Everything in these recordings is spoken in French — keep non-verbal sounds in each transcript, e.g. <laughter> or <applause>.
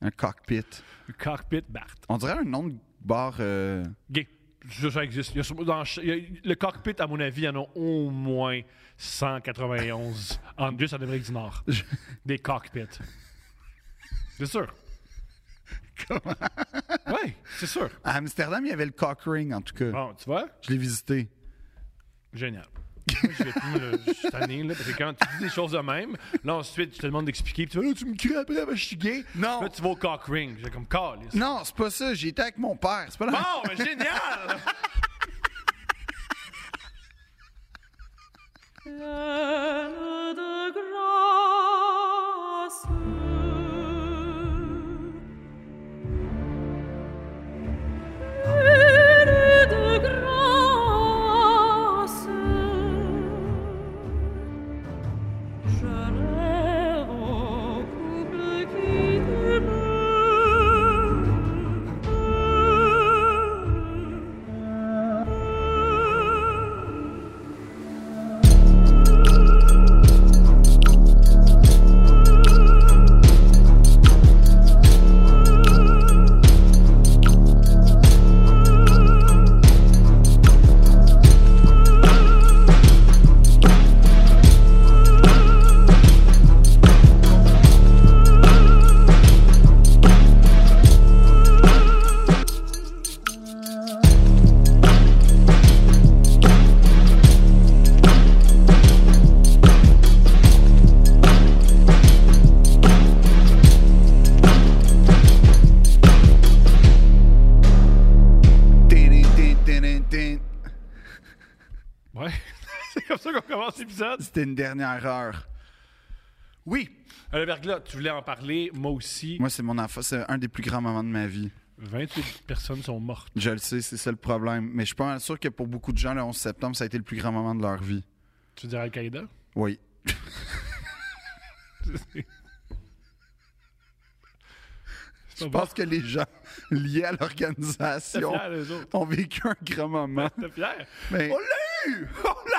Un cockpit. Cockpit Bart. On dirait un nom de bar. euh, Gay. Ça, ça existe. Il y a sûrement- dans ch- il y a- le cockpit, à mon avis, il y en a au moins 191 en juste en Amérique du Nord. Des cockpits. C'est sûr. Comment? Oui, c'est sûr. À Amsterdam, il y avait le cockring, en tout cas. Bon, tu vois? Je l'ai visité. Génial. Moi, je vais plus, là, je suis tanné, là, parce que quand tu dis des choses de même, là, ensuite, je te demande d'expliquer, puis tu vas, là, tu me cries après, ben, je suis gay. Non. Là, tu vas au cock ring. J'ai comme, calice. Non, c'est pas ça. J'étais avec mon père. C'est pas la même- Bon, mais <laughs> génial! Pleine de grâce, pleine de grâce, je rêve au couple qui demeure. Tin, tin, tin, tin. Ouais. <laughs> c'est comme ça qu'on commence l'épisode. C'était une dernière heure. Oui. Euh, Le verglas, tu voulais en parler, moi aussi. Moi, c'est mon enfant. C'est un des plus grands moments de ma vie. 28 personnes sont mortes. Je le sais, c'est ça le problème. Mais je suis pas mal sûr que pour beaucoup de gens, le 11 septembre, ça a été le plus grand moment de leur vie. Tu veux dire Al-Qaïda? Oui. C'est Je pas pense que les gens liés à T'es l'organisation fier, les autres. ont vécu un grand moment. T'es fier? Mais On l'a eu! On l'a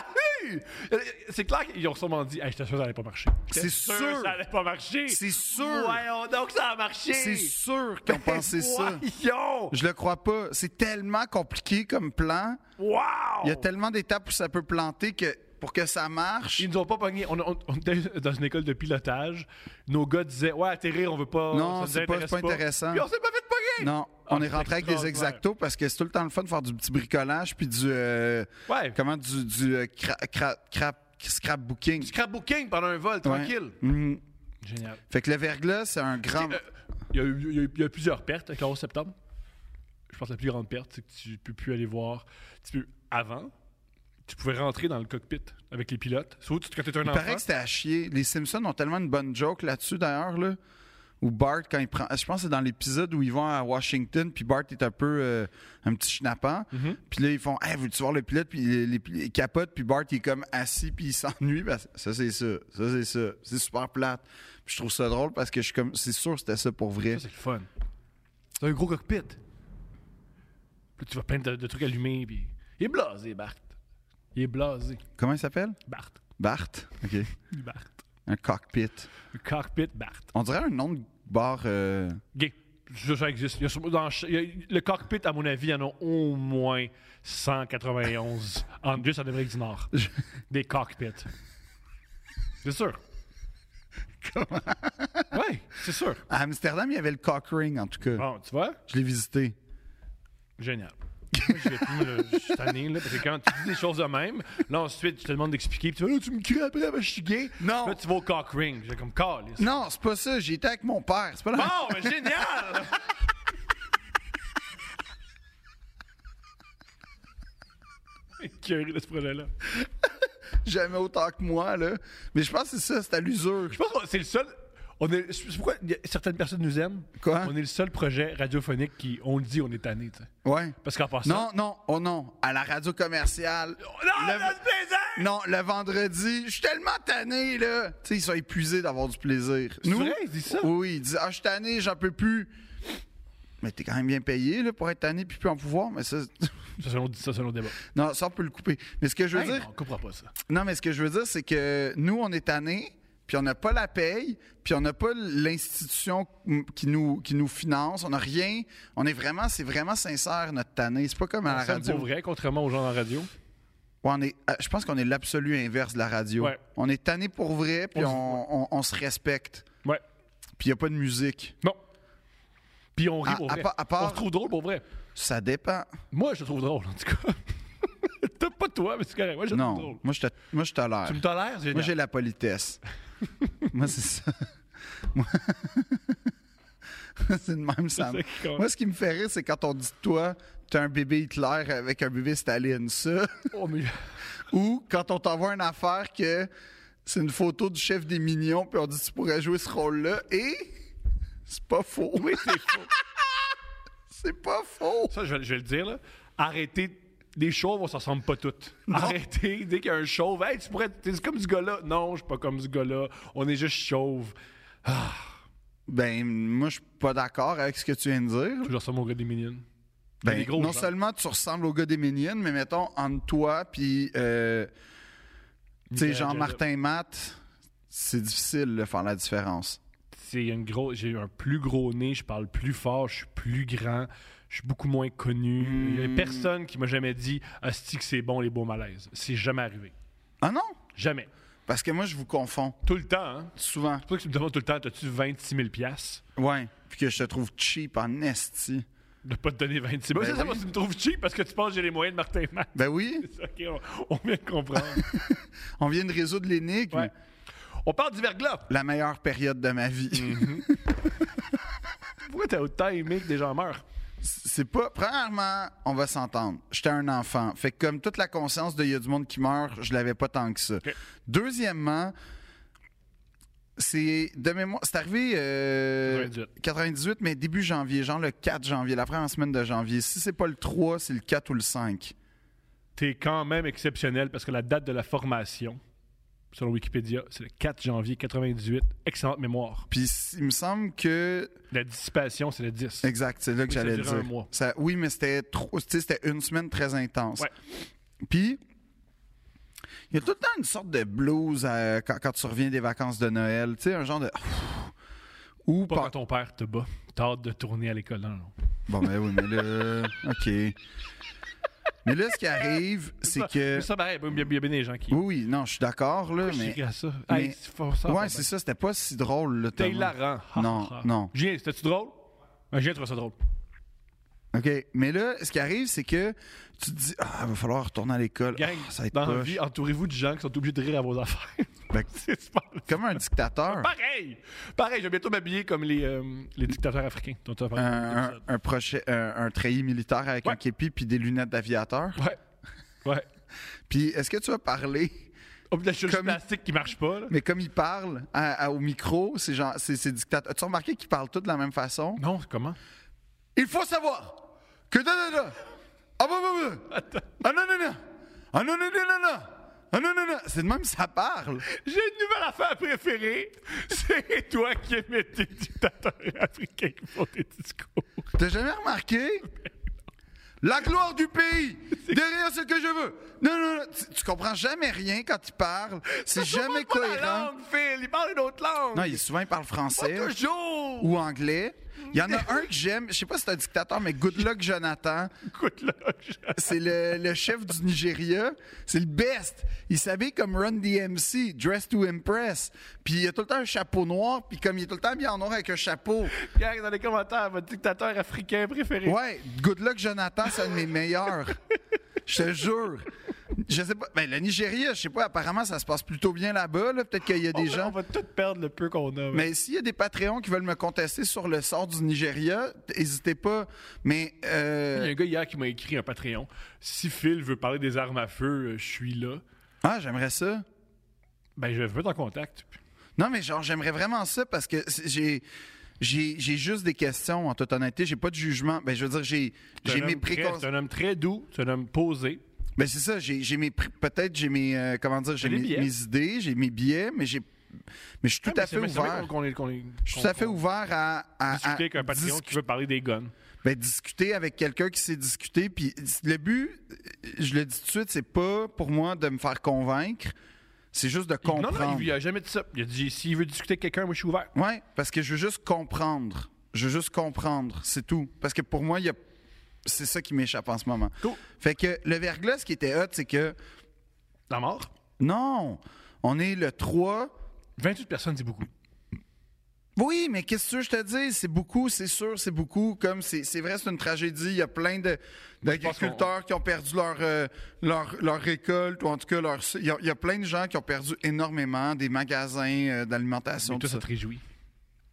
eu! Euh, C'est clair qu'ils ont sûrement dit, hey, j'étais sûr que ça allait pas marcher. J'étais C'est sûr. ça allait pas marcher. c'est sûr, Voyons donc, ça a marché. c'est sûr qu'ils ont pensé ça. Voyons! Je le crois pas. C'est tellement compliqué comme plan. Wow! Il y a tellement d'étapes où ça peut planter que pour que ça marche. Ils nous ont pas pogné. On, on- on était <laughs> dans une école de pilotage. Nos gars disaient Ouais, atterrir, on veut pas. Non, c'est ça nous pas- intéresse c'est pas intéressant. Puis on s'est pas fait pogner. Non, Ah, on est c'est rentré avec des extraordinaire. exactos parce que c'est tout le temps le fun de faire du petit bricolage puis du euh, Ouais. comment du du euh, cra- cra- cra- scrapbooking. Scrapbooking pendant un vol, Ouais. tranquille. Mhm. Génial. Fait que le verglas, c'est un grand. Euh, Il y, a eu- il y a eu- il y a eu plusieurs pertes avec le 11 septembre. Je pense que la plus grande perte, c'est que tu peux plus aller voir. Tu peux, avant, tu pouvais rentrer dans le cockpit avec les pilotes. Sauf que quand tu étais un Il enfant. paraît que c'était à chier. Les Simpsons ont tellement une bonne joke là-dessus, d'ailleurs, là. Où Bart, quand il prend. Je pense que c'est dans l'épisode où ils vont à Washington, puis Bart est un peu euh, un petit schnappant. Mm-hmm. Puis là, ils font Hey, veux-tu voir le pilote Puis les, les- ils capotent, puis Bart, il est comme assis, puis il s'ennuie. Ben, ça, c'est ça. Ça, c'est ça. C'est super plate. Puis je trouve ça drôle parce que je suis comme. C'est sûr que c'était ça pour vrai. Ça, c'est le fun. C'est un gros cockpit. Puis là, tu vas plein de, de trucs allumés. Puis... Il est blasé, Bart. Il est blasé. Comment il s'appelle Bart. Bart. OK. Bart. Un cockpit. Le cockpit Bart. On dirait un nom de bar. euh, Gay. Ça, ça existe. Il y a sûrement- dans ch- il y a- le cockpit, à mon avis, il y en a au moins 191 en, juste en Amérique du Nord. Des cockpits. C'est sûr. Comment? Oui, c'est sûr. À Amsterdam, il y avait le cockring, en tout cas. Bon, tu vois? Je l'ai visité. Génial. Moi, je vais plus, là, je suis tanné, là, parce que quand tu dis des choses de même, là, ensuite, je te demande d'expliquer, puis tu vas, là, tu me cries après, ben, je suis gay. Non. Là, tu vas au cock ring. J'ai comme, calice. Non, c'est pas ça. J'étais avec mon père. C'est pas la Bon, Oh, mais génial! Curé de ce projet-là. <laughs> jamais autant que moi, là. Mais je pense que c'est ça, c'est à l'usure. Je pense que c'est le seul. On est, c'est pourquoi il y a- certaines personnes nous aiment. Quoi? On est le seul projet radiophonique qui, on le dit, on est tanné, tu sais. Ouais. Parce qu'en passant. Oh, Non, non, oh non, à la radio commerciale. Non, Le- ça se plaisait! Non, le vendredi, je suis tellement tanné, là. Tu sais, ils sont épuisés d'avoir du plaisir. Nous, vrai, ils disent ça? Oui, ils disent, ah, je suis tanné, j'en peux plus. Mais t'es quand même bien payé, là, pour être tanné puis plus en pouvoir. Mais ça, <laughs> Ça, c'est un autre- ça, c'est un autre débat. non, ça, on peut le couper. Mais ce que je veux Hey, dire, non, on comprend pas ça. non, mais ce que je veux dire, c'est que nous, on est tanné puis on n'a pas la paye, puis on n'a pas l'institution qui nous, qui nous finance, on n'a rien. On est vraiment, c'est vraiment sincère notre tannée. C'est pas comme à la Ça me radio. pour vrai, contrairement aux gens en radio. Ouais, on est, euh, je pense qu'on est l'absolu inverse de la radio. Ouais. On est tanné pour vrai, puis On se- on, on- on se respecte. Ouais. Puis il n'y a pas de musique. Non. Puis on rit À- pour à vrai. part- à part- On se trouve drôle pour vrai. Ça dépend. Moi, je te trouve drôle, en tout cas. <laughs> T'as pas toi, mais c'est correct. Moi, je te non, trouve drôle. moi je te- moi, je tolère. Tu me tolères, Moi, j'ai génial. la <laughs> politesse. moi, c'est ça. Moi, <laughs> c'est de même, ça. me- C'est ça qui compte. Moi, ce qui me fait rire, c'est quand on dit toi, t'as un bébé Hitler avec un bébé Staline, <laughs> ça. Oh, mais- Ou quand on t'envoie une affaire que c'est une photo du chef des Mignons, puis on dit tu pourrais jouer ce rôle-là, et c'est pas faux. Oui, c'est faux. <laughs> c'est pas faux. <laughs> Ça, je vais, je vais le dire, là. Arrêtez. Les chauves, on s'en ressemble pas toutes. Arrêtez. Dès qu'il y a un chauve, hey, tu pourrais. T'es comme ce gars-là. Non, je suis pas comme ce gars-là. On est juste chauve. Ben, moi, je suis pas d'accord avec ce que tu viens de dire. Je leur ressemble au gars des Minions. Il y a Ben, des gros non gens. seulement tu ressembles au gars des Minions, mais mettons entre toi puis euh, tu sais, Michael Jean-Martin Matt, c'est difficile de faire la différence. C'est une grosse. J'ai eu un plus gros nez, je parle plus fort, je suis plus grand, je suis beaucoup moins connu. Il y a personne qui m'a jamais dit Asti que c'est bon les beaux malaises. C'est jamais arrivé. Ah non, Jamais. parce que moi je vous confonds Tout le temps, hein? souvent. C'est pour ça que tu me demandes tout le temps T'as-tu 26 000 piastres Ouais, puis que je te trouve cheap en esti. De pas te donner 26 000 Ben Ça, c'est oui. moi, tu me trouves cheap parce que tu penses que j'ai les moyens de Martin Matt. Ben oui, <laughs> Ok, on, on vient <laughs> de comprendre. on vient de résoudre l'énigme, Ouais. On parle du verglas. la meilleure période de ma vie. Mhm. Pourquoi t'as autant aimé que des gens meurent? C'est pas. Premièrement, on va s'entendre. J'étais un enfant. Fait que comme toute la conscience de il y a du monde qui meurt, je l'avais pas tant que ça. Deuxièmement, c'est de mémoire. C'est arrivé euh, 98. 98, mais début janvier, genre le 4 janvier, la première semaine de janvier. Si c'est pas le 3, c'est le 4 ou le 5. T'es quand même exceptionnel parce que la date de la formation, selon Wikipédia, c'est le 4 janvier 98. Excellente mémoire. Puis il me semble que. La dissipation, c'est le 10. Exact, c'est là que Oui, ça j'allais durait dire. un mois. Ça- oui, mais c'était trop. tu sais, C'était une semaine très intense. Ouais. Puis, il y a tout le temps une sorte de blues euh, quand, quand tu reviens des vacances de Noël. Tu sais, un genre de. Ou Pas par- quand ton père te bat. T'as hâte de tourner à l'école. hein, Non, non. Bon, ben oui, mais là. <laughs> OK. Mais là, ce qui <laughs> arrive, c'est que. Ah, Mais ça, pareil, il y a- il y a bien des gens qui. Oui, oui, non, je suis d'accord, là, Je mais. suis à ça. mais- Hey, c'est fort, ça, ben, Ouais, c'est ça, c'était pas si drôle, là, T'es Thomas. hilarant. Ha, Non, ha. non. Ah, Julien, c'était-tu drôle? Ben, Julien trouve ça drôle. OK. Mais là, ce qui arrive, c'est que tu te dis, ah, va falloir retourner à l'école. Gang, Ah, ça va être dans la poche. vie, entourez-vous de gens qui sont obligés de rire à vos affaires. <laughs> Ben, c'est super. Comme un dictateur. Pareil! Pareil, je vais bientôt m'habiller comme les, euh, les dictateurs africains dont tu as parlé. dans un, un, l'épisode. un, proche- un- un treillis militaire avec Ouais. un képi puis des lunettes d'aviateur. Ouais. Ouais. Puis est-ce que tu vas parler, Oh, puis la chose Comme- plastique qui marche pas, là. mais comme il parle à- à- au micro, c'est genre, c'est, c'est dictateur. As-tu remarqué qu'ils parlent tous de la même façon? Non, comment? Il faut savoir que da, da, da. Ah bah, bah, bah. Ah non non non. Ah non non non non non. Ah non non non. C'est de même que ça parle. J'ai une nouvelle affaire préférée. C'est toi qui aimais tes dictateurs africains qui font tes discours. T'as jamais remarqué? La gloire du <laughs> pays! Derrière ce que je veux! Non, non, non, tu, tu comprends jamais rien quand il parle. C'est jamais Pas la cohérent. langue, Phil. Il parle une autre langue. Non, il, souvent il parle français Toujours. ou anglais. Il y en a un que j'aime, je sais pas si c'est un dictateur, mais Good Luck Jonathan, Écoute, là, je- c'est le, le chef du Nigeria, c'est le best. Il s'habille comme Run DMC, Dress to Impress. Puis il a tout le temps un chapeau noir, puis comme il est tout le temps bien en noir avec un chapeau. Gang, dans les commentaires, votre dictateur africain <laughs> préféré. Ouais, Good Luck Jonathan, c'est un de mes meilleurs. Je te jure. Je sais pas, ben le Nigeria, je sais pas, apparemment ça se passe plutôt bien là-bas, là. peut-être qu'il y a On des va- gens. Oh, ben On va tout perdre le peu qu'on a. Mais s'il y a des Patreons qui veulent me contester sur le sort du Nigeria, n'hésitez pas. Mais Il y a euh, un gars hier qui m'a écrit un Patreon. Si Phil veut parler des armes à feu, euh, je suis là. ah, j'aimerais ça. Ben, je veux être en contact. Non, mais genre j'aimerais vraiment ça parce que c'est- j'ai j'ai j'ai juste des questions en toute honnêteté. J'ai pas de jugement. Ben je veux dire j'ai C'est j'ai un mes homme très- préconçus. C'est un homme très doux, c'est un homme posé. Ben c'est ça. J'ai j'ai mes pré- peut-être j'ai mes euh, comment dire j'ai T'as des mes, billets. mes idées, j'ai mes billets, mais j'ai mais je Ah, suis tout à fait ouvert. Je suis tout à fait ouvert à, à- à Discuter avec un Patreon discu- qui veut parler des guns. ben, discuter avec quelqu'un qui sait discuter. euh, Puis le but, je le dis tout de suite, c'est pas pour moi de me faire convaincre. C'est juste de Non, comprendre. non, il a jamais dit ça. Il a dit s'il veut discuter avec quelqu'un, moi je suis ouvert. Ouais, parce que je veux juste comprendre. Je veux juste comprendre, c'est tout. Parce que pour moi, il y a... c'est ça qui m'échappe en ce moment. Cool. Fait que le verglas, ce qui était hot, c'est que La mort non, on est le 3. 28 personnes, c'est beaucoup. Oui, mais qu'est-ce que tu veux que je te dis? C'est beaucoup, c'est sûr, c'est beaucoup. Comme c'est, c'est vrai, c'est une tragédie. Il y a plein de, d'agriculteurs qui ont perdu leur, euh, leur, leur récolte, ou en tout cas, leur, il, y a, il y a plein de gens qui ont perdu énormément, des magasins euh, d'alimentation. Mais tout toi, ça ça. te réjouit.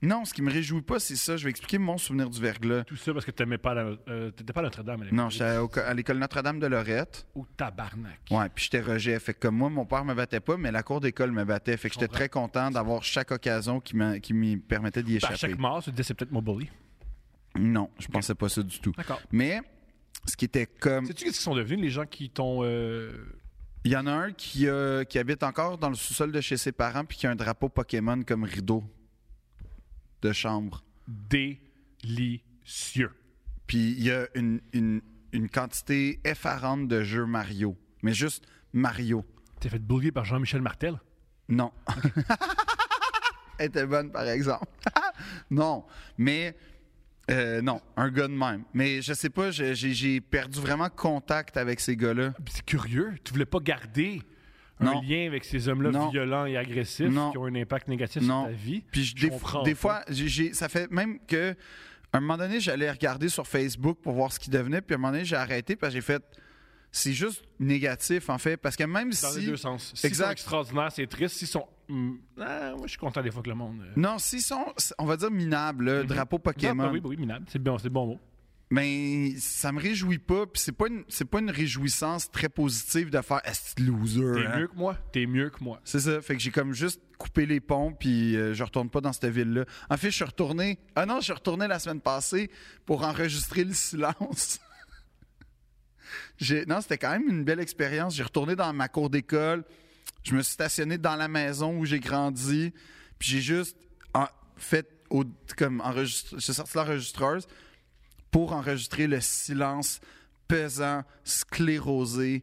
Non, ce qui me réjouit pas, c'est ça. Je vais expliquer mon souvenir du verglas. Tout ça parce que t'aimais pas la- euh, t'étais pas à Notre-Dame à l'époque. Non, j'étais au- à l'école Notre-Dame de Lorette. Au tabarnak. Ouais, puis j'étais rejet. Fait que comme moi, mon père me battait pas, mais la cour d'école me battait. Fait que j'étais comprends. très content d'avoir chaque occasion qui m'a- qui m'y permettait d'y Puis À échapper. chaque mort, tu te disais c'est peut-être mon bully. Non, je pensais pas ça du tout. D'accord. Mais ce qui était comme. Sais-tu qu'est-ce qu'ils sont devenus, les gens qui t'ont. euh, Il y en a un qui, euh, qui habite encore dans le sous-sol de chez ses parents puis qui a un drapeau Pokémon comme rideau de chambre. délicieux. Puis il y a une, une- une quantité effarante de jeux Mario. Mais juste Mario. T'es fait bully par Jean-Michel Martel. Non. <laughs> Elle était bonne, par exemple. <laughs> non. Mais. euh, non, un gars de même. Mais je sais pas, je- j'ai j'ai perdu vraiment contact avec ces gars-là. Puis C'est curieux. Tu voulais pas garder un Non. lien avec ces hommes-là Non. violents et agressifs Non. qui ont un impact négatif Non. sur ta vie. Puis je- Je des, comprends des pas. fois, j'ai- j'ai- ça fait même que. À un moment donné, j'allais regarder sur Facebook pour voir ce qui devenait, puis à un moment donné, j'ai arrêté parce que j'ai fait. C'est juste négatif, en fait, parce que même Dans si. les deux sens. S'ils Exact. sont extraordinaires, c'est triste. S'ils sont. hum, ah, moi, je suis content des fois que le monde. euh, Non, s'ils sont, on va dire minables, le drapeau Non, Pokémon. bah oui, bah oui, minable. C'est bon, c'est le bon mot. Mais ça me réjouit pas, puis c'est pas une c'est pas une réjouissance très positive de faire est T'es loser. hein? mieux que moi. T'es mieux que moi. C'est ça, fait que j'ai comme juste coupé les ponts puis euh, je retourne pas dans cette ville là. En fait, je suis retourné Ah non, je suis retourné la semaine passée pour enregistrer le silence. <laughs> J'ai- non, c'était quand même une belle expérience. J'ai retourné dans ma cour d'école. Je me suis stationné dans la maison où j'ai grandi. Puis j'ai juste en- fait au- comme enregistre- j'ai sorti l'enregistreuse pour enregistrer le silence pesant, sclérosé,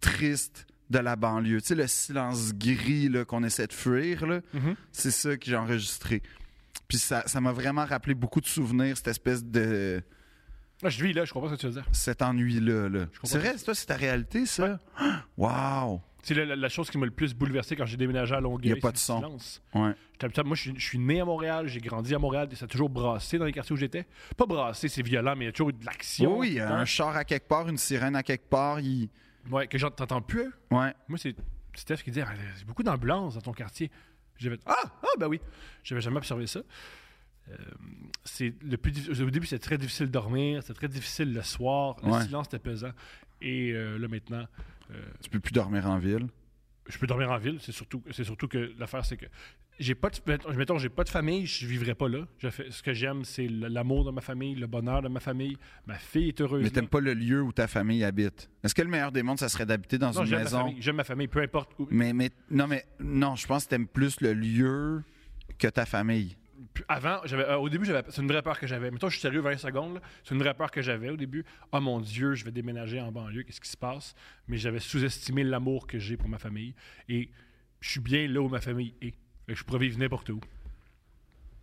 triste de la banlieue. Tu sais, le silence gris là, qu'on essaie de fuir, là, Mhm. c'est ça que j'ai enregistré. Puis ça ça m'a vraiment rappelé beaucoup de souvenirs, cette espèce de Là, je vis là, je comprends ce que tu veux dire. cet ennui-là. là. comprends C'est vrai, pas. toi, c'est ta réalité, ça? <gasps> Wow! C'est la, la- la chose qui m'a le plus bouleversé quand j'ai déménagé à Longueuil. Y a pas c'est de le son. silence. Ouais. J'étais habitué- moi, je suis, je suis né à Montréal, j'ai grandi à Montréal, ça a toujours brassé dans les quartiers où j'étais. Pas brassé, c'est violent, mais il y a toujours eu de Oui, l'action. oui, il y a Hein? un char à quelque part, une sirène à quelque part. Il... Ouais, que j'en- t'entends plus. hein? Ouais. Moi, c'est Steph qui dit Ah, c'est beaucoup d'ambulances dans ton quartier. J'avais ah, ah, ben oui. J'avais jamais observé ça. Euh, c'est le plus diffi- au début, c'était très difficile de dormir, c'était très difficile le soir, le Ouais. silence était pesant. Et euh, là, maintenant, euh, Tu peux plus dormir en ville. je peux dormir en ville. C'est surtout, c'est surtout que l'affaire, c'est que j'ai pas de, mettons- mettons, j'ai pas de famille, je vivrais pas là. Je fais- ce que j'aime, c'est l- l'amour de ma famille, le bonheur de ma famille. Ma fille est heureuse. Mais là. t'aimes pas le lieu où ta famille habite. Est-ce que le meilleur des mondes, ça serait d'habiter dans non, une j'aime ma maison? Mm. famille. J'aime ma famille, peu importe où. Mais, mais non, mais non, je pense que t'aimes plus le lieu que ta famille. Puis Avant, j'avais, euh, au début, j'avais, c'est une vraie peur que j'avais. Mettons, je suis sérieux 20 secondes. là. C'est une vraie peur que j'avais au début. Oh mon Dieu, je vais déménager en banlieue, qu'est-ce qui se passe? Mais j'avais sous-estimé l'amour que j'ai pour ma famille. Et je suis bien là où ma famille est. Fait que Je pourrais vivre n'importe où.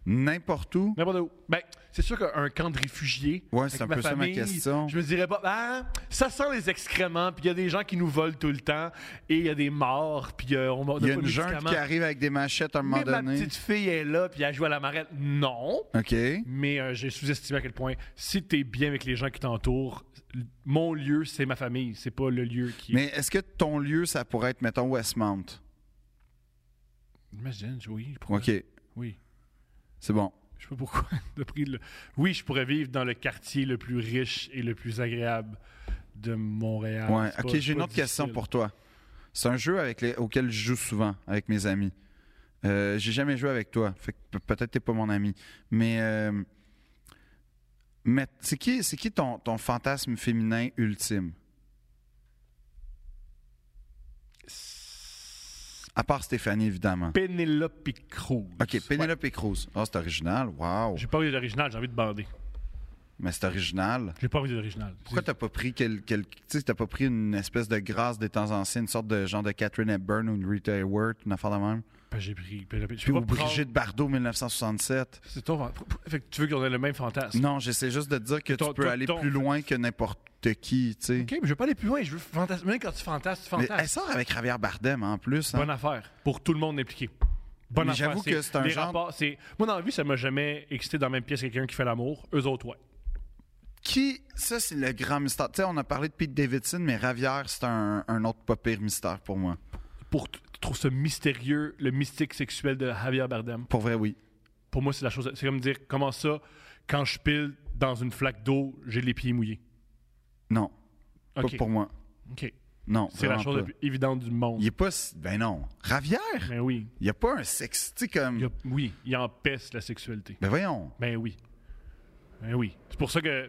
N'importe où. N'importe où. Ben, c'est sûr qu'un camp de réfugiés. Ouais, avec c'est un peu ça ma question. Je me dirais pas, ben, ça sent les excréments, puis il y a des gens qui nous volent tout le temps, et il y a des morts, puis euh, on m'a Il y a pas une de junte médicaments. qui arrive avec des machettes à un moment Mais ma donné. petite fille est là, puis elle joue à la marelle. Non, OK. mais euh, j'ai sous-estimé à quel point, si t'es bien avec les gens qui t'entourent, l- mon lieu, c'est ma famille, c'est pas le lieu qui. Mais est-ce que ton lieu, ça pourrait être, mettons, Westmount? Imagine, oui, pourquoi? OK. Oui. C'est bon. Je sais pas pourquoi. <laughs> de prix de le- Oui, je pourrais vivre dans le quartier le plus riche et le plus agréable de Montréal. Ouais. Ah, C'est pas- OK, c'est j'ai une pas autre question difficile. pour toi. C'est un jeu avec les- auquel je joue souvent avec mes amis. Euh, j'ai jamais joué avec toi. Fait que pe- peut-être t'es pas mon ami. Mais, euh, mais c'est qui, c'est qui ton, ton fantasme féminin ultime? À part Stéphanie, évidemment. Penelope Cruz. OK, Penelope Cruz. Ah, c'est original. Wow. J'ai pas envie d'original, j'ai envie de bander. mais c'est original. J'ai pas envie d'original. Pourquoi t'as pas pris quel, quel- tu sais, t'as pas pris une espèce de grâce des temps anciens, une sorte de genre de Catherine Hepburn ou une Rita Hayworth, une affaire de même? Ben, J'ai pris. ben, je Puis peux ou pas prendre- Brigitte Bardot 1967. C'est toi. Fait que tu veux qu'on ait le même fantasme. Non, j'essaie juste de te dire que Ton- tu peux ton- aller ton- plus loin que n'importe qui, tu sais. Ok, mais je veux pas aller plus loin. Je veux fantasmer. Même quand tu fantasmes, tu Mais fantasmes. elle sort avec Javier Bardem en plus. hein. Bonne affaire pour tout le monde impliqué. Bonne Mais affaire. j'avoue que c'est un les genre- rapports, c'est- Moi, dans la vie, ça m'a jamais excité dans la même pièce que quelqu'un qui fait l'amour. Eux autres, ouais. Qui, ça c'est le grand mystère. Tu sais, on a parlé de Pete Davidson, mais Javier, c'est un, un autre pas pire mystère pour moi. Pour t- tu trouves ça mystérieux, le mystique sexuel de Javier Bardem. Pour vrai, oui. Pour moi, c'est la chose. C'est comme dire comment ça, quand je pile dans une flaque d'eau, j'ai les pieds mouillés. Non, Ok. pas pour moi. Ok. Non, C'est la vraiment chose pas. la plus évidente du monde. Il est pas... si- Ben non. Javier, Mais oui. il y a pas un sexe, tu sais, comme... Il y a- Oui, il empêche la sexualité. Ben voyons. Ben oui. Ben oui. C'est pour ça que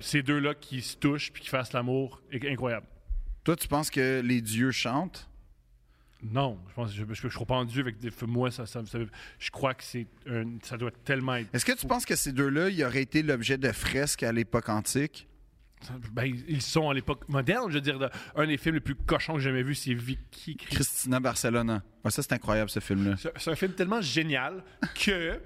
ces deux-là qui se touchent puis qui fassent l'amour est incroyable. Toi, tu penses que les dieux chantent? Non, je pense je, je, je crois pas en Dieu. Avec des, moi, ça, ça, ça- je crois que c'est un- ça doit tellement être. Est-ce que tu penses que ces deux-là, ils auraient été l'objet de fresques à l'époque antique? Ben, ils ils sont à l'époque moderne, je veux dire. de- un des films les plus cochons que j'ai jamais vu, c'est Vicky Christ. Christina Barcelona. Ouais, ça, c'est incroyable, ce film-là. C'est c'est un film tellement génial que,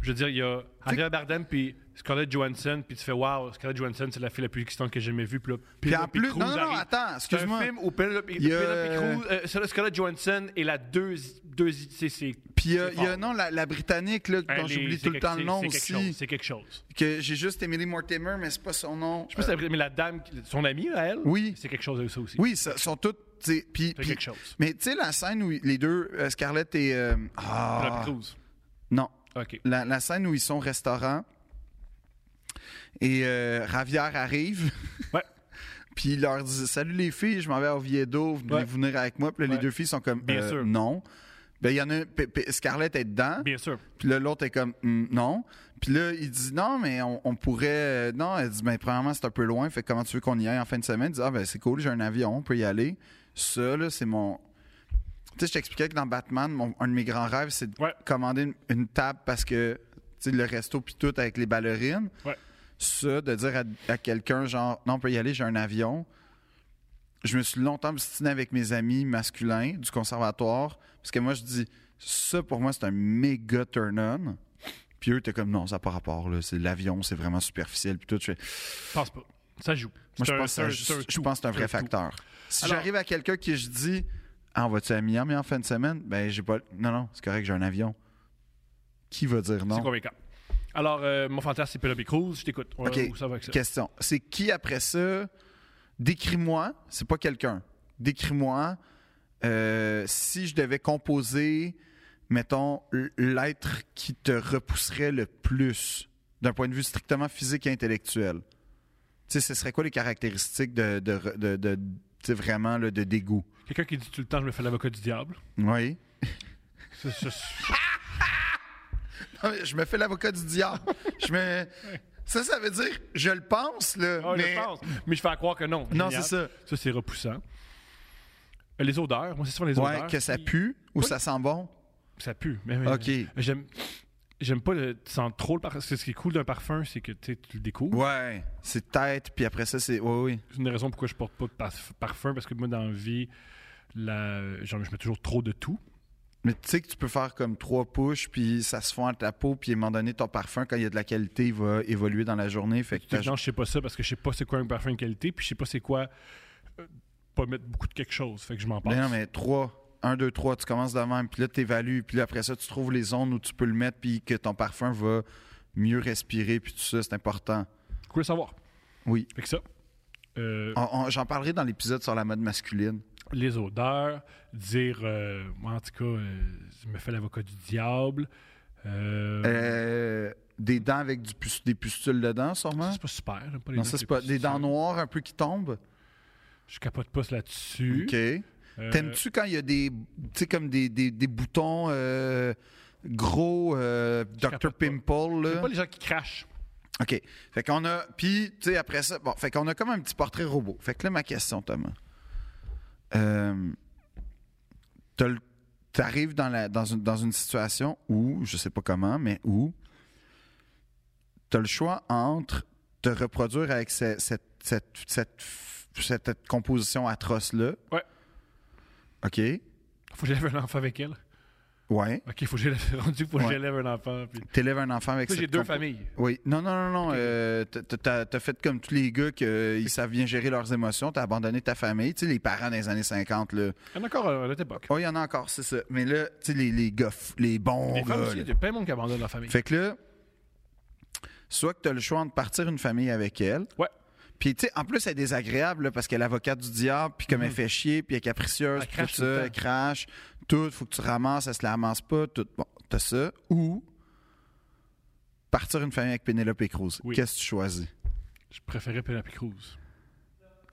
je veux dire, il y a Javier Bardem puis Scarlett Johansson, puis tu fais Wow, Scarlett Johansson, c'est la fille la plus excitante que j'ai jamais vue. Puis, là, Puis en Penelope plus... Cruz Non, non, non, arrive. attends, excuse-moi. C'est un film où Penelope, Il y a- Penelope Cruz, euh, Scarlett- Scarlett Johansson est la deuxième. Deuxi, c'est- c'est- Puis euh, il y a, fort. non, la, la Britannique, là, elle dont est- j'oublie c'est tout le quelque- temps le c'est- nom c'est quelque chose, aussi. Euh, C'est quelque chose. Que j'ai juste Emily Mortimer, mais c'est pas son nom. Je sais pas si t'as- mais la dame, qui- son amie, là, elle, Oui. c'est quelque chose de ça aussi. Oui, ça, sont toutes. tu sais, Puis, C'est puis- quelque chose. Mais tu sais, la scène où les deux, euh, Scarlett et. euh, Penelope ah, Cruz. non, OK. la, la scène où ils sont au restaurant et euh, Ravière arrive. <laughs> Ouais. Puis il leur dit Salut les filles, je m'en vais à Oviedo, vous voulez Ouais. venir avec moi Puis là, Ouais. les deux filles sont comme Bien Euh, sûr. Non. Ben, il y en a. P- P- Scarlett est dedans. Bien sûr. Puis là, l'autre est comme Hmm, non. Puis là, il dit non, mais on, on pourrait. euh, Non, elle dit ben, premièrement, c'est un peu loin. Fait comment tu veux qu'on y aille en fin de semaine? Il dit ah, ben, c'est cool, j'ai un avion, on peut y aller. Ça, là, c'est mon. Tu sais, je t'expliquais que dans Batman, mon- un de mes grands rêves, c'est de Ouais. commander une, une table parce que, tu sais, le resto puis tout avec les ballerines. Ouais. Ça, de dire à, à quelqu'un, genre, non, on peut y aller, j'ai un avion. Je me suis longtemps obstiné avec mes amis masculins du conservatoire parce que moi, je dis, ça, pour moi, c'est un méga turn-on. Puis eux, t'es comme, non, ça n'a pas rapport, là. C'est l'avion, c'est vraiment superficiel, puis tout. Je fais, Je pense pas. Ça joue. moi, je C'est un- pense, c'est que un- ça- c'est un je tout. pense que c'est un C'est vrai tout. facteur. Si Alors- j'arrive à quelqu'un qui je dis Ah, on va-tu à Miami en fin de semaine Ben, j'ai pas. le- Non, non, c'est correct, j'ai un avion. Qui va dire C'est non convaincant. Alors, euh, mon fantasme, c'est Penelope Cruz. Je t'écoute. Euh, On- Ok. Où ça va avec ça? Question. C'est qui après ça Décris-moi, c'est pas quelqu'un. Décris-moi euh, si je devais composer, mettons, l- l'être qui te repousserait le plus d'un point de vue strictement physique et intellectuel. Tu sais, ce serait quoi les caractéristiques de, de, de- de- tu sais, vraiment là, de dégoût? Quelqu'un qui dit tout le temps, je me fais l'avocat du diable. Oui. <laughs> Ça, ça, ça- Non, Ah, mais Je me fais l'avocat du diable. Je <laughs> me... Ça, ça veut dire, je le pense, là. Ah, mais... je pense. Mais je fais à croire que non. Non, Génial. c'est ça. Ça, c'est repoussant. Euh, Les odeurs, moi c'est souvent les odeurs. Ouais, que ça qui- pue ou Oui. ça sent bon. Ça pue. Mais, mais- OK. J'aime, j'aime pas le tu sens trop le parfum. Ce qui est cool d'un parfum, c'est que tu sais, tu le découvres. Ouais. C'est tête, puis après ça, c'est. Oui, oui. C'est une des raisons pourquoi je porte pas de parf- parfum, parce que moi, dans la vie, la- genre, je mets toujours trop de tout. Mais tu sais que tu peux faire comme trois pushes, puis ça se fond à ta peau, puis à un moment donné, ton parfum, quand il y a de la qualité, il va évoluer dans la journée. Fait que Fait t'as- que Non, je sais pas ça, parce que je sais pas c'est quoi un parfum de qualité, puis je sais pas c'est quoi euh, pas mettre beaucoup de quelque chose. Fait que je m'en passe. Mais Ben non, mais trois. Un, deux, trois, tu commences de même, puis là, tu évalues, puis là, après ça, tu trouves les zones où tu peux le mettre, puis que ton parfum va mieux respirer, puis tout ça, c'est important. Je voulais savoir. Oui. Fait que ça. euh, On- on- J'en parlerai dans l'épisode sur la mode masculine. les odeurs, dire, euh, moi en tout cas, euh, je me fais l'avocat du diable. Euh, Euh, des dents avec du pus- des pustules dedans, ça, sûrement. c'est pas super. là, pas les Non, dents, ça c'est pas. Des dents noires un peu qui tombent. Je capote pas là-dessus. Ok. Euh, T'aimes-tu quand il y a des, tu sais comme des, des, des boutons euh, gros euh, Dr capote pas. Pimple j'aime là. pas les gens qui crachent. Ok. Fait qu'on a, puis tu sais après ça, bon, fait qu'on a comme un petit portrait robot. Fait que là ma question Thomas, euh, t'as le- t'arrives dans la dans une dans une situation où je sais pas comment, mais où t'as le choix entre te reproduire avec ce- cette, cette, cette, cette composition atroce-là. Ouais. OK. Faut que j'élève un enfant avec elle. Ouais. Ok, faut que j'élève, <laughs> rendu, faut que Ouais. j'élève un enfant. Puis... T'élèves un enfant avec Ça, cette j'ai deux compo- familles. Oui. Non, non, non, non. Ok. euh, t'as- t'as- t'as t'as fait comme tous les gars qui savent bien gérer leurs émotions. T'as abandonné ta famille. Tu sais, les parents des années 50, là. Il y en a encore à notre époque. Oh, il y en a encore, c'est ça. Mais là, tu sais, les, les gars, f- les bons Les femmes gars, aussi, là. il y a plein de monde qui abandonne leur famille. Fait que là, soit que tu as le choix de partir une famille avec elle. Ouais. Puis, tu sais, en plus, elle est désagréable là, parce qu'elle est avocate du diable, puis comme elle fait chier, puis elle est capricieuse, Mm. Elle puis tout crache tout le ça, temps. elle crache, tout, faut que tu ramasses, elle se la ramasse pas, tout. Bon, t'as ça. Ou partir une famille avec Penelope Cruz. Oui. Qu'est-ce que tu choisis? Je préférais Penelope Cruz.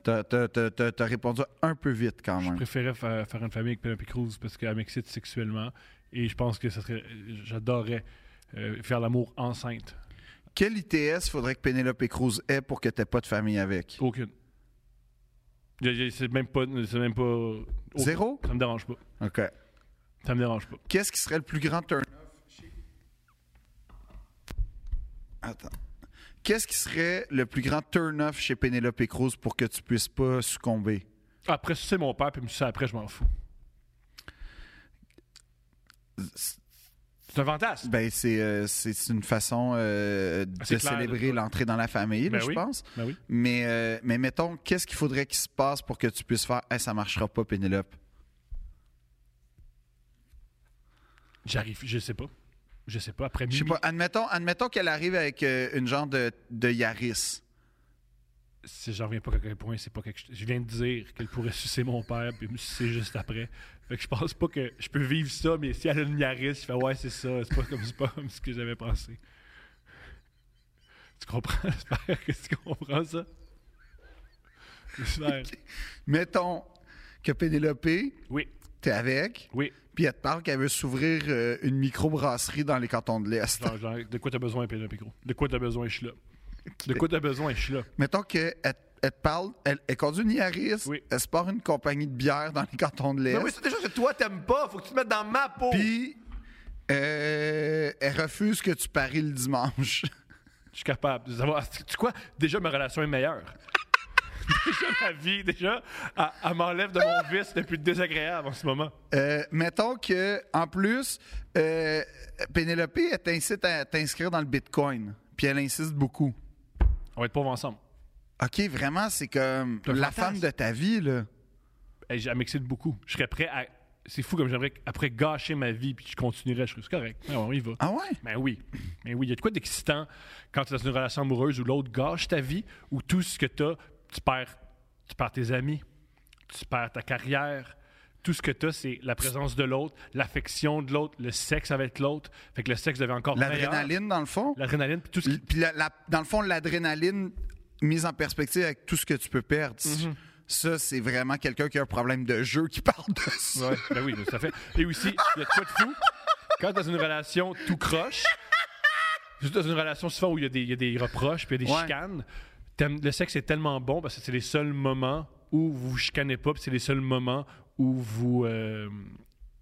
T'as t'as- t'as- t'as- t'as répondu un peu vite quand Je même. préférais fa- faire une famille avec Penelope Cruz parce qu'elle m'excite sexuellement et je pense que ça serait, j'adorerais euh, faire l'amour enceinte. Quel ITS faudrait que Penelope Cruz ait pour que t'aies pas de famille avec? Aucune. Y a- y a- C'est même pas, c'est même pas. aucune. Zéro? Ça me dérange pas. OK. Ça me dérange pas. Qu'est-ce qui serait le plus grand turn Attends. Qu'est-ce qui serait le plus grand turn-off chez Penelope Cruz pour que tu puisses pas succomber? Après, si c'est mon père, puis me sucer après, je m'en fous. C'est un fantasme. Ben, c'est euh, c'est une façon euh, de Ah, C'est clair, célébrer de- l'entrée dans la famille, là, Ben je oui. pense. Ben oui. Mais, euh, mais mettons, qu'est-ce qu'il faudrait qu'il se passe pour que tu puisses faire hey, ça marchera pas, Penelope? J'arrive, je sais pas. Je sais pas. Après, Je sais Mimi, pas. Admettons, admettons qu'elle arrive avec euh, une genre de, de Yaris. si j'en reviens pas à quel point c'est pas quelque chose. Je viens de dire qu'elle pourrait sucer mon père puis me sucer juste après. Fait que je pense pas que je peux vivre ça, mais si elle a une Yaris, je fais ouais, c'est ça, c'est pas comme, c'est pas comme ce que j'avais pensé. Tu comprends? <laughs> J'espère que tu comprends ça. J'espère. Mettons que Penelope, Oui, t'es avec. oui. Puis elle te parle qu'elle veut s'ouvrir euh, une microbrasserie dans les cantons de l'Est. Genre, genre, de quoi t'as besoin, Pénélope Gros? De quoi t'as besoin, je suis là. De quoi t'as besoin, je suis là. Mettons qu'elle elle te parle, elle, elle conduit une Yaris, Oui. elle se part une compagnie de bière dans les cantons de l'Est. Mais oui, c'est des choses que toi, t'aimes pas. Faut que tu te mettes dans ma peau. Puis euh, elle refuse que tu paries le dimanche. <laughs> Je suis capable de savoir. <laughs> Tu sais quoi? Déjà, ma relation est meilleure. <laughs> déjà, ma vie, déjà, elle, elle m'enlève de mon vice le plus désagréable en ce moment. Euh, mettons que en plus, euh, Pénélope, elle t'incite à t'inscrire dans le Bitcoin. Puis elle insiste beaucoup. On va être pauvres ensemble. OK, vraiment, c'est comme un la fantasme. femme de ta vie, là. Et j- Elle m'excite beaucoup. Je serais prêt à. C'est fou comme j'aimerais après gâcher ma vie puis je continuerais. Je serais c'est correct. Mais on y va. Ah ouais? Ben oui. Mais oui, il y a de quoi d'excitant quand tu es dans une relation amoureuse où l'autre gâche ta vie, où tout ce que tu as, tu perds, tu perds tes amis, tu perds ta carrière. Tout ce que tu as, c'est la présence de l'autre, l'affection de l'autre, le sexe avec l'autre. Fait que le sexe devient encore meilleur. L'adrénaline, dans le fond? L'adrénaline, puis tout ce qui... Puis la- la- dans le fond, l'adrénaline mise en perspective avec tout ce que tu peux perdre. Mhm. Ça, c'est vraiment quelqu'un qui a un problème de jeu qui <laughs> parle de ça. Ouais, ben oui, mais ça fait. Et aussi, il y a de quoi de fou quand t'es dans une relation tout croche, juste dans une relation souvent où il y a des, il y a des reproches puis il y a des Ouais. chicanes, t'aimes- le sexe est tellement bon parce que c'est les seuls moments où vous vous chicanez pas, puis c'est les seuls moments où vous. euh,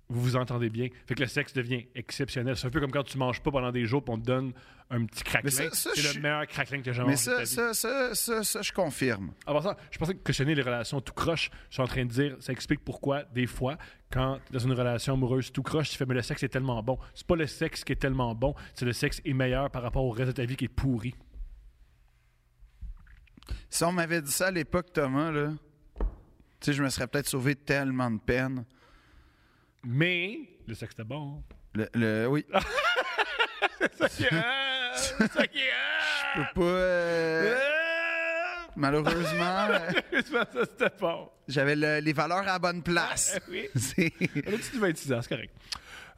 vous vous entendez bien. Fait que le sexe devient exceptionnel. C'est un peu comme quand tu manges pas pendant des jours puis on te donne un petit craquelin. ça- ça, C'est je le suis- meilleur craquelin que j'ai jamais Mais mangé de ta ça, ça, vie. ça, ça, ça, je confirme. Avant ça, je pensais que questionner les relations tout croche, je suis en train de dire, ça explique pourquoi, des fois, quand t'es dans une relation amoureuse tout croche, tu fais, mais le sexe est tellement bon. C'est pas le sexe qui est tellement bon, c'est le sexe est meilleur par rapport au reste de ta vie qui est pourri. Si on m'avait dit ça à l'époque, Thomas, là, tu sais, je me serais peut-être sauvé tellement de peine. Mais le sexe est bon. <laughs> Le, le- oui, je ça qui <laughs> est. peux pas. euh, malheureusement, euh, Ça, c'était bon. Eh j'avais le- les valeurs à la bonne <laughs> place. Oui. C'est- On a dit 26 ans, c'est correct.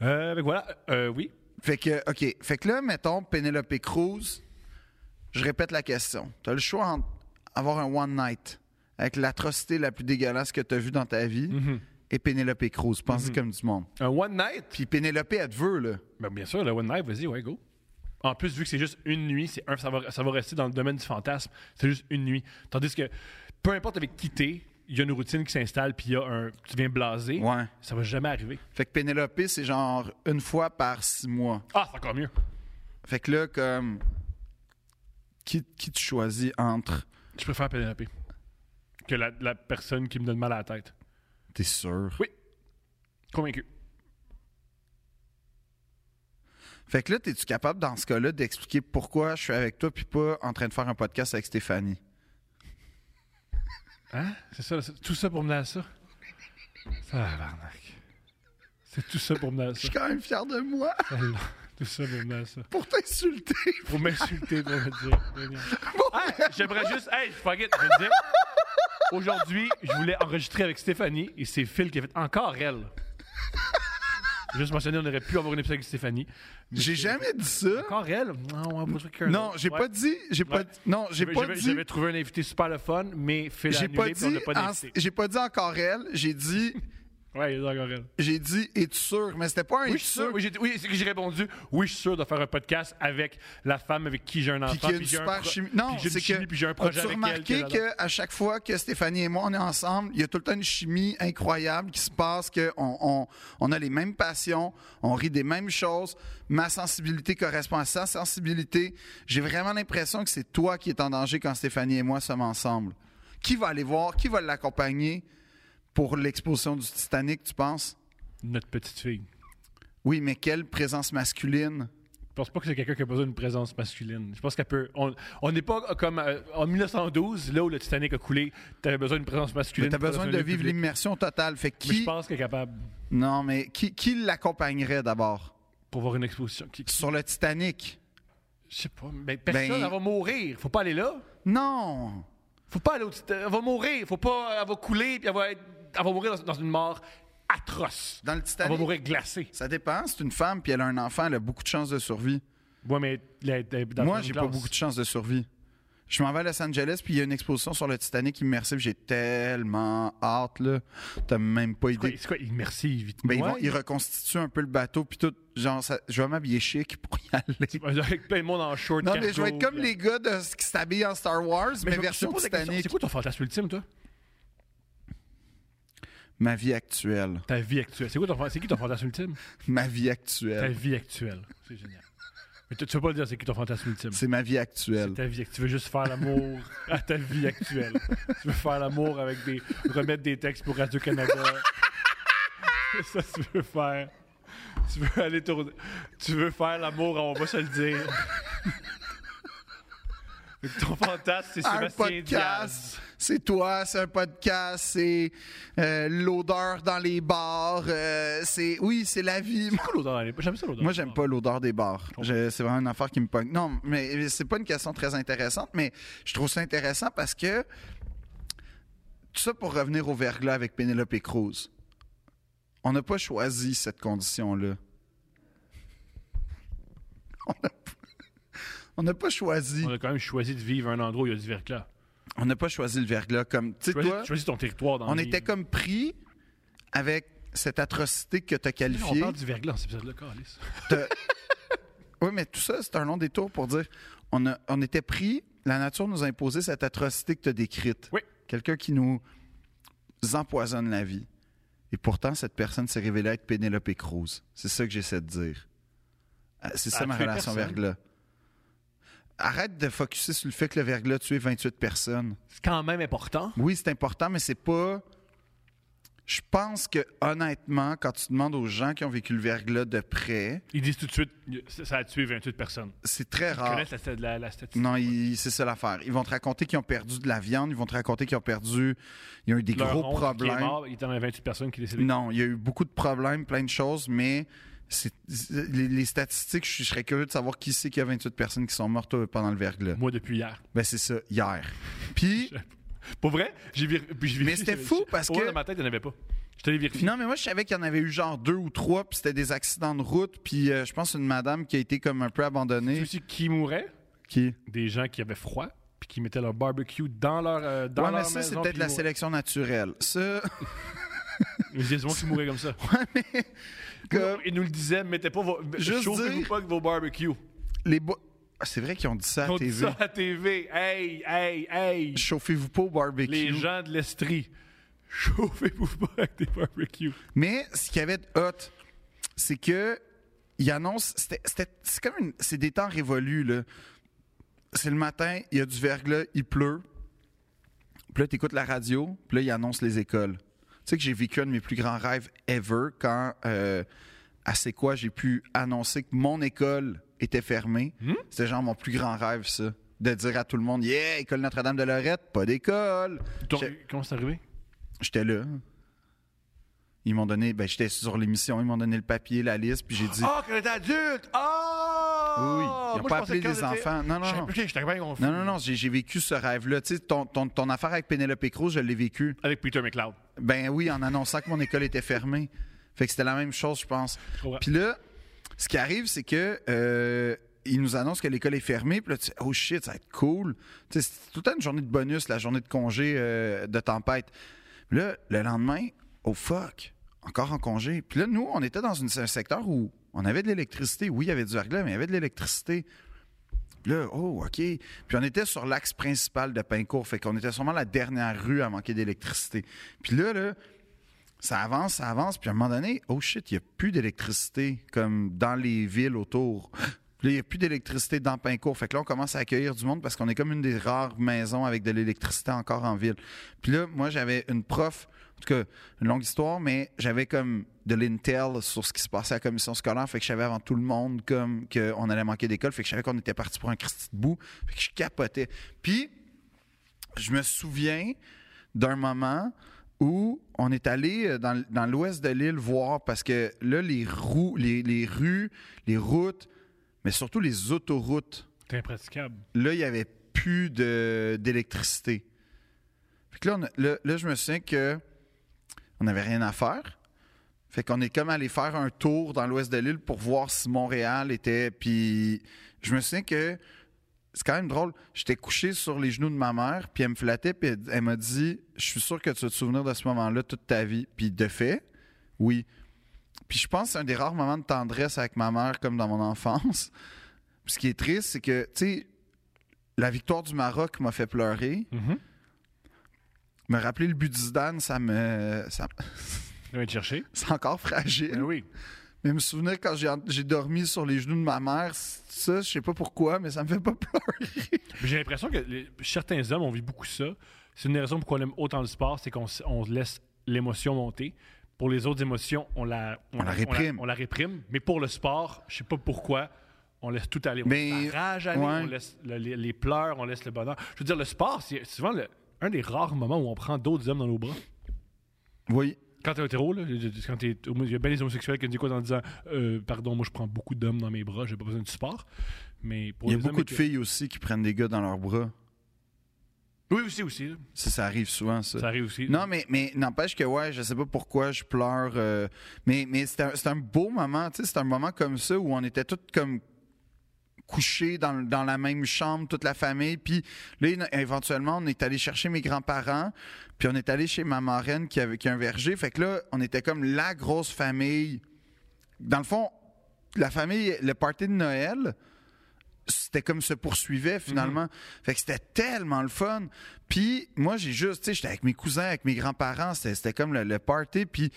Euh, fait que voilà, euh, oui. Fait que, OK. Fait que là, mettons, Penelope Cruz, je répète la question. T'as le choix entre avoir un one night avec l'atrocité la plus dégueulasse que t'as vue dans ta vie et Penelope Cruz. Pense-y comme du monde. Un one night. Puis Penelope, elle te veut, là. Ben, bien sûr, le One Night, vas-y, ouais, go. En plus, vu que c'est juste une nuit, c'est un, ça, va, ça va rester dans le domaine du fantasme. C'est juste une nuit. Tandis que peu importe avec qui t'es, il y a une routine qui s'installe, puis il y a un. Tu viens blasé. Ouais. Ça va jamais arriver. Fait que Penelope, c'est genre une fois par six mois. Ah, c'est encore mieux. Fait que là, comme. qui, qui tu choisis entre Je préfère Pénélope que la, la personne qui me donne mal à la tête. T'es sûr. Convaincu. Fait que là, t'es-tu capable, dans ce cas-là, d'expliquer pourquoi je suis avec toi puis pas en train de faire un podcast avec Stéphanie? Hein? C'est ça, c'est- tout ça pour me à ça? Tabarnak. C'est tout ça pour me à Je ça. suis quand même fier de moi Tout ça pour me à ça. pour t'insulter. Pour m'insulter, pour me <laughs> dire. Hey, Ah, J'aimerais juste. Hey, fuck it, je vais le dire. Aujourd'hui, je voulais enregistrer avec Stéphanie et c'est Phil qui a fait encore elle. Juste mentionné, on aurait pu avoir une épisode avec Stéphanie. <laughs> mais J'ai c'est- jamais dit ça. Encore elle? Non, on va pas trouver quelqu'un Non, d'autre. j'ai Ouais. pas dit. J'ai pas. Ouais. dit- Non, j'ai J'avais- pas j'avais- dit. J'avais trouvé un invité super le fun, mais Phil J'ai a annulé pas puis dit. on n'a pas en- d'invité. J'ai pas dit encore elle. J'ai dit. Ouais, il est encore elle. J'ai dit. Es-tu sûr? Mais c'était pas un Oui, je es-tu suis sûr. Oui, j'ai oui, c'est que j'ai répondu. Oui, je suis sûr de faire un podcast avec la femme avec qui j'ai un enfant. Puis qu'il y a une puis j'ai un super pro- chimie. Non, puis j'ai une c'est que. chimie, puis j'ai un projet as-tu avec elle. remarqué que- qu'à chaque fois que Stéphanie et moi, on est ensemble, il y a tout le temps une chimie incroyable qui se passe, qu'on on, on a les mêmes passions, on rit des mêmes choses. Ma sensibilité correspond à sa sensibilité. J'ai vraiment l'impression que c'est toi qui es en danger quand Stéphanie et moi sommes ensemble. Qui va aller voir? Qui va l'accompagner pour l'exposition du Titanic, tu penses? Notre petite fille. Oui, mais quelle présence masculine? Je pense pas que c'est quelqu'un qui a besoin d'une présence masculine. Je pense qu'elle peut. On on n'est pas comme euh, en 1912, là où le Titanic a coulé, t'avais besoin d'une présence masculine. Mais t'as besoin de vivre l'image. l'immersion totale. Fait Mais je qui... pense qu'elle est capable Non, mais qui, qui l'accompagnerait d'abord? pour voir une exposition. Qui- qui- Sur le Titanic? Je sais pas. Mais personne, Ben- elle va mourir. Faut pas aller là. Non! Faut pas aller au Titan- Elle va mourir. Faut pas. Elle va couler. Puis elle va, être- elle va mourir dans, dans une mort atroce. Dans le Elle va Titanic? mourir glacée. Ça dépend. C'est une femme, puis elle a un enfant, elle a beaucoup de chances de survie. Ouais, mais la- la- dans Moi, la j'ai classe. pas beaucoup de chances de survie. Je m'en vais à Los Angeles, puis il y a une exposition sur le Titanic immersive. J'ai tellement hâte, là. T'as même pas C'est quoi, idée. c'est quoi immersive? Ben, ils, Ouais, vont, ils reconstituent un peu le bateau, puis tout. Genre, ça- je vais m'habiller chic pour y aller. Avec plein de monde en short. Non, mais je cargo, vais être comme puis- euh, les gars de, qui s'habillent en Star Wars, mais, je me- je version te pose la question, Titanic. C'est quoi ton fantasme ultime, toi? Ma vie actuelle. Ta vie actuelle. C'est quoi ton, fan- c'est qui ton fantasme ultime? Ma vie Ta actuelle. vie actuelle. C'est génial. Mais tu, tu veux pas le dire, c'est qui ton fantasme ultime? C'est ma vie actuelle. Ta vie, tu veux juste faire l'amour à ta vie actuelle. tu veux faire l'amour avec des. remettre des textes pour Radio-Canada. ça, tu veux faire. Tu veux aller tourner. Tu veux faire l'amour, à- on va se le dire. Fait que Ton fantasme, c'est un Sébastien podcast, Diaz. c'est toi, c'est un podcast, c'est euh, l'odeur dans les bars, euh, c'est oui, c'est la vie. C'est quoi l'odeur dans les- J'aime ça <laughs> l'odeur. Moi, j'aime pas l'odeur des bars. Je- C'est vraiment une affaire qui me pogne. Non, mais c'est pas une question très intéressante, mais je trouve ça intéressant parce que tout ça pour revenir au verglas avec Penelope Cruz. On n'a pas choisi cette condition-là. On n'a pas- On n'a pas choisi. On a quand même choisi de vivre à un endroit où il y a du verglas. On n'a pas choisi le verglas comme. Tu sais, Choisis, toi, choisis ton territoire dans on la vie. était comme pris avec cette atrocité que tu as On qualifiée. parle du verglas dans cet épisode-là, câlisse. Oui, mais tout ça, c'est un long détour pour dire on, a- on était pris, la nature nous a imposé cette atrocité que tu as décrite. Oui. Quelqu'un qui nous empoisonne la vie. Et pourtant, cette personne s'est révélée être Pénélope Cruz. C'est ça que j'essaie de dire. Euh, C'est Elle ça a ma tué relation personne. verglas. Arrête de focuser sur le fait que le verglas a tué 28 personnes. C'est quand même important. Oui, c'est important, mais c'est pas. Je pense que, honnêtement, quand tu demandes aux gens qui ont vécu le verglas de près, Ils disent tout de suite, ça a tué 28 personnes. c'est très Ils rare. connaissent la, sta- la- la statistique. Ah. Non, ils- c'est ça l'affaire. Ils vont te raconter qu'ils ont perdu de la viande, ils vont te raconter qu'ils ont perdu. Il y a eu des Leur gros oncle qui est problèmes. mort, il était dans les 28 personnes qui décédaient. Non, il y a eu beaucoup de problèmes, plein de choses, mais c'est- les, les statistiques, je serais curieux de savoir qui c'est qu'il y a 28 personnes qui sont mortes euh, pendant le verglas. Moi, depuis hier. Ben, c'est ça, hier. Puis, Pour vrai, j'ai vir- puis j'ai vérifié. Mais c'était fou parce Pour vrai, que- dans ma tête, il n'y en avait pas. Je t'allais vérifier. non, mais moi, je savais qu'il y en avait eu genre deux ou trois, puis c'était des accidents de route, puis euh, je pense une madame qui a été comme un peu Tu sais abandonnée. aussi qui mourait Qui? Des gens qui avaient froid, puis qui mettaient leur barbecue dans leur. euh, dans ouais, leur mais ça, c'est maison, peut-être puis la ils mouraient. sélection naturelle. Ça, <laughs> Il y a des gens qui mouraient comme ça. que Ils nous le disaient, mettez pas vos. Juste Chauffez-vous dire- pas avec vos barbecues. les bo- Ah, C'est vrai qu'ils ont dit ça à On dit TV. ça à TV. Hey, hey, hey. Chauffez-vous pas au barbecue. Les gens de l'Estrie, <laughs> chauffez-vous pas avec des barbecues. Mais ce qu'il y avait de hot, c'est que il annonce c'était c'était- c'est comme une- c'est des temps révolus là. c'est le matin, il y a du verglas, il pleut. Puis là, t'écoutes la radio, puis là, il annonce les écoles. Tu sais que j'ai vécu un de mes plus grands rêves ever quand, euh, à C'est quoi, j'ai pu annoncer que mon école était fermée. C'était genre mon plus grand rêve, ça. De dire à tout le monde, yeah, école Notre-Dame de Lorette, pas d'école. Ton- J'ai- Comment c'est arrivé? J'étais là. Ils m'ont donné, ben, j'étais sur l'émission, ils m'ont donné le papier, la liste, puis j'ai dit, Ah, quand j'étais adulte! Ah! Oui, oui. Ils Moi, ont je pas pensais appelé que quand les j'étais- enfants. Non, non, J'étais- non. ok, J'étais bien confus. non, non, non, j'ai j'ai vécu ce rêve-là. Tu sais, ton, ton, ton affaire avec Pénélope Cruz, je l'ai vécu. Avec Peter McLeod. Ben oui, en annonçant que mon école était fermée. Fait que c'était la même chose, je pense. comprends. Puis là, ce qui arrive, c'est que euh, ils nous annoncent que l'école est fermée. Puis là, tu sais, oh shit, ça va être cool. Tu sais, c'est tout le temps une journée de bonus, la journée de congé euh, de tempête. Puis là, le lendemain, oh fuck, encore en congé. Puis là, nous, on était dans une- un secteur où on avait de l'électricité. Oui, il y avait du verglas, mais il y avait de l'électricité. Puis Là, oh, OK. Puis on était sur l'axe principal de Pincourt. Fait qu'on était sûrement la dernière rue à manquer d'électricité. Puis là, là, ça avance, ça avance. Puis à un moment donné, oh shit, il n'y a plus d'électricité comme dans les villes autour. <gasps> Puis là, il n'y a plus d'électricité dans Pincourt. Fait que là, on commence à accueillir du monde parce qu'on est comme une des rares maisons avec de l'électricité encore en ville. Puis là, moi, j'avais une prof, en tout cas, une longue histoire, mais j'avais comme de l'intel sur ce qui se passait à la commission scolaire. Fait que je savais avant tout le monde comme qu'on allait manquer d'école. Fait que je savais qu'on était parti pour un Christy de bout. Fait que je capotais. Puis, je me souviens d'un moment où on est allé euh, dans, dans l'ouest de l'île voir parce que là, les, roues, les, les rues, les routes, mais surtout les autoroutes, T'es impraticable. là, il n'y avait plus de- d'électricité. Fait que là, on a- là, là, je me souviens que on n'avait rien à faire. Fait qu'on est comme allé faire un tour dans l'ouest de l'île pour voir si Montréal était. Puis je me souviens que c'est quand même drôle. J'étais couché sur les genoux de ma mère, puis elle me flattait, puis elle, elle m'a dit Je suis sûr que tu vas te souvenir de ce moment-là toute ta vie. Puis de fait, oui. Puis je pense que c'est un des rares moments de tendresse avec ma mère, comme dans mon <laughs> enfance. Puis ce qui est triste, c'est que, tu sais, la victoire du Maroc m'a fait pleurer. Mhm. Me rappeler le but du Zidane, ça me. ça- <laughs> Je viens te chercher. c'est encore Ben fragile. oui. Mais me souvenir quand j'ai, j'ai dormi sur les genoux de ma mère, ça, je sais pas pourquoi, mais ça me fait pas <laughs> pleurer. Puis J'ai l'impression que les- certains hommes, on vit beaucoup ça. C'est une des raisons pourquoi on aime autant le sport, c'est qu'on s- on laisse l'émotion monter. Pour les autres émotions, on la, On la réprime. On la, réprime. Mais pour le sport, je sais pas pourquoi, on laisse tout aller. On Mais- laisse la rage aller, ouais. on laisse le- les, les pleurs, on laisse le bonheur. Je veux dire, le sport, c'est souvent le- un des rares moments où on prend d'autres hommes dans nos bras. Oui. Quand t'es hétéro, là, je- je- quand t'es homo- il y a bien des homosexuels qui me disent quoi en disant euh, Pardon, moi je prends beaucoup d'hommes dans mes bras, j'ai pas besoin du sport. Mais pour Il y a les hommes beaucoup de hétéros- filles aussi qui prennent des gars dans leurs bras. Oui, aussi, aussi. là. Ça, ça arrive souvent, ça. Ça arrive aussi. Non, mais, mais n'empêche que, ouais, je sais pas pourquoi je pleure. euh, mais mais c'est un, c'est un beau moment, tu sais, c'est un moment comme ça où on était tous comme couchés dans, dans la même chambre, toute la famille. Puis là, in- éventuellement, on est allé chercher mes grands-parents, puis on est allé chez ma marraine qui avait qui a un verger. Fait que là, on était comme la grosse famille. Dans le fond, la famille, le party de Noël, c'était comme se poursuivait finalement. Fait que c'était tellement le fun. Puis moi, j'ai juste, tu sais, j'étais avec mes cousins, avec mes grands-parents, c'était c'était comme le, le party. Puis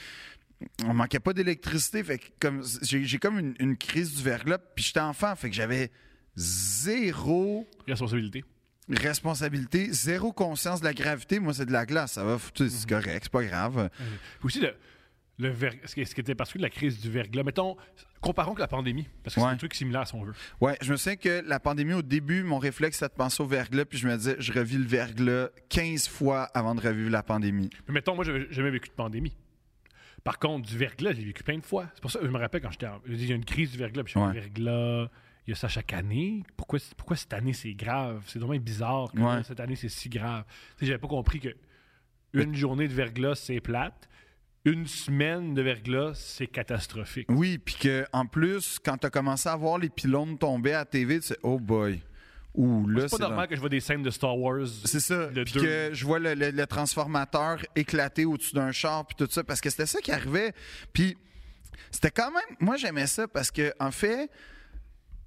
on manquait pas d'électricité. Fait que comme j'ai j'ai comme une, une crise du verglas. Puis j'étais enfant, fait que j'avais zéro Responsabilité. responsabilité, zéro conscience de la gravité. Moi, c'est de la glace, ça va, tu sais, c'est correct, c'est pas grave. Puis aussi, le, le ver- ce, qui, ce qui était particulier de la crise du verglas, mettons, comparons avec la pandémie, parce que Ouais. c'est un truc similaire si on veut. Ouais, je me souviens que la pandémie, au début, mon réflexe, c'était de penser au verglas, puis je me disais, je revis le verglas 15 fois avant de revivre la pandémie. Mais mettons, moi, j'avais jamais vécu de pandémie. Par contre, du verglas, j'ai vécu plein de fois. C'est pour ça que je me rappelle quand j'étais en- je dis, Il y a une crise du verglas, puis je fais, Ouais. verglas, il y a ça chaque année. Pourquoi, pourquoi cette année, c'est grave? C'est dommage bizarre que Ouais. là, cette année, c'est si grave. Tu sais, j'avais pas compris que une journée de verglas, c'est plate. Une semaine de verglas, c'est catastrophique. Oui, puis que en plus, quand t'as commencé à voir les pylônes tomber à la TV, tu sais, oh boy. Ouh, là, C'est pas c'est. dans- normal que je vois des scènes de Star Wars. C'est ça. Le Puis deux. que je vois le, le- le transformateur éclater au-dessus d'un char, puis tout ça, parce que c'était ça qui arrivait. Puis c'était quand même. Moi, j'aimais ça parce que, en fait,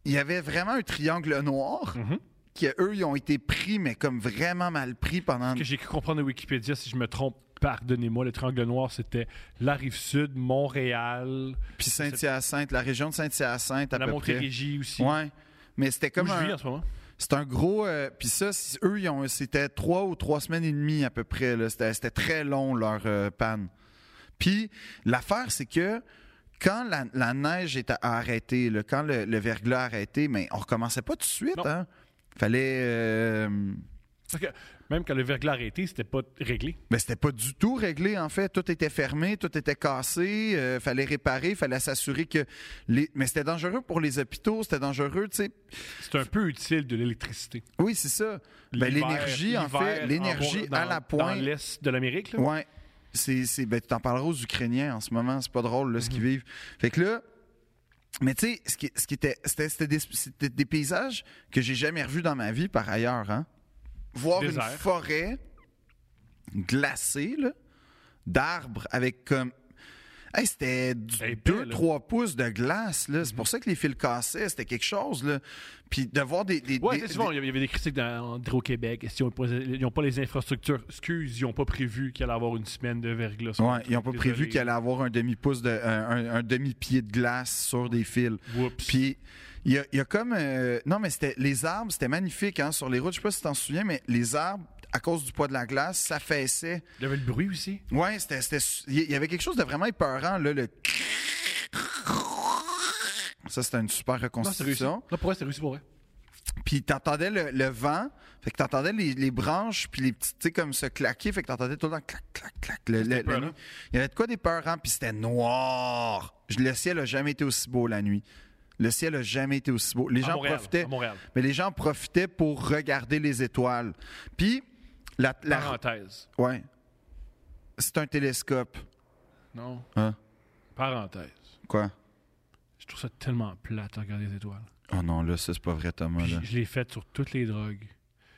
il y avait vraiment un triangle noir. Mm-hmm. qui eux, ils ont été pris, mais comme vraiment mal pris pendant. que j'ai cru comprendre de Wikipédia, si je me trompe, pardonnez-moi, le triangle noir, c'était la rive sud, Montréal, Puis Saint-Hyacinthe, la région de Saint-Hyacinthe, à la peu près. Montérégie aussi. Ouais. Mais c'était comme Où je un- vis en ce moment. C'est un gros. euh, Puis ça, c- eux, ils ont, c'était trois ou trois semaines et demie à peu près. là. C'était, c'était très long, leur euh, panne. Puis l'affaire, c'est que quand la, la neige est arrêtée, là, quand le, le verglas a arrêté, mais on recommençait pas tout de suite. Non. Hein? Fallait. euh, Parce que même quand le verglas a arrêté, c'était pas réglé. mais c'était pas du tout réglé, en fait. Tout était fermé, tout était cassé, euh, fallait réparer, fallait s'assurer que. Les... Mais c'était dangereux pour les hôpitaux, c'était dangereux, tu sais. C'est un peu utile de l'électricité. Oui, c'est ça. Ben, L'hiver- l'énergie, en l'hiver, fait, l'énergie dans- à la Dans pointe. l'est de l'amérique, là. Ouais. C'est, c'est, ben, tu t'en parleras aux Ukrainiens en ce moment, c'est pas drôle là, ce Mm-hmm. qu'ils vivent. Fait que là, mais tu sais, ce qui, ce qui était, c'était, c'était des, c'était des paysages que j'ai jamais revus dans ma vie par ailleurs. Hein? Voir Désert. une forêt glacée, là, d'arbres avec comme. Hey, c'était C'était épais, 2 là. Mm-hmm. 3 pouces de glace là, c'est pour ça que les fils cassaient, c'était quelque chose là. Puis de voir des des, Oui, des- souvent, il y avait- il y avait des critiques dans- d'Hydro-Québec. Est-ce qu'ils ont pas- Ils n'ont pas les infrastructures. Excuse, ils n'ont pas prévu qu'il allait avoir une semaine de verglas. Ouais, ils n'ont pas Désolé. prévu qu'il allait avoir un demi-pouce, de, un, un- un demi-pied de glace sur des fils. Whoops. Puis, il y a, il y a comme. euh, non, mais c'était les arbres, c'était magnifique hein, sur les routes. Je sais pas si tu t'en souviens, mais les arbres, à cause du poids de la glace, s'affaissaient. Il y avait le bruit aussi. Ouais, c'était. c'était su- Il y avait quelque chose de vraiment épeurant, là, <laughs> le. Ça, c'était une super Non, c'est réussi. Non, reconstitution. pour vrai, c'est réussi pour vrai. Puis t'entendais le, le vent, fait que t'entendais les, les branches, puis les petits, tu sais, comme se claquer, fait que t'entendais tout le temps clac, clac, clac. le- le- la peurant. nuit. Il y avait de quoi des peurants, puis c'était noir. Je- Le ciel a jamais été aussi beau la nuit. Le ciel a jamais été aussi beau. Les À gens Montréal, profitaient, à Montréal. mais les gens profitaient pour regarder les étoiles. Puis la, la Parenthèse. ouais, c'est un télescope, Non. Hein? Parenthèse. quoi Je trouve ça tellement plate, regarder les étoiles. Oh non, là, ça c'est pas vrai, Thomas. Puis Là. je l'ai faite sur toutes les drogues.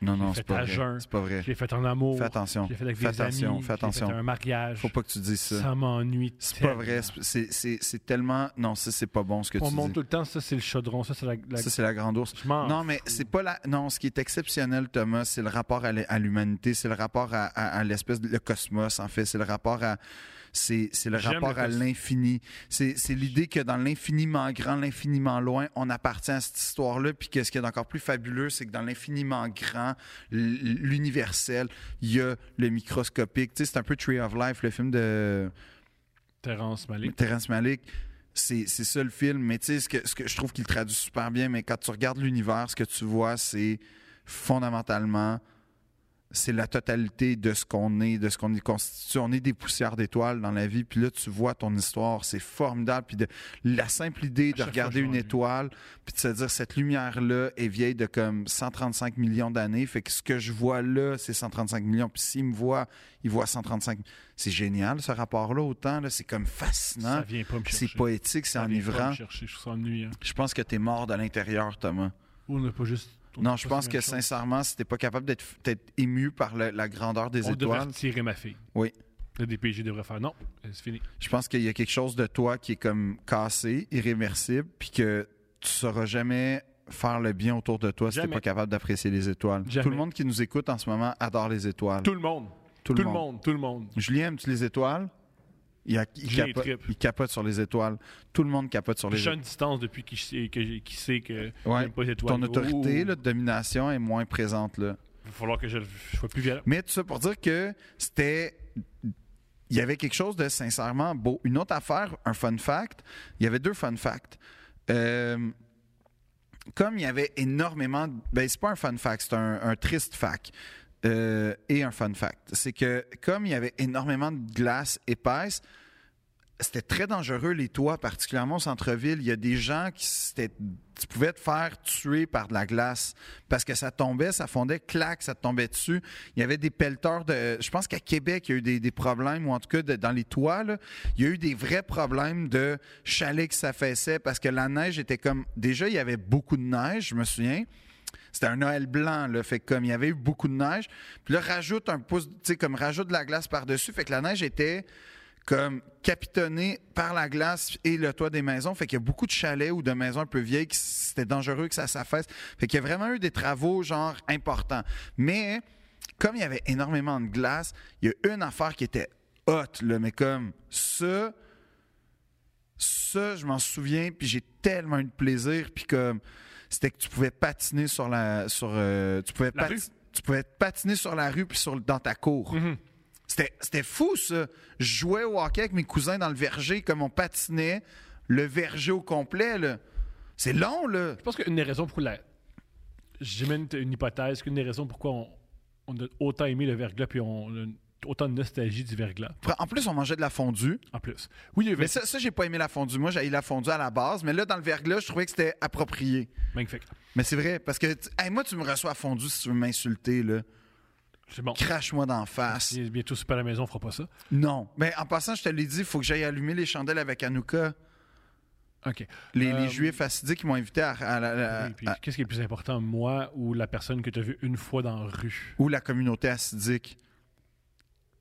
Non, non, fait c'est pas à vrai. jeun. C'est pas vrai. Je l'ai faite en amour. Fais attention. Je l'ai faite avec Fais des attention. amis. Fais attention. Je l'ai faite à un mariage. Faut pas que tu dises ça. Ça m'ennuie. C'est pas tellement. vrai, c'est- c'est- c'est c'est tellement. Non, ça, c'est pas bon ce que On tu monte dis. tout le temps, ça c'est le chaudron, ça c'est la. la- Ah. Ça, c'est la grande ours. Je m'en Non, mais c'est pas la. Non, ce qui est exceptionnel, Thomas, c'est le rapport à l'e- à l'humanité, c'est le rapport à, à- à l'espèce, de- le cosmos, en fait, c'est le rapport à. C'est c'est le J'aime rapport le à cos- l'infini. C'est c'est l'idée que dans l'infiniment grand, l'infiniment loin, on appartient à cette histoire-là. Puis que ce qui est encore plus fabuleux, c'est que dans l'infiniment grand, l- l'universel, il y a le microscopique. Tu sais, c'est un peu Tree of Life, le film de. Terrence Malick. Terrence Malick, c'est c'est ça le film. Mais tu sais, ce que, ce que je trouve qu'il traduit super bien, mais quand tu regardes l'univers, ce que tu vois, c'est fondamentalement, c'est la totalité de ce qu'on est, de ce qu'on est constitué. On est des poussières d'étoiles dans la vie. Puis là, tu vois ton histoire, c'est formidable. Puis de, la simple idée de chaque regarder fois, je une vois lui. étoile, puis de se dire, cette lumière-là est vieille de comme 135 millions d'années. Fait que ce que je vois là, c'est 135 millions. Puis s'il me voit, il voit 135. C'est génial, ce rapport-là, autant. Là, c'est comme Ça fascinant. vient pas me chercher. C'est poétique, c'est Ça vient pas enivrant. me chercher, je trouve ça ennuyant. Je pense que t'es mort de l'intérieur, Thomas. Ou on n'a pas juste. on non, n'a je pas pense fait que la même chose. sincèrement, si t'es pas capable d'être d'être ému par la, la grandeur des On devrait étoiles, retirer ma fille. Oui. Le DPJ devrait faire non, c'est fini. je pense qu'il y a quelque chose de toi qui est comme cassé, irréversible, puis que tu sauras jamais faire le bien autour de toi si t'es Jamais. pas capable d'apprécier les étoiles. Jamais. Tout le monde qui nous écoute en ce moment adore les étoiles. Tout le monde. Tout, le, monde. Tout le monde. Julien, aimes-tu les étoiles? Il, a- il Julien, il capote, trippe. il capote sur les étoiles. Tout le monde capote sur Puis les Je suis à étoiles. une distance depuis qu'il sait que, j'ai- qu'il sait que Ouais. j'aime pas les étoiles. Ton autorité Oh, là, de domination est moins présente. Là. Il va falloir que je, le- je sois plus violent. Mais tout ça pour dire que c'était. Il y avait quelque chose de sincèrement beau. Une autre affaire, un fun fact. Il y avait deux fun facts. Euh, comme il y avait énormément. Ben, c'est pas un fun fact, c'est un, un triste fact. Euh, et un fun fact. C'est que comme il y avait énormément de glace épaisse, c'était très dangereux, les toits, particulièrement au centre-ville. Il y a des gens qui s'étaient- tu pouvais te faire tuer par de la glace parce que ça tombait, ça fondait, clac, ça te tombait dessus. Il y avait des pelleteurs de. Je pense qu'à Québec, il y a eu des, des problèmes, ou en tout cas de- dans les toits, là, il y a eu des vrais problèmes de chalets qui s'affaissaient parce que la neige était comme. Déjà, il y avait beaucoup de neige, je me souviens. C'était un Noël blanc, là. Fait que comme il y avait eu beaucoup de neige, puis là, rajoute un pouce, tu sais, comme rajoute de la glace par-dessus. Fait que la neige était comme capitonnée par la glace et le toit des maisons. Fait qu'il y a beaucoup de chalets ou de maisons un peu vieilles qui s- c'était dangereux que ça s'affaisse. Fait qu'il y a vraiment eu des travaux, genre, importants. Mais comme il y avait énormément de glace, il y a une affaire qui était haute, là. Mais comme ça, ça, je m'en souviens, puis j'ai tellement eu de plaisir, puis comme c'était que tu pouvais patiner sur la sur euh, tu pouvais La pati- rue. Mhm. tu pouvais patiner sur la rue puis sur dans ta cour. C'était c'était fou ça. Je jouais au hockey avec mes cousins dans le verger comme on patinait le verger au complet là. C'est long là. Je pense qu'une des raisons pour la. J'ai même une hypothèse qu'une des raisons pourquoi on, on a autant aimé le verglas puis on a une- autant de nostalgie du verglas, En plus on mangeait de la fondue. en plus. Oui, il y avait. Mais ça, ça j'ai pas aimé la fondue. Moi, j'ai la fondue à la base, mais là, dans le verglas, je trouvais que c'était approprié. Magnifique. Mais c'est vrai, parce que tu- hey, moi, tu me reçois à fondue si tu veux m'insulter, là. C'est bon. Crache-moi d'en face. Bien- Bientôt, c'est pas à la maison, on fera pas ça. Non. Mais en passant, je te l'ai dit, il faut que j'aille allumer les chandelles avec Hanouka. OK. Les, les Euh, Juifs assidiques qui m'ont invité à, à la- à- Oui, puis à- Qu'est-ce qui est le plus important, moi ou la personne que tu as vue une fois dans la rue? ou la communauté assidique.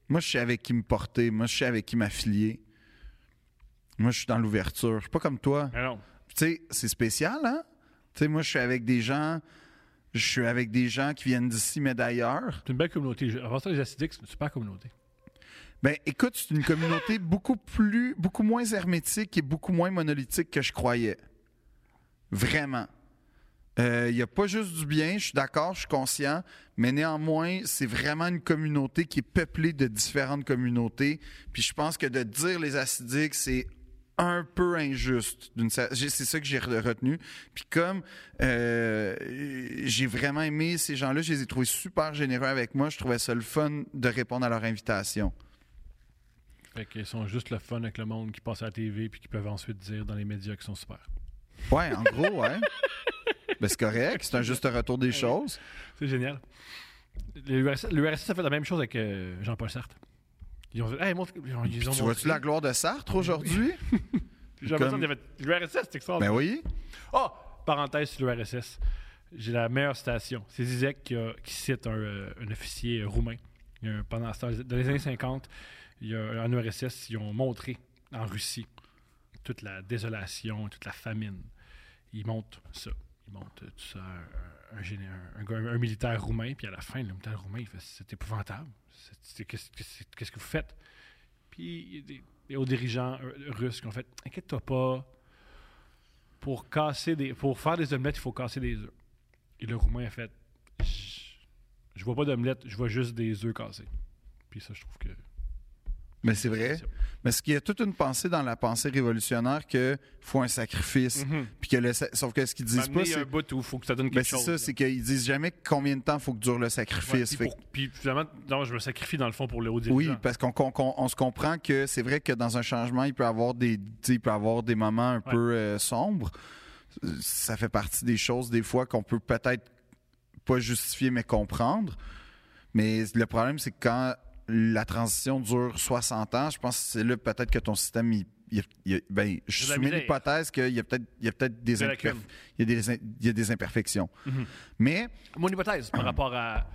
Moi, je sais avec qui me porter. Moi, je sais avec qui m'affilier. Moi, je suis dans l'ouverture. Je suis pas comme toi. Mais non. Puis, tu sais, c'est spécial, hein? Tu sais, moi, je suis avec des gens. Je suis avec des gens qui viennent d'ici, mais d'ailleurs. C'est une belle communauté. Je- Avant ça, les acidiques, c'est une super communauté. Ben, écoute, c'est une communauté <laughs> beaucoup plus, beaucoup moins hermétique et beaucoup moins monolithique que je croyais. Vraiment. Euh, Il n'y a pas juste du bien, je suis d'accord, je suis conscient, mais néanmoins, c'est vraiment une communauté qui est peuplée de différentes communautés. Puis je pense que de dire les acidiques, c'est un peu injuste. d'une cer- j'ai- C'est ça que j'ai re- retenu. Puis comme euh, j'ai vraiment aimé ces gens-là, je les ai trouvés super généreux avec moi, je trouvais ça le fun de répondre à leur invitation. Fait qu'ils sont juste le fun avec le monde qui passe à la TV puis qui peuvent ensuite dire dans les médias qu'ils sont super. Ouais, en gros, ouais. Ben, c'est correct, c'est un juste retour Ah des choses. C'est génial. Le RSS, le RSS a fait la même chose avec euh, Jean-Paul Sartre. Ils ont fait Hey, montre. Ils ont, ils ont Tu montré. vois-tu la gloire de Sartre aujourd'hui? Jean-Paul Sartre, comme- il avait- Le RSS, c'est Ben extraordinaire. oui. Oh Parenthèse sur le RSS. J'ai la meilleure citation. C'est Zizek qui, a- qui cite un, euh, un officier roumain. Il y a un- pendant ce temps, dans les années 50, il y a, en URSS, ils ont montré en Russie toute la désolation, toute la famine. Ils montent ça. Ils montent tout ça. à Un, un géné- un- un gars- un militaire roumain, puis à la fin, le militaire roumain, il fait C'est épouvantable. C'est- c'est- Qu'est-ce qu'est-ce- qu'est-ce que vous faites Puis il y a des- il y a aux dirigeants euh, russes qui ont fait Inquiète-toi pas pour casser des pour faire des omelettes, il faut casser des œufs. Et le roumain a fait je, je vois pas d'omelette, je vois juste des œufs cassés. Puis ça je trouve que Mais c'est vrai. Mais ce qu'il y a toute une pensée dans la pensée révolutionnaire que faut un sacrifice. Puis que le sa- Sauf que ce qu'ils disent pas, Mhm. M'amener un c'est. bout où il faut que ça donne quelque Ben, c'est chose. ça, c'est qu'ils disent jamais combien de temps faut que dure le Ouais, sacrifice. puis, Fait que- pour- puis finalement non, je me sacrifie dans le fond pour le haut dirigeant. Oui, parce qu'on qu'on- qu'on- on se comprend que c'est vrai que dans un changement, il peut avoir des, tu sais, il peut avoir des moments un peu euh, sombres. Ça fait partie des choses des fois qu'on peut peut-être pas justifier mais comprendre. Mais le problème, c'est que quand la transition dure 60 ans, je pense que c'est là peut-être que ton système, il- il- il- ben, je De la soumets misère. l'hypothèse qu'il y a peut-être il y a peut-être des, Des imperf- lacunes. il y a des in- il y a des imperfections. Mais Mon hypothèse par rapport à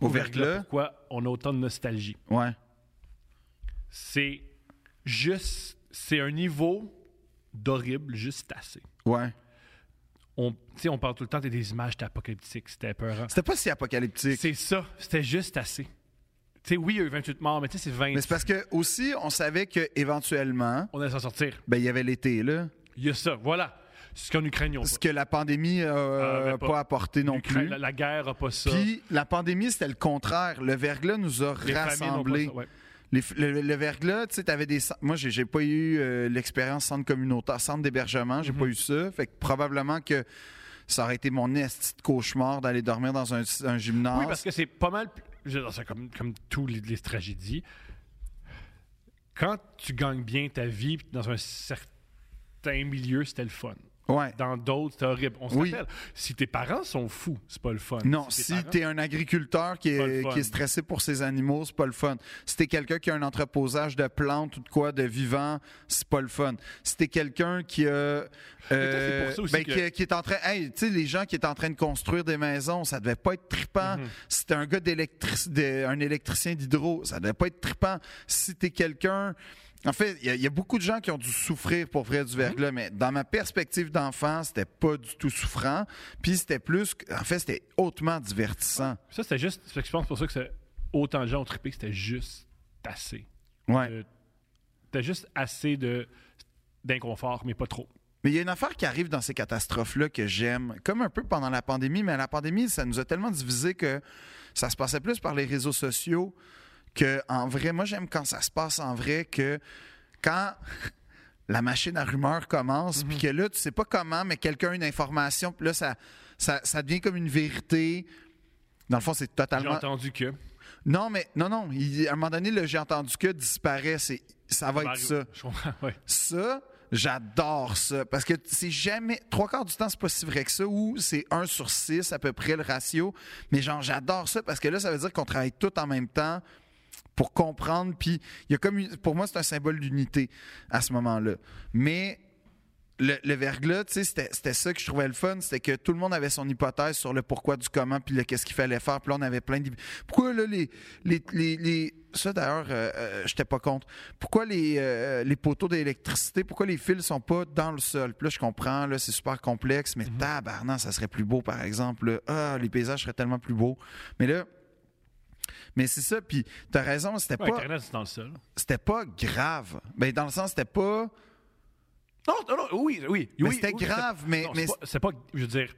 au verglas, pourquoi on a autant de nostalgie. ouais, C'est juste c'est un niveau d'horrible juste assez. ouais. On, tu sais, on parle tout le temps des- des images c'était apocalyptique, c'était peurant. C'était pas si apocalyptique. C'est ça. C'était juste assez. Tu sais, oui, il y a eu 28 morts, mais tu sais, c'est 20. Mais c'est parce que aussi, on savait que éventuellement, On allait s'en sortir. ben il y avait l'été là, Il y a ça. Voilà. Ce qu'en Ukraine, ils ont ce pas. que la pandémie n'a Ah, ben, pas. pas. apporté non L'Ukraine- plus. La, la guerre n'a pas ça. Puis la pandémie, c'était le contraire. Le verglas nous a les familles n'ont pas rassemblés. ça, ouais. Les f- le, le verglas, tu sais, t'avais des. cen- Moi, j'ai, j'ai pas eu euh, l'expérience centre communautaire, centre d'hébergement, j'ai Mhm. pas eu ça. Fait que probablement que ça aurait été mon esti de cauchemar d'aller dormir dans un, un gymnase. Oui, parce que c'est pas mal. je veux dire, C'est comme, comme toutes les, les tragédies. Quand tu gagnes bien ta vie puis dans un certain milieu, c'était le fun. Ouais. Dans d'autres, c'était horrible. On se Oui. rappelle. Si tes parents sont fous, c'est pas le fun. Non, tes si parents- t'es un agriculteur qui Pas le est, fun. qui est stressé pour ses animaux, c'est pas le fun. Si t'es quelqu'un qui a un entreposage de plantes ou de quoi, de vivant, c'est pas le fun. Si t'es quelqu'un qui a, euh, c'est pour ça aussi ben, que- qui, qui est en train, hey, tu sais, les gens qui est en train de construire des maisons, ça devait pas être trippant. Mhm. Si t'es un gars d'électric, de- un électricien d'hydro, ça devait pas être trippant. Si t'es quelqu'un en fait, il y a- il y, a beaucoup de gens qui ont dû souffrir pour vrai Mhm. du verglas, mais dans ma perspective d'enfant, c'était pas du tout souffrant. Puis c'était plus, que- en fait, c'était hautement divertissant. Ça, c'était juste. fait que Je pense pour ça que c'est- autant de gens ont trippé que c'était juste assez. Ouais. Euh, T'as juste assez de d'inconfort, mais pas trop. Mais il y a une affaire qui arrive dans ces catastrophes-là que j'aime, comme un peu pendant la pandémie, mais à la pandémie, ça nous a tellement divisés que ça se passait plus par les réseaux sociaux que en vrai. Moi, j'aime quand ça se passe en vrai que quand <laughs> la machine à rumeurs commence, puis que là, tu sais pas comment, mais quelqu'un a une information, puis là, ça, ça, ça devient comme une vérité. Dans le fond, c'est J'ai totalement. entendu que. Non, mais non, non. il- à un moment donné, le j'ai entendu que disparaît. c'est- Ça va être ça. Je comprends, ouais. Ça, j'adore ça. Parce que c'est jamais. Trois quarts du temps, c'est pas si vrai que ça, ou c'est 1 sur 6 à peu près le ratio. Mais genre, j'adore ça parce que là, ça veut dire qu'on travaille tout en même temps pour comprendre. Puis, il y a comme une- Pour moi, c'est un symbole d'unité à ce moment-là. Mais. Le, le verglas, tu sais, c'était c'était ça que je trouvais le fun, c'était que tout le monde avait son hypothèse sur le pourquoi du comment, puis le qu'est-ce qu'il fallait faire, puis là on avait plein d'hypothèses. Pourquoi là les, les, les, les- ça d'ailleurs, euh, euh, j'étais pas contre. Pourquoi les, euh, les poteaux d'électricité, pourquoi les fils sont pas dans le sol? Puis là, je comprends, là, c'est super complexe, Mhm. mais tabarnak, ça serait plus beau, par exemple. là. Ah, les paysages seraient tellement plus beaux. Mais là, mais c'est ça, puis t'as raison, c'était Ouais, pas, Internet, c'est dans le sol. c'était pas grave. Ben, dans le sens, c'était pas. Non, non, non, oui, oui. Mais oui, c'était oui, grave, c'est- mais- non, mais- c'est pas- c'est pas, je veux dire.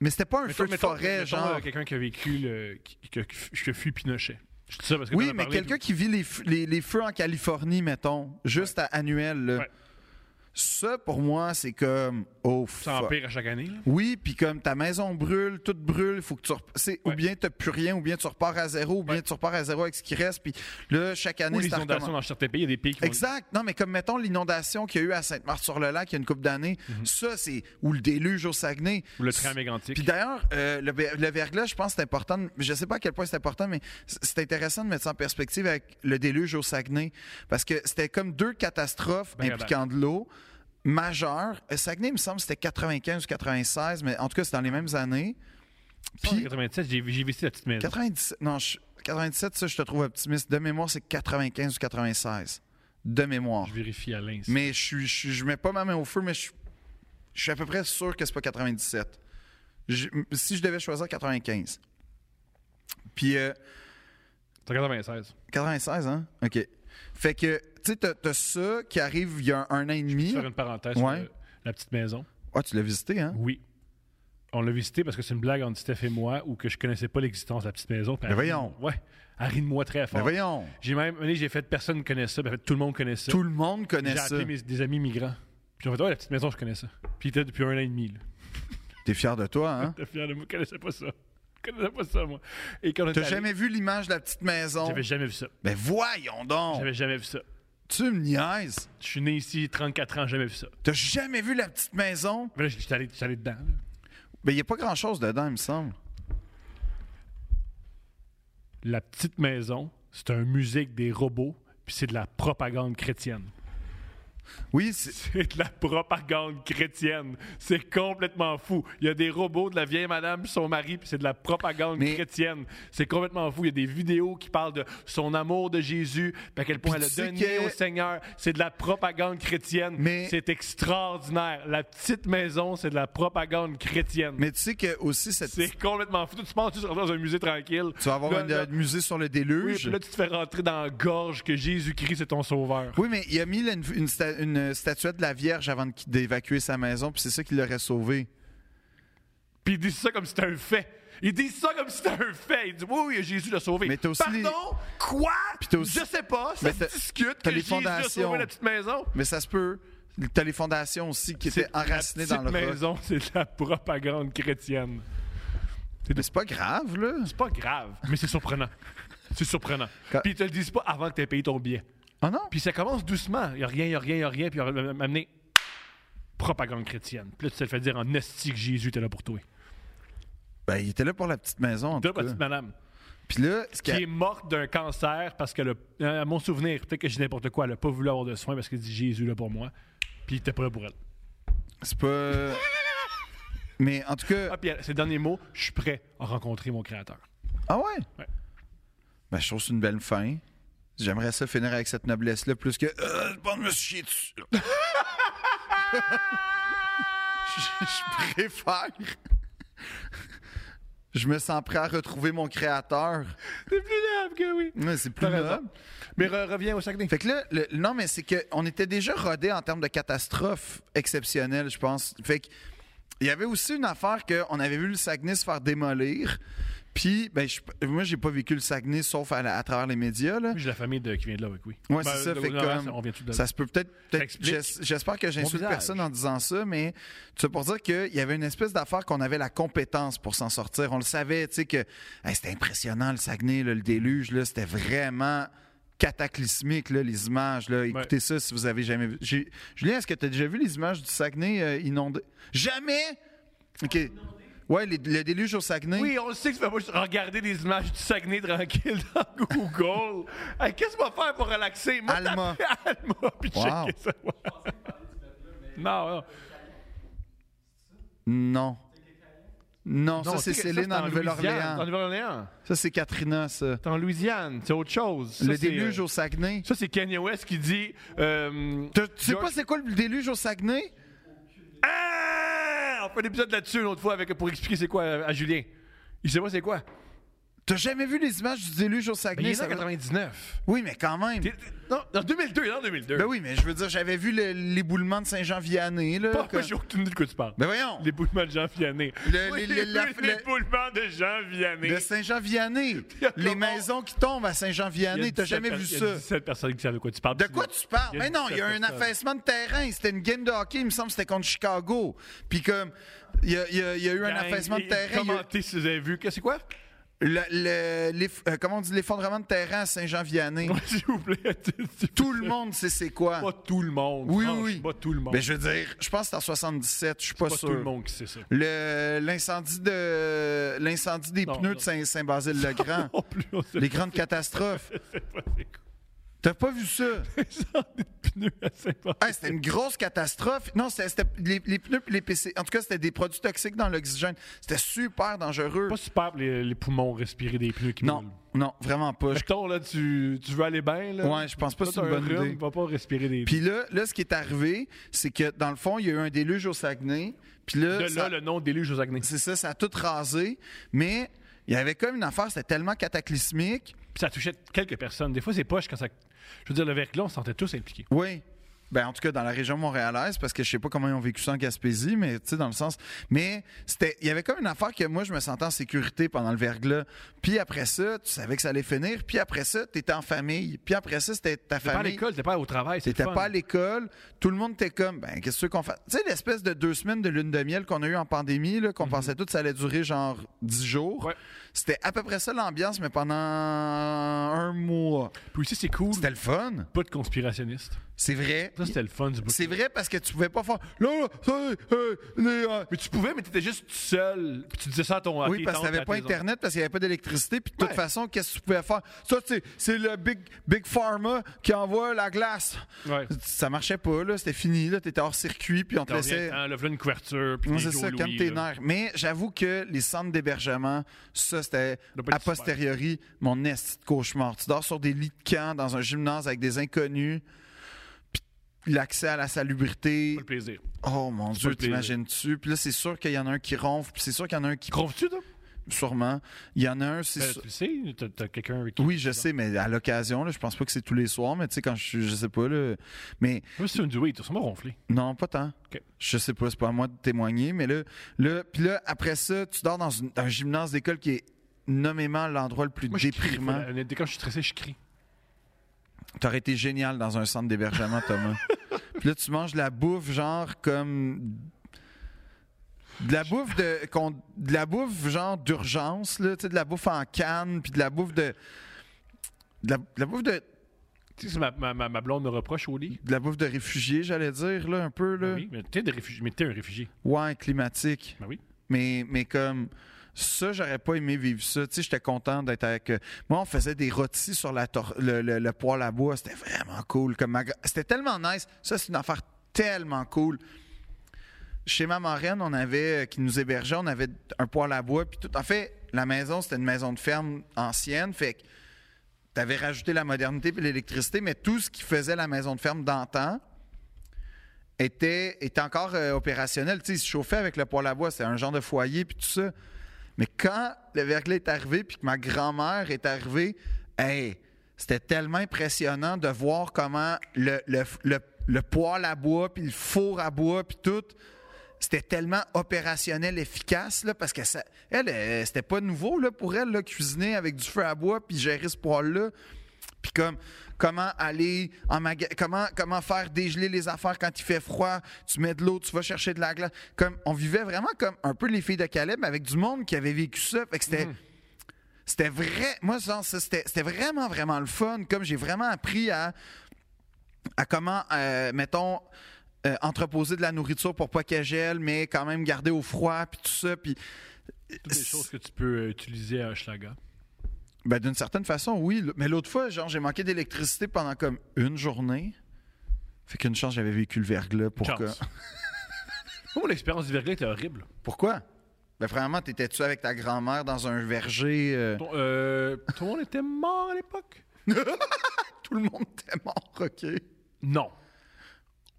Mais c'était pas un Mettons, feu de mettons- forêt, mettons, genre. euh, quelqu'un qui a vécu le. Qui, qui, qui- qui a fui Pinochet. Je dis ça parce que Oui, t'en as mais parlé, quelqu'un qui vit les, f- les- les feux en Californie, mettons, juste à annuel, là. Ouais. ça, pour moi, c'est comme, oh, puis Ça fuck. empire à chaque année. là. Oui, puis comme ta maison brûle, tout brûle, faut que tu rep- c'est- ou Ouais. bien t'as plus rien, ou bien tu repars à zéro, ou bien Ouais. tu repars à zéro avec ce qui reste, puis là chaque année Ou les ça inondations recommence. dans certains pays, il y a des pays qui vont- Exact. Non, mais comme mettons l'inondation qu'il y a eu à Sainte-Marthe-sur-le-Lac il y a une couple d'années, ça c'est ou le déluge au Saguenay. Mm-hmm. Ou le train mégantique. Puis d'ailleurs, euh, le, ver- le verglas, je pense que c'est important. de- Je sais pas à quel point c'est important, mais c- c'est intéressant de mettre ça en perspective avec le déluge au Saguenay. Parce que c'était comme deux catastrophes Ben, impliquant de l'eau majeures. Euh, Saguenay, il me semble, c'était 95 ou 96, mais en tout cas, c'est dans les mêmes années. En Puis 97, j'ai j'ai visité la petite maison. 97, non, je- 97, ça, je te trouve optimiste. De mémoire, c'est 95 ou 96. De mémoire. Je vérifie à l'instant. Mais je suis, je, suis- je mets pas ma main au feu, mais je, suis- je suis à peu près sûr que c'est pas 97. Je- si je devais choisir 95. Puis euh, C'est en 96. 96, hein? OK. Fait que, tu sais, t'as- t'as ça qui arrive il y a un an et Je demi. vais faire une parenthèse Ouais. sur le- la petite maison. Ah, tu l'as visité, hein? Oui. On l'a visité parce que c'est une blague entre Steph et moi ou que je connaissais pas l'existence de la petite maison. puis elle Mais rit- voyons. Ouais. Elle rit de moi très Mais fort. Ben voyons, J'ai même, une année, j'ai fait personne connaît ça, puis en fait, tout le monde connaît ça. tout le monde connaît J'ai ça. appelé mes, des amis migrants. Puis en fait, ouais, la petite maison, je connais ça. Puis il était depuis un an et demi. Là. T'es fier de toi, hein? T'es fier de moi, je connaissais pas ça. Je <laughs> connaissais pas ça, moi. Et quand on est T'as allé- jamais vu l'image de la petite maison? J'avais jamais vu ça. Mais voyons donc! J'avais jamais vu ça. Tu me niaises! Je suis né ici, 34 ans, jamais vu ça. T'as jamais vu la petite maison? Mais là, j'étais allé, j'étais allé dedans. là. Mais il a pas grand-chose dedans, il me semble. La petite maison, c'est un musée avec des robots, puis c'est de la propagande chrétienne. Oui, c'est... C'est de la propagande chrétienne. C'est complètement fou. Il y a des robots de la vieille madame puis son mari, puis c'est de la propagande Mais- chrétienne. C'est complètement fou. Il y a des vidéos qui parlent de son amour de Jésus, puis à quel point Puis elle tu a sais donné que- au Seigneur. C'est de la propagande chrétienne. Mais- C'est extraordinaire. La petite maison, c'est de la propagande chrétienne. Mais tu sais que aussi cette C'est complètement fou. Tu penses que tu rentres dans un musée tranquille. Tu vas avoir Là, un, là- un musée sur le oui, déluge. puis là, tu te fais rentrer dans la gorge que Jésus-Christ est ton sauveur. Oui, mais il a mis là, une, une sta- une statuette de la Vierge avant de qui- d'évacuer sa maison, puis c'est ça qui l'aurait sauvé. Puis ils disent ça comme si c'était un fait. Ils disent ça comme si c'était un fait. Ils disent oui, oui, Jésus l'a sauvé. Mais t'as aussi les- Pardon? Quoi? t'as aussi- Je sais pas, ça Mais se t'as- discute t'as que les Jésus a fondations. sauvé la petite maison. Mais ça se peut. T'as les fondations aussi qui étaient C'est- enracinées dans le La petite roc. maison, <laughs> c'est de la propagande chrétienne. Mais c'est pas grave, là. C'est pas grave, mais c'est surprenant. C'est surprenant. Quand- Puis ils te le disent pas avant que t'aies payé ton billet. Ah non? Puis ça commence doucement. Il a rien, il a rien, il a rien. Puis il a amené propagande chrétienne. Puis là, tu te le fais dire en esti que Jésus était là pour toi. Ben, il était là pour la petite maison, en Deux tout cas. petites madames. Puis là, ce qui qui a- est morte d'un cancer parce que, le, à mon souvenir, peut-être que j'ai n'importe quoi, elle n'a pas voulu avoir de soins parce qu'elle dit Jésus là pour moi. Puis il était prêt pour elle. c'est <laughs> pas... mais en tout Ah, cas... puis elle- ses derniers mots, je suis prêt à rencontrer mon créateur. Ah ouais? Ouais. Ben, je trouve que c'est une belle fin. J'aimerais ça finir avec cette noblesse-là, plus que... Euh, bon, je me suis chié dessus. là. <laughs> je, je préfère... je me sens prêt à retrouver mon créateur. C'est plus noble que oui. Ouais, c'est plus T'as raison. noble. Mais re- reviens au Saguenay. Fait que là, le- non, mais c'est qu'on était déjà rodé en termes de catastrophes exceptionnelles, je pense. Fait que, il y avait aussi une affaire qu'on avait vu le Saguenay se faire démolir. Puis, ben, je, moi, j'ai pas vécu le Saguenay sauf à, la- à travers les médias. Là. Moi, J'ai la famille de, qui vient de là, oui, oui. Ouais, Ben, c'est ça. de- Fait de- que de- comme- on vient tout de là. ça se peut peut-être. peut-être- explique j'es- J'espère que mon j'insulte visage. personne en disant ça, mais c'est pour dire qu'il y avait une espèce d'affaire qu'on avait la compétence pour s'en sortir. On le savait, tu sais, que hey, c'était impressionnant le Saguenay, là, le déluge, là, c'était vraiment cataclysmique, là, les images. Là. Écoutez ça si vous avez jamais vu. J'ai- Julien, est-ce que tu as déjà vu les images du Saguenay euh, inondé? Jamais! OK. Ouais, les- le déluge au Saguenay. Oui, on le sait que tu vas pas juste regarder des images du Saguenay tranquille <laughs> dans Google. Hey, Qu'est-ce qu'on va faire pour relaxer? Moi, Alma. taper Alma, puis Wow. checker ça. ouais. Non, non. Non. Non, Non, ça, c'est tu sais que Céline en en Louisiane. En Nouvelle-Orléans. Nouvelle-Orléans. Ça, c'est Katrina, ça. C'est en Louisiane. C'est autre chose. Ça, le c'est, déluge euh, au Saguenay. Ça, c'est Kanye West qui dit. euh, Tu tu sais George- pas c'est quoi le déluge au Saguenay? Ah! On fait un épisode là-dessus une autre fois avec, pour expliquer c'est quoi euh, à, à Julien. Il sait pas c'est quoi. T'as jamais vu les images du déluge au Mais Saguenay? Ben, il est ça en veut- 99. Oui, mais quand même. T'es- t'es- Non, en 2002, il est en 2002. Ben oui, mais je veux dire, j'avais vu le- l'éboulement de Saint-Jean-Vianney. là. Pourquoi comme- j'ai aucune idée de quoi tu parles? Ben voyons, L'éboulement de Jean Vianney. Le- Oui, le- le- la- le- L'éboulement de Jean Vianney. de <laughs> Saint-Jean-Vianney. les comment- maisons qui tombent à Il y a Saint-Jean-Vianney, t'as 17 jamais per- vu il y a ça. 17 personnes qui savent de quoi tu parles. De quoi tu parles? Il y a Mais non, il y a 17 un personnes. affaissement de terrain. C'était une game de hockey, il me semble, c'était contre Chicago. Puis comme, il y a, il y a- il y a eu un Gang, affaissement de et- terrain. il y a- Commentez si vous avez vu. Qu'est-ce que c'est quoi? le- le- l'eff- euh, comment on dit? L'effondrement de terrain à Saint-Jean-Vianney. <laughs> S'il vous plaît. Tout le monde sait c'est quoi. Pas tout le monde. Oui, Franche, oui. Pas tout le monde. Mais je veux dire, je pense que c'est en 77, je suis pas, pas sûr. tout le monde qui sait ça. Le- l'incendie de l'incendie des Non, pneus non. de Saint- Saint-Basile-le-Grand, <laughs> Non plus, on sait Ah. les pas grandes catastrophes. c'est quoi, <laughs> c'est quoi. T'as pas vu <laughs> ça Des <laughs> pneus à Saint-Paul. Hey, c'était une grosse catastrophe. Non, c'était c'était les, les pneus puis les PC. En tout cas, c'était des produits toxiques dans l'oxygène. C'était super dangereux. Pas super pour les, les poumons respirer des pneus qui Non, brûlent. non, vraiment pas. Je- Mettons, là, tu, tu veux aller bien, là. Ouais, je pense pas que c'est une bonne idée. Il va pas respirer des Puis là, là, ce qui est arrivé, c'est que dans le fond, il y a eu un déluge au Saguenay. Puis là, De là, ça- le nom déluge aux Saguenay. Puis c'est ça, ça a tout rasé. Mais il y avait comme une affaire, c'était tellement cataclysmique ça touchait quelques personnes. Des fois, c'est poche quand ça. Je veux dire, le verglas, on se sentait tous impliqués. Oui. Ben, en tout cas, dans la région montréalaise, parce que je sais pas comment ils ont vécu ça en Gaspésie, mais tu sais, dans le sens. Mais c'était, il y avait comme une affaire que moi, je me sentais en sécurité pendant le verglas. Puis après ça, tu savais que ça allait finir. Puis après ça, t'étais en famille. Puis après ça, c'était ta T'es pas à famille. l'école, t'es pas au travail. c'est T'étais le fun. pas à l'école, tout le monde était comme, ben, qu'est-ce que tu veux qu'on fait? Tu sais, l'espèce de deux semaines de lune de miel qu'on a eu en pandémie, là, qu'on pensait tout que ça allait durer genre dix jours. Mhm. Ouais. C'était à peu près ça l'ambiance, mais pendant un mois. Puis aussi, c'est cool. C'était le fun. Pas de conspirationniste. C'est vrai. Ça, c'était le fun du bout. C'est vrai parce que tu pouvais pas faire. Là, là, ça, euh, les, euh. Mais tu pouvais, mais t'étais juste seul. Puis tu disais ça à ton à Oui, tes parce que tantes, t'avais à pas tes oncles. Internet, parce qu'il n'y avait pas d'électricité. Puis de toute Ouais. façon, qu'est-ce que tu pouvais faire? Ça, c'est- c'est le big, big Pharma qui envoie la glace. Ouais. Ça marchait pas, là. C'était fini, là. T'étais hors circuit, puis on te T'en laissait. reviens, hein, Là, voilà une couverture. Puis Non, des c'est Joe ça, Louis, comme tes là. nerfs. Mais j'avoue que les centres d'hébergement, ça, c'était Doit pas a être super. posteriori mon esti de cauchemar. Tu dors sur des lits de camp dans un gymnase avec des inconnus, puis l'accès à la salubrité. Pas le plaisir. Oh mon pas Dieu, le plaisir. t'imagines-tu? Puis là, c'est sûr qu'il y en a un qui ronfle, puis c'est sûr qu'il y en a un qui. Conves-tu, toi? Sûrement. Il y en a un, c'est Ben, sûr- tu le sais, t'as- t'as quelqu'un avec qui. Oui, je sais, mais à l'occasion, là, je pense pas que c'est tous les soirs, mais tu sais, quand je suis. Je sais pas, là. Mais Moi, c'est une duo, ils sont sûrement ronflés. non, pas tant. Ok. Je sais pas, c'est pas à moi de témoigner, mais là. là puis là, après ça, tu dors dans une- un gymnase d'école qui est nommément l'endroit le plus Moi, je crie. des fois, déprimant. là. Dès quand je suis stressé, je crie. T'aurais été génial dans un centre d'hébergement, <laughs> Thomas. Puis là, tu manges de la bouffe, genre comme. De la bouffe de. qu'on- De la bouffe, genre d'urgence, là. Tu sais, de la bouffe en canne, puis de la bouffe de. De la, de la bouffe de. Tu sais, c'est ma, ma, ma- ma blonde me reproche au lit. De la bouffe de réfugié, j'allais dire, là, un peu, là. Ben Oui, mais t'es, des réfugiés, mais t'es un réfugié. Ouais, climatique. Ben oui. Mais, mais comme. Ça, j'aurais pas aimé vivre ça. Tu sais, j'étais content d'être avec. euh, Moi, on faisait des rôtis sur la tor- le, le, le poêle à bois. C'était vraiment cool. Comme ma gra- C'était tellement nice. Ça, c'est une affaire tellement cool. Chez ma marraine, on avait, euh, qui nous hébergeait, on avait un poêle à bois. Puis tout. En fait, la maison, c'était une maison de ferme ancienne. Fait que t'avais rajouté la modernité et l'électricité, mais tout ce qui faisait la maison de ferme d'antan était, était encore euh, opérationnel. Tu sais, ils se chauffaient avec le poêle à bois. C'était un genre de foyer puis tout ça. Mais quand le verglas est arrivé puis que ma grand-mère est arrivée, hey, c'était tellement impressionnant de voir comment le, le, le- le poêle à bois puis le four à bois puis tout. C'était tellement opérationnel, efficace, là, parce que ça, elle, euh, c'était pas nouveau là, pour elle, là, cuisiner avec du feu à bois puis gérer ce poêle-là. Puis comme comment aller en maga- comment comment faire dégeler les affaires quand il fait froid, tu mets de l'eau, tu vas chercher de la glace. Comme on vivait vraiment comme un peu les filles de Caleb mais avec du monde qui avait vécu ça, fait que c'était c'était vrai, moi genre, ça, c'était c'était vraiment vraiment le fun comme j'ai vraiment appris à à comment, euh, mettons, euh, entreposer de la nourriture pour pas qu'elle gèle, mais quand même garder au froid, puis tout ça. Puis, Toutes les choses que tu peux euh, utiliser à Hochelaga. ben, d'une certaine façon, oui. L- Mais l'autre fois, genre, j'ai manqué d'électricité pendant comme une journée. Fait qu'une chance, j'avais vécu le verglas. Pour que- <laughs> Chance. Oh, l'expérience du verglas était horrible. Pourquoi? Ben, premièrement, t'étais-tu avec ta grand-mère dans un verger? euh, Ton- euh, tout le monde était mort à l'époque? Tout le monde <laughs> était mort, OK? Non.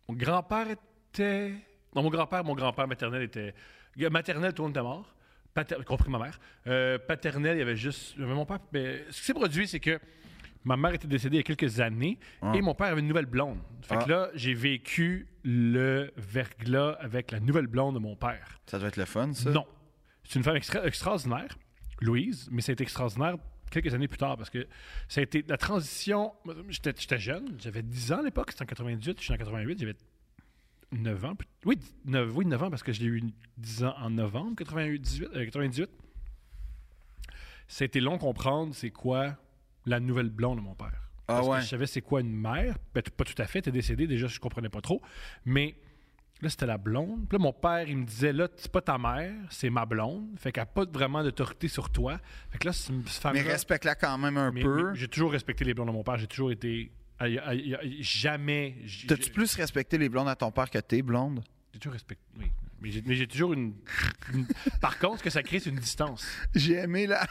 Mon grand-père était. Non, mon grand-père, mon grand-père maternel était. euh, Maternel, tout le monde était mort. Pater- y compris ma mère. Euh, paternel, il y avait juste. mais mon père. mais ce qui s'est produit, c'est que ma mère était décédée il y a quelques années et mon père avait une nouvelle blonde. Fait Ah. que là, j'ai vécu le verglas avec la nouvelle blonde de mon père. Ça doit être le fun, ça. Non. C'est une femme extra- extraordinaire, Louise, mais ça a été extraordinaire quelques années plus tard parce que ça a été la transition. J'étais j'étais jeune, j'avais 10 ans à l'époque, c'était en 98, je suis en 88, j'avais 9 ans. plus- Oui, 9, oui, 9 ans parce que j'ai eu 10 ans en novembre 88, 18, euh, 98. Ça a été long comprendre c'est quoi la nouvelle blonde de mon père. Ah Parce ouais. que je savais c'est quoi une mère. Ben, t- pas tout à fait, t'es décédé, déjà je comprenais pas trop. Mais là, c'était la blonde. Puis là, mon père, il me disait là, c'est pas ta mère, c'est ma blonde. Fait qu'elle n'a pas vraiment d'autorité sur toi. Fait que là, c'est une femme. Mais respecte-la quand même un Mais- peu. mais j'ai toujours respecté les blondes de mon père. J'ai toujours été. aïe, aïe, aïe, Jamais. j- T'as-tu plus respecté les blondes à ton père que tes blondes? J'ai toujours respecté. Oui. Mais j'ai- mais j'ai toujours une, une- Par contre, ce que ça crée, c'est une distance. J'ai aimé <laughs> la...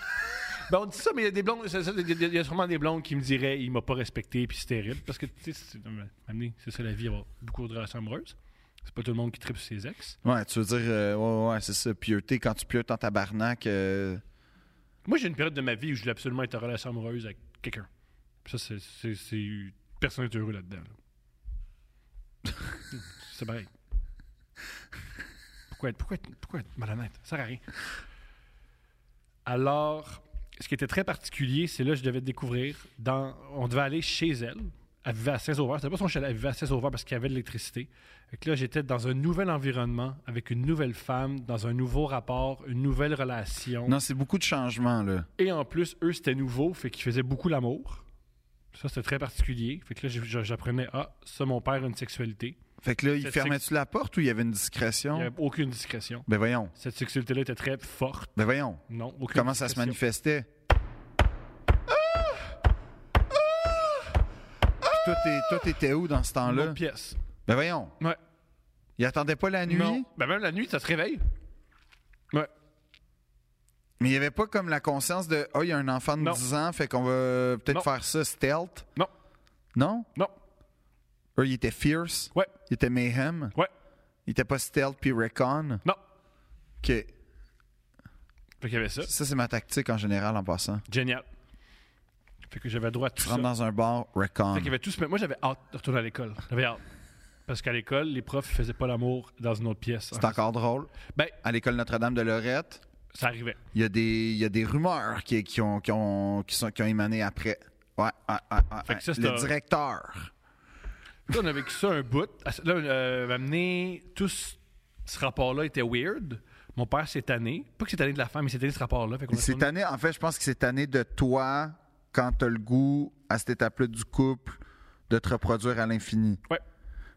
Ben, on dit ça, mais il y a des blondes. ça- ça, Il y a- il y, a sûrement des blondes qui me diraient il m'a pas respecté, puis c'est terrible. Parce que, tu sais, c'est- amenez, c'est ça la vie, avoir beaucoup de relations amoureuses. C'est pas tout le monde qui tripe sur ses ex. Ouais, tu veux dire, euh, ouais, ouais, c'est ça, pieuté, quand tu pieutes en tabarnak. euh, Moi, j'ai une période de ma vie où je voulais absolument être en relation amoureuse avec quelqu'un. Puis Ça, c'est- c'est. c'est- Personne n'est heureux là-dedans. là. c'est pareil. Pourquoi être, pourquoi être- pourquoi être malhonnête? Ça sert à rien. Alors, ce qui était très particulier, c'est là que je devais découvrir. Dans, on devait aller chez elle. Elle vivait à Saint-Sauveur. C'était pas son chalet. Elle vivait à Saint-Sauveur parce qu'il y avait de l'électricité. Fait que là, j'étais dans un nouvel environnement, avec une nouvelle femme, dans un nouveau rapport, une nouvelle relation. Non, c'est beaucoup de changements, là. Et en plus, eux, c'était nouveau, fait qu'ils faisaient beaucoup l'amour. Ça, c'était très particulier. Fait que là, j'ai- j'a- j'apprenais, ah, ça, mon père a une sexualité. Fait que là, il Cette fermait-tu la porte ou il y avait une Il discrétion? n'y avait aucune discrétion. Ben voyons, Cette sexualité-là était très forte. ben voyons. Non, aucune Comment ça se discrétion. manifestait? Puis Toi, t'es- toi, t'étais où dans ce Une temps-là? autre pièce. Ben voyons, Ouais. il attendait pas la nuit, Non. Ben, même la nuit, ça se réveille. Ouais. mais il y avait pas comme la conscience de « Oh, il y a un enfant de Non. 10 ans, fait qu'on va peut-être Non. faire ça stealth. » Non. Non? Non. Eux, ils étaient fierce, Ouais. ils étaient mayhem, Ouais. ils étaient pas stealth puis recon. Non. OK. Fait qu'il y avait ça. Ça, c'est ma tactique en général en passant. Génial. Fait que j'avais droit à tout Tu ça. rentres dans un bar, recon. Fait qu'il y avait tout ce- Moi, j'avais hâte de retourner à l'école. J'avais hâte. Parce qu'à l'école, les profs, ils faisaient pas l'amour dans une autre pièce. C'est encore drôle. Ben, À l'école Notre-Dame de Lorette, ça arrivait. il y a des, il y a des rumeurs qui, qui ont, qui, ont, qui, sont, qui ont émané après. Ouais, ouais, ouais, ouais, Fait que ouais. ça, c'est Le un- directeur. Là, on a vécu ça un bout. À- Là, euh, amené, tout ce, ce rapport-là était weird. Mon père s'est tanné. Pas que c'est tanné de la femme, mais s'est tanné de ce rapport-là. Fait qu'on a Cette tourné- année, en fait, je pense que cette année de toi, quand t'as le goût, à cette étape-là du couple, de te reproduire à l'infini. Ouais.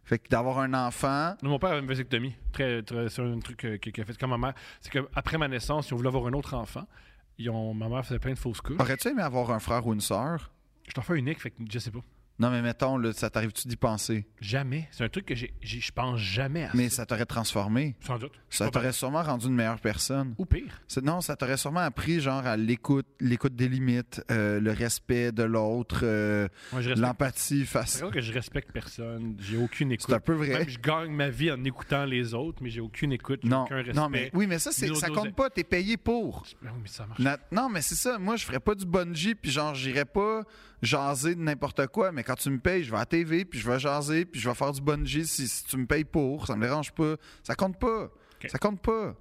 Fait que d'avoir un enfant, Mon père avait une vasectomie. Très, très- c'est un truc euh, qui qui a fait comme ma mère. C'est qu'après ma naissance, ils ont voulu avoir un autre enfant. Ah. Ils ont, ma mère faisait plein de fausses couches. aurais-tu aimé avoir un frère ou une sœur? Je t'en fais unique, fait que je sais pas. Non, mais mettons, là, ça t'arrive-tu d'y penser? Jamais. C'est un truc que j'ai, j'ai- je pense jamais à Mais ça. ça t'aurait transformé. Sans doute. Ça t'aurait sûrement rendu une meilleure personne. Ou pire. C'est- Non, ça t'aurait sûrement appris, genre, à l'écoute, l'écoute des limites, euh, le respect de l'autre, euh, Moi, je respecte. l'empathie face. C'est vrai que je respecte personne. J'ai aucune Ben écoute. C'est un peu vrai. Même je gagne ma vie en écoutant les autres, mais j'ai aucune écoute, j'ai Non, aucun respect. non, mais oui, mais ça, c'est, Nos- ça nos- compte pas. T'es payé pour. Ah oui, mais ça marche. Na- Non, mais c'est ça. Moi, je ferais pas du bungee, puis genre, j'irais pas jaser de n'importe quoi. Mais quand tu me payes, je vais à la TV, puis je vais jaser, puis je vais faire du bungee si, si tu me payes pour. Ça me dérange pas. Ça compte pas. Ça compte pas.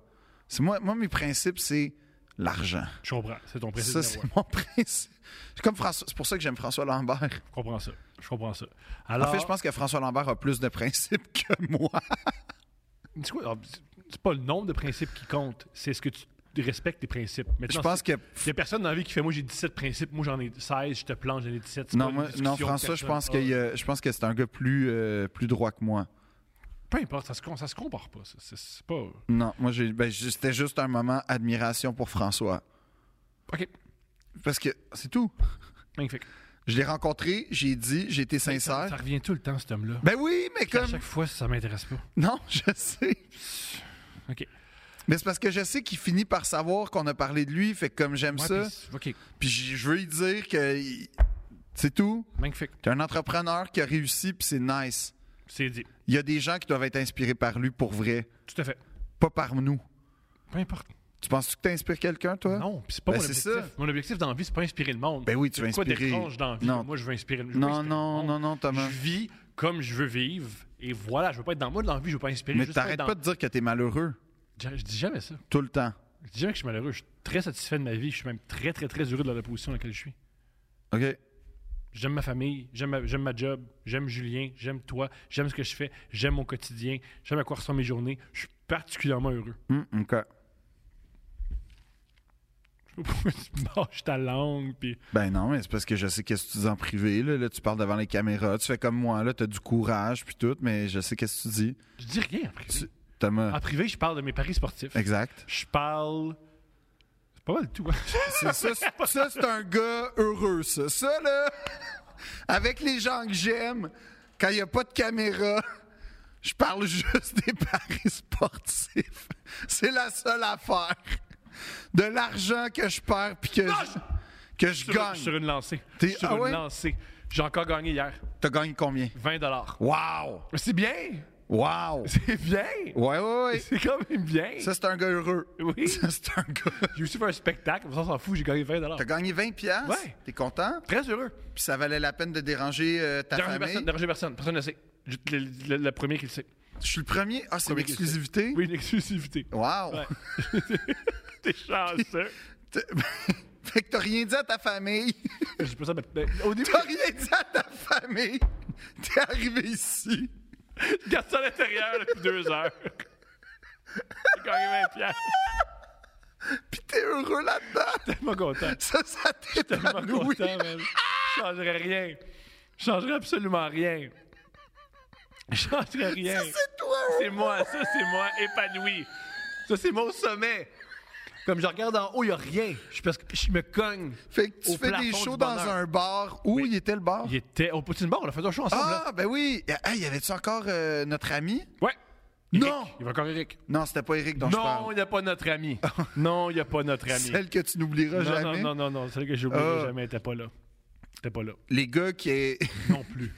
C'est moi, moi, mes principes, c'est l'argent. Je comprends. C'est ton principe. Ça, de c'est roi. mon <laughs> principe. C'est comme François. C'est pour ça que j'aime François Lambert. Je comprends ça. Je comprends ça. Alors, En fait, je pense que François Lambert a plus de principes que moi. c'est quoi? Ah, c'est- C'est pas le nombre de principes qui compte, c'est ce que tu respectes tes principes. Maintenant, Je pense que. Il y a personne dans la vie qui fait Moi, j'ai 17 principes, moi, j'en ai 16, je te plonge, j'en ai 17. c'est pas Non, une moi- discussion non, que François, je personne- pense, Ah. qu'il y a- je pense que c'est un gars plus, euh, plus droit que moi. Ah, Peu importe, ça se, com- ça se compare pas. ça. C'est c'est pas. Non, moi, j'ai- ben, j- c'était juste un moment admiration pour François. OK, Parce que c'est tout. magnifique. Je l'ai rencontré, j'ai dit, j'ai été Ça, ça sincère. revient tout le temps, cet homme-là. Ben oui, mais Puis À comme. chaque fois, ça m'intéresse pas. Non, je sais. OK. Mais c'est parce que je sais qu'il finit par savoir qu'on a parlé de lui, fait que comme j'aime Ouais, ça, puis c'est- OK, puis j- je veux lui dire que il- c'est tout. magnifique. T'es un entrepreneur qui a réussi, puis c'est nice. C'est dit. Il y a des gens qui doivent être inspirés par lui pour vrai, Tout à fait. pas par nous. Peu importe. Tu penses que t'inspires quelqu'un, toi? Non, puis c'est pas Ben, mon c'est objectif. ça. Mon objectif dans la vie, c'est pas inspirer le monde. Ben oui, tu C'est veux quoi inspirer. d'étrange dans la vie? Non. Moi, je veux inspirer je veux pas Non, inspirer le non, monde. non, non, Thomas. Je vis comme je veux vivre et voilà, je veux pas être dans moi de l'envie, je veux pas inspirer. Mais juste pas t'arrêtes être dans- pas de dire que t'es malheureux Je, je dis jamais ça. tout le temps. Je dis jamais que je suis malheureux. Je suis très satisfait de ma vie. Je suis même très, très, très heureux de la position dans laquelle je suis. OK? J'aime ma famille, j'aime ma, j'aime ma job, j'aime Julien, j'aime toi, j'aime ce que je fais, j'aime mon quotidien, j'aime à quoi ressemblent mes journées. Je suis particulièrement heureux. <laughs> Hum, OK. Je sais pas pourquoi tu mâches ta langue, puis Ben non, mais c'est parce que je sais qu'est-ce que tu dis en privé. Là, Là, tu parles devant les caméras, tu fais comme moi, là, t'as du courage, puis tout, mais je sais qu'est-ce que tu dis. je dis rien en privé. Tu- Thomas. En privé, je parle de mes paris sportifs. Exact. Je parle. C'est pas mal tout. hein. C'est ça, c'est- ça, c'est un gars heureux, ça. Ça, là, avec les gens que j'aime, quand il n'y a pas de caméra, je parle juste des paris sportifs. C'est la seule affaire. De l'argent que je perds puis que je, que je <laughs> Sur, une- sur gagne. une lancée. T'es- Sur ah une ouais? lancée. J'ai encore gagné hier T'as gagné combien? 20 dollars. Wow! C'est bien. Wow! C'est bien. Ouais, ouais, ouais. C'est quand même bien. Ça, c'est un gars heureux. Oui. Ça, c'est un gars. J'ai aussi fait un spectacle, mais ça, on s'en fout, j'ai gagné 20 dollars. T'as gagné 20 piastres. Ouais. T'es content? Très heureux. Puis ça valait la peine de déranger euh, ta Déranger famille? personne, déranger personne. Personne ne sait. Juste Le, le- le premier qui le sait. Je suis le premier. Ah, c'est une Premier qui le sait. exclusivité? Oui, une exclusivité. Wow! Ouais. <laughs> T'es chanceux. <laughs> T'es- <laughs> fait que t'as rien dit à ta famille. <laughs> J'ai pas ça, mais- mais au début, T'as rien dit à ta famille. T'es arrivé ici. je garde ça à l'intérieur depuis deux <laughs> heures. J'ai gagné 20 piastres. Puis t'es heureux là-dedans. <laughs> Tellement content. Ça, ça <laughs> tellement t'épanouit. content, man. Je changerais rien. Je changerais absolument rien. Je changerais rien. Ça, c'est toi. hein. C'est moi, ça c'est moi, épanoui. Ça c'est mon sommet. Comme je regarde en haut, il n'y a rien. Je, parce que je me cogne. Fait que tu Au fais plafond des du shows dans bonheur. un bar. Où il était le bar? Il était au Poutine Bar, on a fait un show ensemble. Ah, ben oui. Ah, y avait-tu encore euh, notre ami? Là. Ouais. Eric. Non! Il va encore Eric. Non, c'était pas Eric dont je non, parle. il n'y a pas notre ami. non, il n'y a pas notre ami. Celle que tu n'oublieras Non, jamais. non, non, non, non, celle que j'ai oubliée Ah. jamais n'était pas là. T'es pas là. Les gars qui est. Non plus.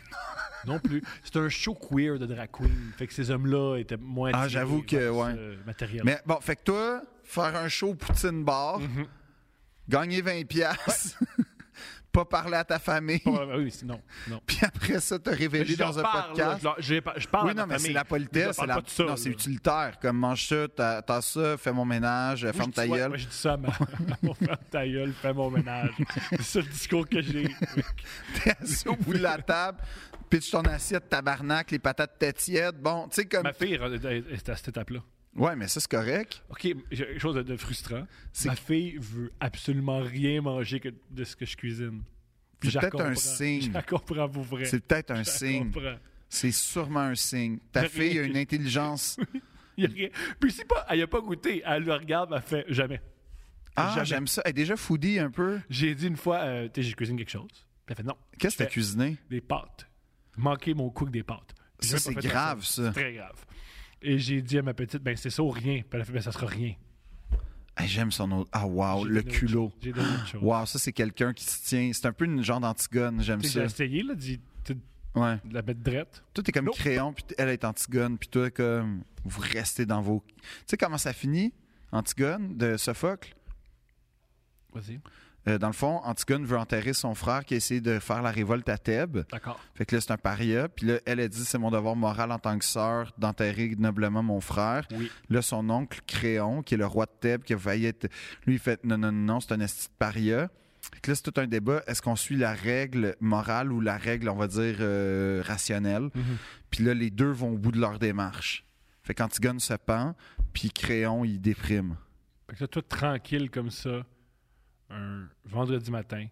non plus. C'est un show queer de drag queen. Fait que ces hommes-là étaient moins. Ah, attirés j'avoue que, vers ouais. ce matériel. Mais bon, fait que toi, faire un show poutine bar, gagner 20 pièces, <laughs> pas parler à ta famille, Pas- ah oui, c'est- non, non. <laughs> puis après ça te révéler Je leur dans un parle, là, podcast. je leur- j'ai pas- je parle oui, à non, ma mais c'est famille. la Je politesse, leur c'est parle la... pas de ça, non, là. c'est utilitaire. Comme mange ça, t'as t'as ça, fais mon ménage, Moi, ferme je dis- ta ouais, gueule. moi, je dis ça à ma- <laughs> à mon frère, ta gueule, fais mon ménage. <laughs> C'est ça le discours <laughs> que j'ai. <laughs> T'es assis au bout de la table, pitch ton assiette, tabarnak, les patates étaient tièdes. Bon, tu sais comme. ma fille elle- elle- elle était à cette étape-là. <laughs> Ouais, mais ça c'est correct. OK, j'ai quelque chose de, de frustrant. C'est Ma fille veut absolument rien manger que de ce que je cuisine. Puis C'est je la peut-être un comprends. signe. Je la comprends pour vrai. C'est peut-être un Je la signe. comprends. C'est sûrement un signe. Ta J'ai fille a rien. une <laughs> intelligence. Il y a rien. Puis si pas, elle y a pas goûté, elle le regarde, elle fait jamais. Ah, Jamais. j'aime ça. Elle est déjà foodie un peu. J'ai dit une fois, euh, tu sais, j'ai cuisiné quelque chose. Puis Elle fait non. Qu'est-ce que Je t'as fais cuisiné? Des pâtes. Manquer mon cook des pâtes. J'ai Ça, même pas c'est fait la grave, sauce. ça. C'est très grave. Et j'ai dit à ma petite, ben c'est ça ou rien. Puis elle a fait, ben ça sera rien. Hey, J'aime son autre. Ah, wow, le J'ai donné autre culot. chose. J'ai donné autre chose. Wow, ça, c'est quelqu'un qui se tient. C'est un peu une genre d'antigone, j'aime Tu sais, J'ai ça. essayé là, d'y- de Ouais. de la mettre drette. Toi, t'es comme Nope. crayon, puis t- elle est Antigone, puis toi, comme, vous restez dans vos. Tu sais comment ça finit, Antigone, de Sophocle? Vas-y. Euh, dans le fond, Antigone veut enterrer son frère qui a essayé de faire la révolte à Thèbes. D'accord. Fait que là, c'est un paria. Puis là, elle a dit c'est mon devoir moral en tant que sœur d'enterrer noblement mon frère. Oui. Là, son oncle Créon, qui est le roi de Thèbes, qui a failli être. Lui, il fait non, non, non, non, c'est un esti de paria. Fait que là, c'est tout un débat. Est-ce qu'on suit la règle morale ou la règle, on va dire, euh, rationnelle? Mhm. Puis là, les deux vont au bout de leur démarche. Fait qu'Antigone se pend, puis Créon, il déprime. Fait que là, toi, tranquille comme ça, un vendredi matin,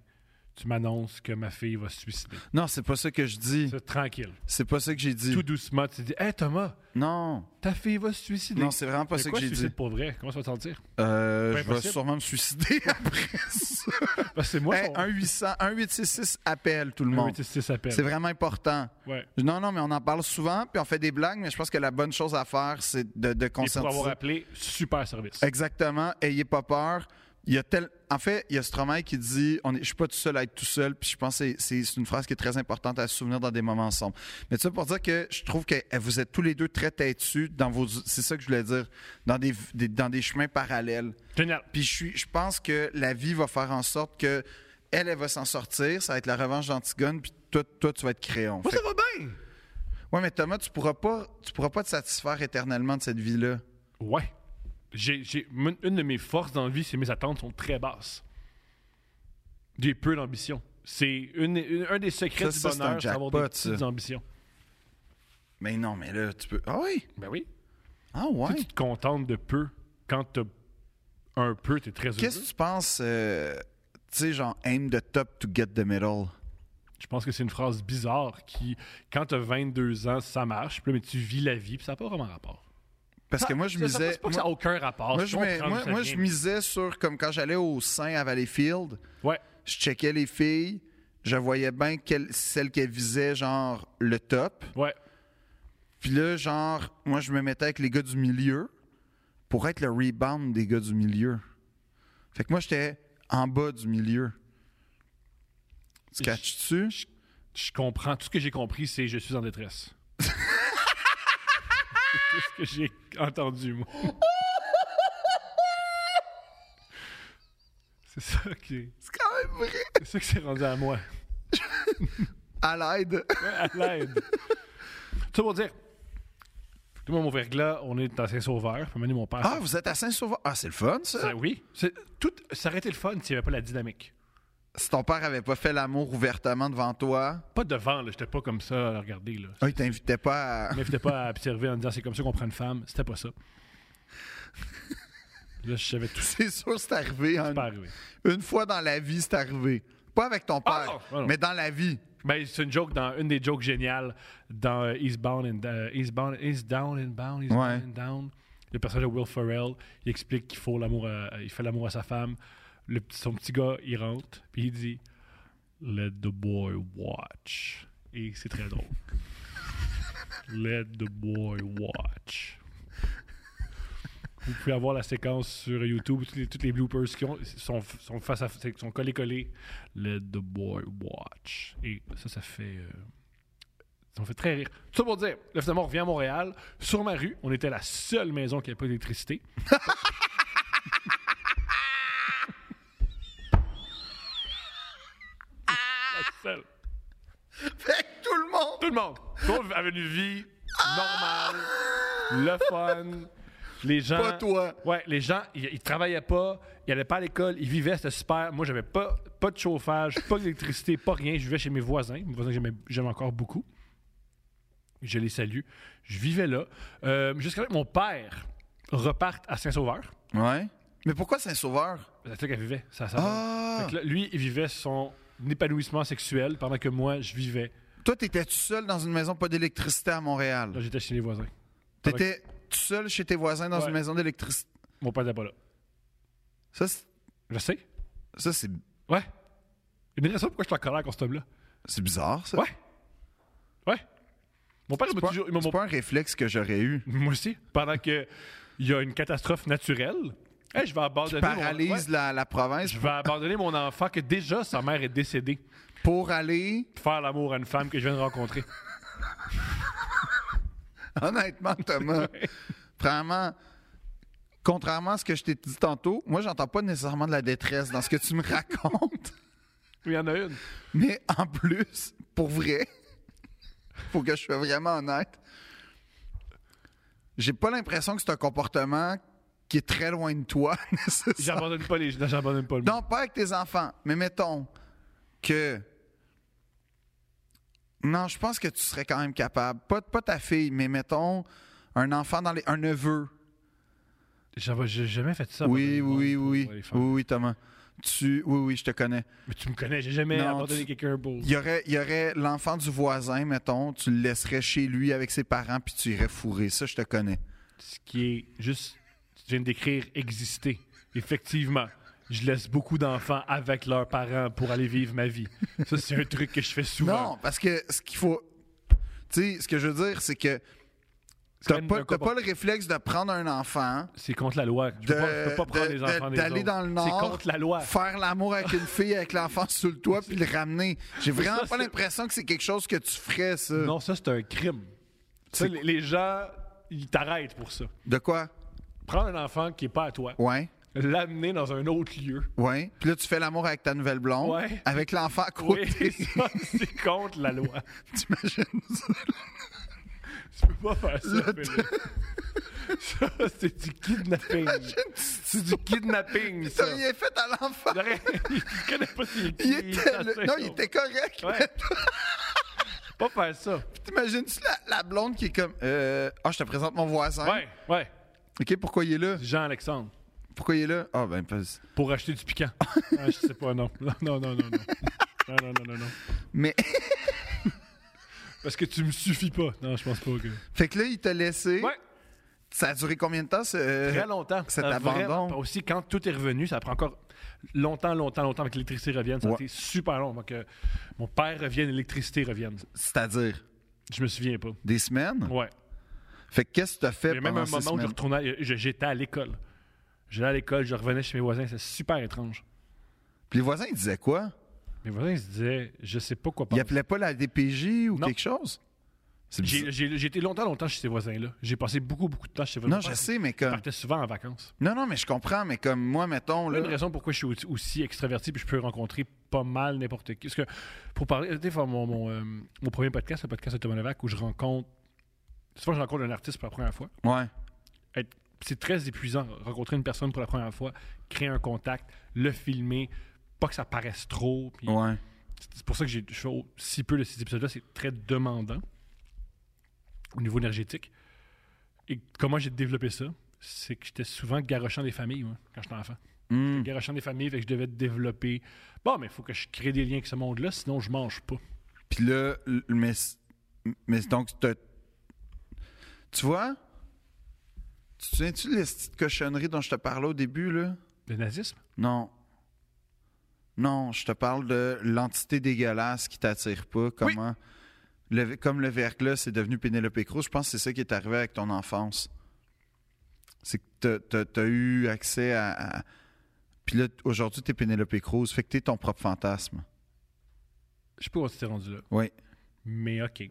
tu m'annonces que ma fille va se suicider. Non, c'est pas ça que je dis. Ça, tranquille. C'est pas ça que j'ai dit. Tout doucement, tu dis, Hey Thomas, Non, ta fille va se suicider. non, c'est vraiment pas C'est ça quoi que j'ai suicide dit. pour vrai? Comment ça va te <laughs> sentir? Euh, Pas je vais impossible. sûrement me suicider <laughs> après ça. Parce que c'est moi, Hey, son- 1 800 1866 appelle tout le un Ben, monde. 866 appelle. C'est vraiment important. Ouais. Non, non, mais on en parle souvent, puis on fait des blagues, mais je pense que la bonne chose à faire, c'est de, de Et pour avoir conscientiser. appelé, super service. Exactement. Ayez pas peur. Il y a tel... En fait, il y a Stromae qui dit on est... Je suis pas tout seul à être tout seul. Puis je pense que c'est- c'est c'est une phrase qui est très importante à se souvenir dans des moments sombres. Mais tout ça pour dire que je trouve que eh, vous êtes tous les deux très têtus dans vos. C'est ça que je voulais dire. Dans des, des- dans des chemins parallèles. Génial. Puis je, suis, je pense que la vie va faire en sorte que elle, elle va s'en sortir. Ça va être la revanche d'Antigone. Puis toi, toi, tu vas être créon. Moi, ça va bien. Oui, mais Thomas, tu pourras pas, tu pourras pas te satisfaire éternellement de cette vie-là. Ouais. J'ai, j'ai- une une de mes forces dans la vie, c'est mes attentes sont très basses. J'ai peu d'ambition. C'est une- une- un des secrets Ça, du ça, c'est un bonheur, c'est d'avoir des jackpot, petites ça. ambitions. Mais non, mais là, tu peux. Ah oui! Ben oui. Ah Tu sais, ouais! Tu te contentes de peu. Quand t'as un peu, t'es très heureux. Qu'est-ce que tu penses, euh, tu sais, genre aim the top to get the middle? Je pense que c'est une phrase bizarre qui, quand t'as 22 ans, ça marche, puis là, mais tu vis la vie, puis ça n'a pas vraiment rapport. Parce que moi, je Ah, Ça- ça- misais. C'est pas que ça n'a aucun rapport. Moi, je, comprends mets- d'où moi- ça moi, vient, je mais- misais sur, comme quand j'allais au sein à Valleyfield, Ouais. je checkais les filles, je voyais bien quelle- celles qui visaient, genre, le top. Ouais. Puis là, genre, moi, je me mettais avec les gars du milieu pour être le rebound des gars du milieu. Fait que moi, j'étais en bas du milieu. Tu Je- catches-tu? Je comprends. Tout ce que j'ai compris, c'est je suis en détresse. <laughs> Tout ce que j'ai entendu, moi. <laughs> c'est ça qui. C'est quand même vrai! C'est ça qui s'est rendu à moi. À l'aide! À l'aide. Tout pour dire. Tout le monde, mon verglas, on est à Saint-Sauveur. Puis mon père. Ah, vous êtes à Saint-Sauveur? Ah, c'est le fun, ça! Ça, oui. C'est- Tout, ça aurait été le fun s'il n'y avait pas la dynamique. Si ton père avait pas fait l'amour ouvertement devant toi, Pas devant, là. J'étais pas comme ça à le regarder, là. ah, il t'invitait pas à... Mais j'étais pas à observer en disant c'est comme ça qu'on prend une femme. C'était pas <laughs> ça. Là, je savais <laughs> tout. C'est sûr, c'est arrivé. hein. C'est pas arrivé. Une fois dans la vie, c'est arrivé. Pas avec ton Ah, père, non, non. mais dans la vie. Ben, c'est une joke dans une des jokes géniales dans euh, Eastbound and euh, Eastbound, Eastbound and Bound, Eastbound Ouais. and Down. Le personnage de Will Ferrell, il explique qu'il faut l'amour, à- il fait l'amour à sa femme. Le petit- son petit gars, il rentre, puis il dit Let the boy watch. Et c'est très drôle. Let the boy watch. Vous pouvez avoir la séquence sur YouTube, tous les, toutes les bloopers qui ont, sont, sont face à sont collés-collés. Let the boy watch. Et ça, ça fait. euh, ça me fait très rire. Tout ça pour dire, là, finalement, on revient à Montréal. Sur ma rue, on était la seule maison qui n'avait pas d'électricité. la seule. Fait que tout le monde... Tout le monde. Tout le monde avait une vie normale, le fun. Les gens. Ah! Pas toi. Ouais, les gens, ils, ils travaillaient pas, ils allaient pas à l'école, ils vivaient, c'était super. Moi, j'avais pas, pas de chauffage, pas d'électricité, pas rien. Je vivais chez mes voisins, mes voisins que j'aimais- j'aime encore beaucoup. Je les salue. Je vivais là. Euh, Jusqu'à ce que mon père reparte à Saint-Sauveur. Ouais. Mais pourquoi Saint-Sauveur? C'est ça qu'elle vivait. Ça, ça Ah! Fait que là, lui, il vivait son épanouissement sexuel pendant que moi, je vivais. Toi, t'étais tout seul dans une maison pas d'électricité à Là, Montréal. j'étais chez les voisins. T'étais tout seul chez tes voisins dans Ouais. une maison d'électricité. Mon père n'était pas là. Ça, c'est- Je sais. ça c'est... Ouais. Il y a une raison pourquoi je suis en colère contre cet homme-là. C'est bizarre, ça. Ouais. Ouais. Mon père C'est m'a pas, toujours. c'est mon- pas un réflexe que j'aurais eu. <laughs> Moi aussi. Pendant qu'il y a une catastrophe naturelle, hey, je vais abandonner. mon- Paralyse ouais, la, la province Je vais abandonner mon enfant que déjà sa mère est décédée pour aller. <laughs> pour faire l'amour à une femme que je viens de rencontrer. Honnêtement, Thomas, <laughs> vraiment, contrairement à ce que je t'ai dit tantôt, moi, j'entends pas nécessairement de la détresse dans ce que tu me <laughs> racontes. Il y en a une. Mais en plus, pour vrai, <laughs> pour que je sois vraiment honnête, j'ai pas l'impression que c'est un comportement qui est très loin de toi, <laughs> nécessairement. J'abandonne pas les. non, J'abandonne pas le Non, pas avec tes enfants, mais mettons que. Non, je pense que tu serais quand même capable. Pas, pas ta fille, mais mettons un enfant dans les. un neveu. J'avais- J'ai jamais fait ça. Oui, abandonner oui, le monde oui. pour aller Oui, faire- oui, Thomas. Tu, oui, oui, je te connais. Mais tu me connais, j'ai jamais Non, abandonné tu- quelqu'un pour. Il y aurait, il y aurait l'enfant du voisin, mettons, tu le laisserais chez lui avec ses parents, puis tu irais fourrer. Ça, je te connais. Ce qui est juste. Tu viens de décrire exister. Effectivement. Je laisse beaucoup d'enfants avec leurs parents pour aller vivre ma vie. Ça, c'est un truc que je fais souvent. Non, parce que ce qu'il faut. Tu sais, ce que je veux dire, c'est que C'est t'as quand pas, même t'as un pas comportement- le réflexe de prendre un enfant, C'est contre la loi. Tu peux de- pas, tu peux pas de- prendre les de- enfants des d'aller autres. dans le nord. C'est contre la loi. faire l'amour avec une fille avec <laughs> l'enfant sur le toit, puis le ramener. J'ai vraiment Ça, pas c'est- l'impression que c'est quelque chose que tu ferais, ça. Non, ça, c'est un crime. Ça, C'est- les, les gens, ils t'arrêtent pour ça. De quoi? Prendre un enfant qui est pas à toi, Ouais. l'amener dans un autre lieu. Ouais. Puis là, tu fais l'amour avec ta nouvelle blonde, Ouais. avec l'enfant à Oui, <laughs> côté. ça, c'est contre la loi. <laughs> T'imagines <laughs> ça? Tu peux pas faire ça. Philippe. Ça, c'est du <laughs> kidnapping. C'est du kidnapping, ça. T'as rien fait à l'enfant. Il aurait- il connaît pas ses Il était, le- non, il était correct. Ouais. mais <laughs> Pas faire ça. <laughs> T'imagines-tu la, la blonde qui est comme euh, Ah, je te présente mon voisin. Ouais, ouais. OK, pourquoi il est là? Jean-Alexandre. Pourquoi il est là? Ah, ben, parce- Pour acheter <laughs> du piquant. Ah, je sais pas, non. Non, non, non, non. Non, non, non, non, non. non. Mais, <laughs> Parce que tu me suffis pas. Non, je pense pas que. fait que là, il t'a laissé. Ouais, Ça a duré combien de temps? ce- très longtemps. cet Un vrai- abandon. Aussi, quand tout est revenu, ça prend encore longtemps, longtemps, longtemps avant que l'électricité revienne. Ça a Ouais. été super long. avant que mon père revienne, l'électricité revienne. C'est-à-dire Je me souviens pas. des semaines? Ouais. Fait que qu'est-ce que t'as Il fait y a même pendant un ces moment où je semaines? retournais, à- je- j'étais à l'école. J'allais à l'école, je revenais chez mes voisins, c'est super étrange. Puis les voisins, ils disaient quoi? Mes voisins ils se disaient, je sais pas quoi Ils penser. appelaient pas la DPJ ou Non. quelque chose? C'est J'ai bizarre. j'ai- j'ai été longtemps, longtemps chez ces voisins-là. J'ai passé beaucoup, beaucoup de temps chez ces voisins. Non, je sais, mais Je comme. partais souvent en vacances. Non, non, mais je comprends, mais comme moi, mettons, Une là. raison pourquoi je suis aussi- aussi extraverti puis je peux rencontrer pas mal n'importe qui. Parce que pour parler, tu sais, faire mon, mon, euh, mon premier podcast, le podcast de Thomas Levac, où je rencontre. Souvent, je rencontre un artiste pour la première fois. Ouais. Être- C'est très épuisant, rencontrer une personne pour la première fois, créer un contact, le filmer, pas que ça paraisse trop. puis Ouais. C'est pour ça que j'ai- je fais au- si peu de ces épisodes-là. C'est très demandant au niveau énergétique. Et comment j'ai développé ça, c'est que j'étais souvent garochant des familles moi, quand j'étais enfant. Hmm. Garochant des familles, fait que je devais développer. Bon, mais il faut que je crée des liens avec ce monde-là, sinon je mange pas. Puis là, l- mais, mais donc, t'as- tu vois, tu te souviens-tu de la petite cochonnerie dont je te parlais au début, là? Le nazisme? Non. Non, je te parle de l'entité dégueulasse qui t'attire pas. Comment, le- comme le verglas, c'est devenu Pénélope Cruz. Je pense que c'est ça qui est arrivé avec ton enfance. C'est que t'as- t'as as eu accès à. à- Puis là, aujourd'hui, t'es Pénélope Cruz. Fait que t'es ton propre fantasme. Je sais pas où tu t'es rendu là. Oui. Mais OK,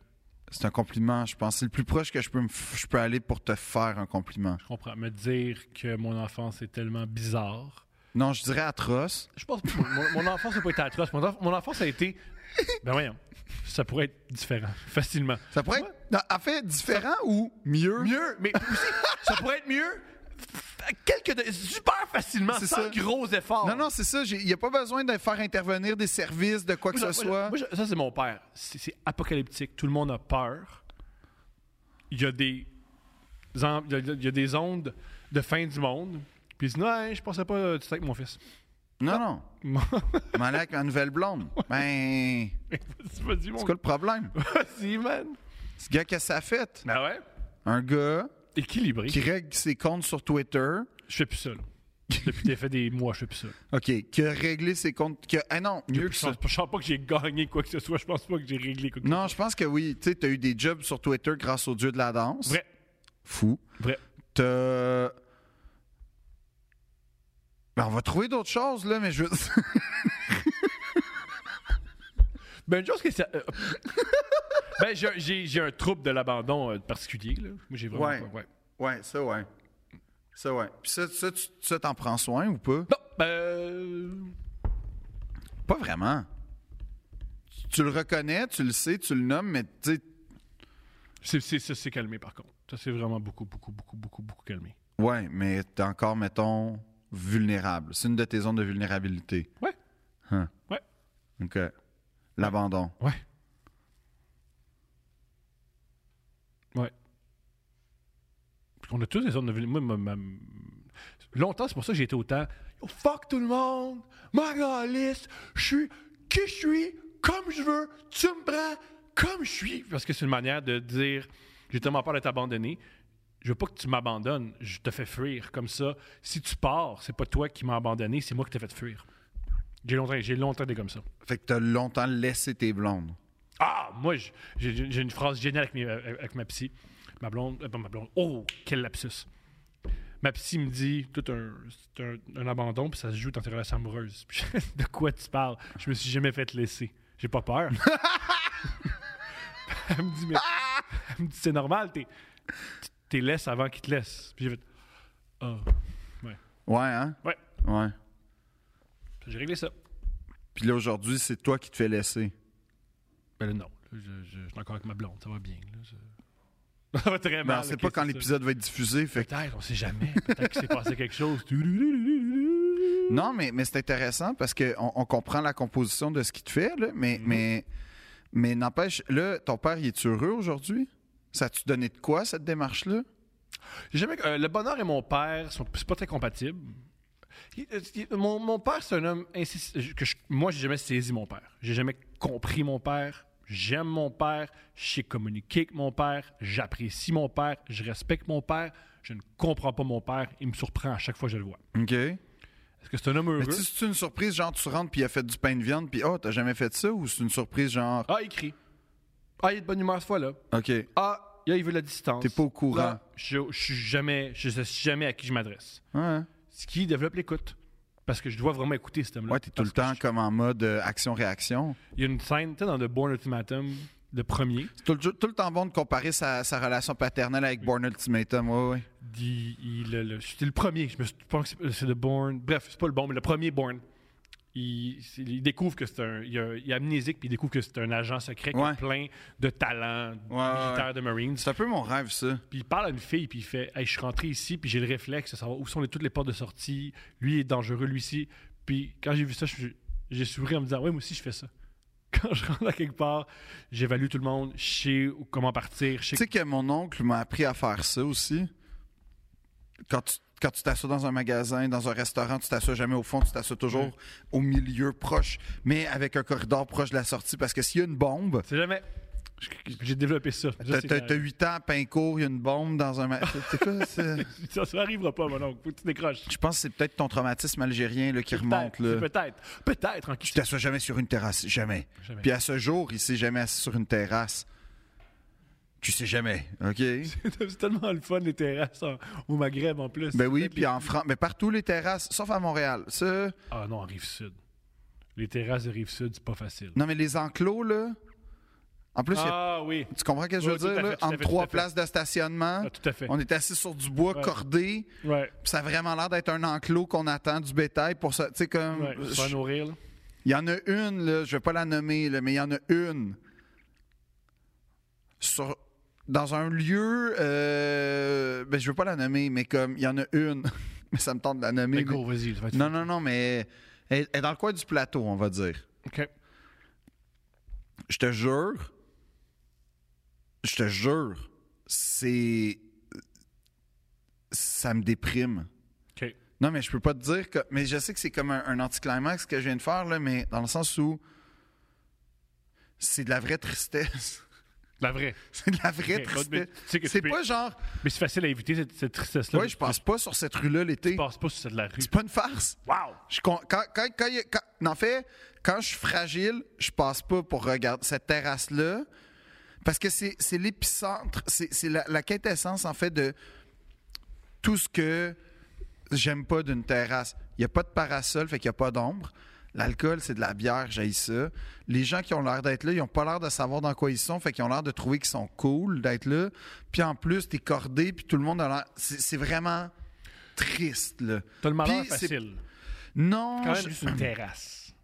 C'est un compliment, je pense. C'est le plus proche que je peux, me f- je peux aller pour te faire un compliment. je comprends. Me dire que mon enfance est tellement bizarre. Non, je dirais atroce. Je pense que mon, mon enfance n'a pas été atroce. Mon, enf- mon enfance a été. Ben voyons, ça pourrait être différent, <laughs> facilement. Ça pourrait être, non, en fait, différent ou mieux. mieux, mais aussi, ça pourrait être mieux f- quelques de- super facilement, C'est sans ça. gros efforts. Non, non, c'est ça. Il n'y a pas besoin de faire intervenir des services, de quoi que Moi, ce je- soit. moi, je- ça, c'est mon père. C'est c'est apocalyptique. Tout le monde a peur. Il y a des, en- il y a- il y a des ondes de fin du monde. Puis il dit, non, hey, je pensais pas euh, tu sais, avec mon fils. non, non. M'en aller avec ma nouvelle blonde. Ben, <laughs> Vas-y, vas-y, mon c'est quoi le problème? Vas-y, man. Ce gars, qu'est-ce que ça fait? Ah ouais? Un gars Équilibré. qui règle ses comptes sur Twitter, Je fais plus ça. là. Depuis que t'as fait des mois, je sais plus ça. OK. Que régler ses comptes. Que... Ah non, mieux que Je ça. pense, je pense pas que j'ai gagné quoi que ce soit. Je pense pas que j'ai réglé quoi que ce Non, je pense que oui. Tu sais, t'as eu des jobs sur Twitter grâce au dieu de la danse. soit. Vrai, Fou. vrai. T'as- euh, Ben, on va trouver d'autres choses, là, mais je veux- <laughs> Ben, une chose que ça. euh, <laughs> ben, j'ai- j'ai j'ai un trouble de l'abandon euh, particulier, là. Moi, j'ai vraiment. Ouais. pas- ouais. ouais, ça, ouais. Ça, ouais. Puis ça, ça, tu- ça, t'en prends soin ou pas? Non, ben. euh, Pas vraiment. Tu- Tu le reconnais, tu le sais, tu le nommes, mais tu sais, c'est- c'est- Ça s'est calmé, par contre. Ça s'est vraiment beaucoup, beaucoup, beaucoup, beaucoup, beaucoup calmé. ouais, mais t'es encore, mettons, vulnérable. C'est une de tes zones de vulnérabilité. Ouais. Hein. Ouais. OK. L'abandon. Ouais. Ouais. On a tous des zones de vulnérabilité. Moi, ma- ma- Longtemps, c'est pour ça que j'ai été autant. Yo, fuck tout le monde! Ma liste! Je suis qui je suis, comme je veux, tu me prends comme je suis! Parce que c'est une manière de dire j'ai tellement peur d'être abandonné. Je veux pas que tu m'abandonnes, je te fais fuir. Comme ça, si tu pars, c'est pas toi qui m'as abandonné, c'est moi qui t'ai fait fuir. J'ai longtemps, j'ai longtemps été comme ça. Fait que t'as longtemps laissé tes blondes. Ah, moi, j- j'ai j'ai une phrase géniale avec, mes- euh, avec ma psy. Ma blonde, euh, pas ma blonde. Oh, quel lapsus. Ma psy me dit, tout un, c'est un, un abandon, puis ça se joue dans tes relations amoureuses. Puis <laughs> de quoi tu parles? Je me suis jamais fait laisser. J'ai pas peur. <laughs> elle me dit, mais. Elle me dit, c'est normal, t'es tu- t'es laisse avant qu'il te laisse. Puis j'ai fait, oh, Ouais, hein? ouais. Ouais. Puis J'ai réglé ça. Puis là, aujourd'hui, c'est toi qui te fais laisser. Ben là, non. Là, je, je- je suis encore avec ma blonde, ça va bien. là, je- <laughs> Ça va très Mais mal. on sait ok, Ben, pas quand c'est ça. l'épisode va être diffusé. Fait que- Peut-être, on sait jamais. Peut-être qu'il <laughs> s'est passé quelque chose. Non, mais, mais c'est intéressant parce qu'on on comprend la composition de ce qui te fait, là, mais, mais, mais n'empêche, là, ton père, il est heureux aujourd'hui? Ça tu donné de quoi, cette démarche-là? J'ai jamais- euh, le bonheur et mon père sont c'est pas très compatibles. Il- euh, il- mon, mon père, c'est un homme insis- que je- moi, j'ai jamais saisi mon père. J'ai jamais compris mon père. J'aime mon père. Je sais communiquer avec mon père. J'apprécie mon père. Je respecte mon père. Je ne comprends pas mon père. Il me surprend à chaque fois que je le vois. OK. Est-ce que c'est un homme heureux? Mais tu sais, c'est une surprise, genre, tu rentres puis il a fait du pain de viande, puis oh, t'as jamais fait ça? Ou c'est une surprise, genre, Ah, il crie. Ah, il est de bonne humeur ce fois-là. OK, Ah, là, il veut de la distance. t'es pas au courant? Là, je, je suis jamais, je sais jamais à qui je m'adresse. Ouais, ce qui développe l'écoute. Parce que je dois vraiment écouter cet homme-là. ouais t'es tout le Parce temps que je- comme en mode euh, action-réaction. Il y a une scène, tu sais, dans The Born Ultimatum, le premier, C'est tout, le- tout le temps bon de comparer sa, sa relation paternelle avec Born Ultimatum, ouais, ouais. il, il- le- le- c'était le premier, je me suis- je pense que c'est- c'est The Born, bref, c'est pas le bon, mais le premier Born. Il, c'est- il découvre que c'est un. Il, a- il est amnésique, puis il découvre que c'est un agent secret qui Ouais. est plein de talents ouais, militaires de Marines. C'est un peu mon rêve, ça. Puis il parle à une fille, puis il fait Hey, Je suis rentré ici, puis j'ai le réflexe de savoir où sont les- toutes les portes de sortie. Lui il est dangereux, lui ici. Puis quand j'ai vu ça, je suis- j'ai souri en me disant Ouais, moi aussi, je fais ça. <laughs> Quand je rentre à quelque part, j'évalue tout le monde, je sais où- comment partir, je sais Tu sais que mon oncle m'a appris à faire ça aussi. Quand tu quand tu t'assois dans un magasin, dans un restaurant, tu t'assois jamais au fond, tu t'assois toujours au milieu proche, mais avec un corridor proche de la sortie, parce que s'il y a une bombe, c'est jamais. J'ai développé ça. t'as Ça, c'est- 8 ans à Pincourt, il y a une bombe dans un... ma- c'est- c'est quoi, c'est- <laughs> ça, ça arrivera pas, mon oncle. Faut que tu décroches. <laughs> Je pense que c'est peut-être ton traumatisme algérien là, qui remonte. Peut-être, Là. Peut-être. Peut-être. en Tu t'assois jamais sur une terrasse, jamais. Jamais. Puis à ce jour, il s'est jamais assis sur une terrasse. Tu sais jamais, OK? <laughs> C'est tellement le fun, les terrasses en- au Maghreb en plus. Ben oui, Peut-être puis en France, mais partout les terrasses, sauf à Montréal. Ça, Ah non, en Rive-Sud. Les terrasses de Rive-Sud, c'est pas facile. Non, mais les enclos, là. En plus, il y a- Ah oui. tu comprends ce que je Oui, veux tout à dire? fait, là? tout à fait, Entre tout à trois fait. places de stationnement, Ah, tout à fait. on est assis sur du bois Ouais. cordé, Ouais. puis ça a vraiment l'air d'être un enclos qu'on attend du bétail pour ça. Tu sais, comme. Ouais, Euh, je- se faire nourrir. là. Il y en a une, là, je vais pas la nommer, là, mais il y en a une. Sur, dans un lieu. euh, ben, je veux pas la nommer, mais comme il y en a une. <laughs> mais ça me tente de la nommer. Mais mais- go, vas-y. ça va être Non, fou. non, non, mais elle- elle est dans le coin du plateau, on va dire. OK. Je te jure. Je te jure. C'est. Ça me déprime. OK. Non, mais je peux pas te dire que. Mais je sais que c'est comme un, un anticlimax que je viens de faire, là, mais dans le sens où. C'est de la vraie tristesse. <laughs> La vraie. C'est de la vraie Ok, mais tristesse. tu sais que C'est tu peux- pas genre, Mais c'est facile à éviter, cette, cette tristesse-là. ouais, je passe pas sur cette rue-là l'été. Je passe pas sur celle de la rue. C'est pas une farce. Wow! Je con- quand, quand- quand il y a- quand- en fait, quand je suis fragile, je passe pas pour regarder cette terrasse-là. Parce que c'est c'est l'épicentre, c'est c'est la, la quintessence, en fait, de tout ce que j'aime pas d'une terrasse. Il n'y a pas de parasol, fait qu'il n'y a pas d'ombre. L'alcool, c'est de la bière, j'ai ça. Les gens qui ont l'air d'être là, ils n'ont pas l'air de savoir dans quoi ils sont, fait qu'ils ont l'air de trouver qu'ils sont cool d'être là. Puis en plus, t'es cordé, puis tout le monde a l'air. C'est c'est vraiment triste, là. T'as le malheur Puis c'est- facile. Non, Quand même, je- juste une terrasse.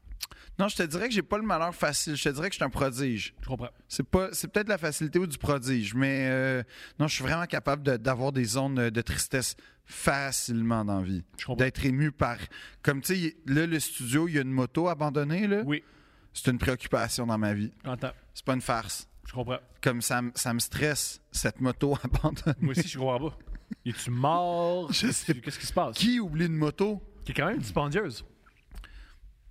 non, je te dirais que j'ai pas le malheur facile. Je te dirais que je suis un prodige. Je comprends. C'est pas, c'est peut-être la facilité ou du prodige, mais euh, non, je suis vraiment capable de- d'avoir des zones de tristesse facilement dans la vie. Je comprends. D'être ému par, comme tu sais, là le studio, il y a une moto abandonnée là. Oui, C'est une préoccupation dans ma vie. j'entends. C'est pas une farce. Je comprends. Comme ça, me- ça me stresse cette moto <laughs> abandonnée. Moi aussi, je comprends pas. Es-tu mort? Je sais Qu'est-ce qui se passe? Qui Qui oublie une moto est quand même dispendieuse.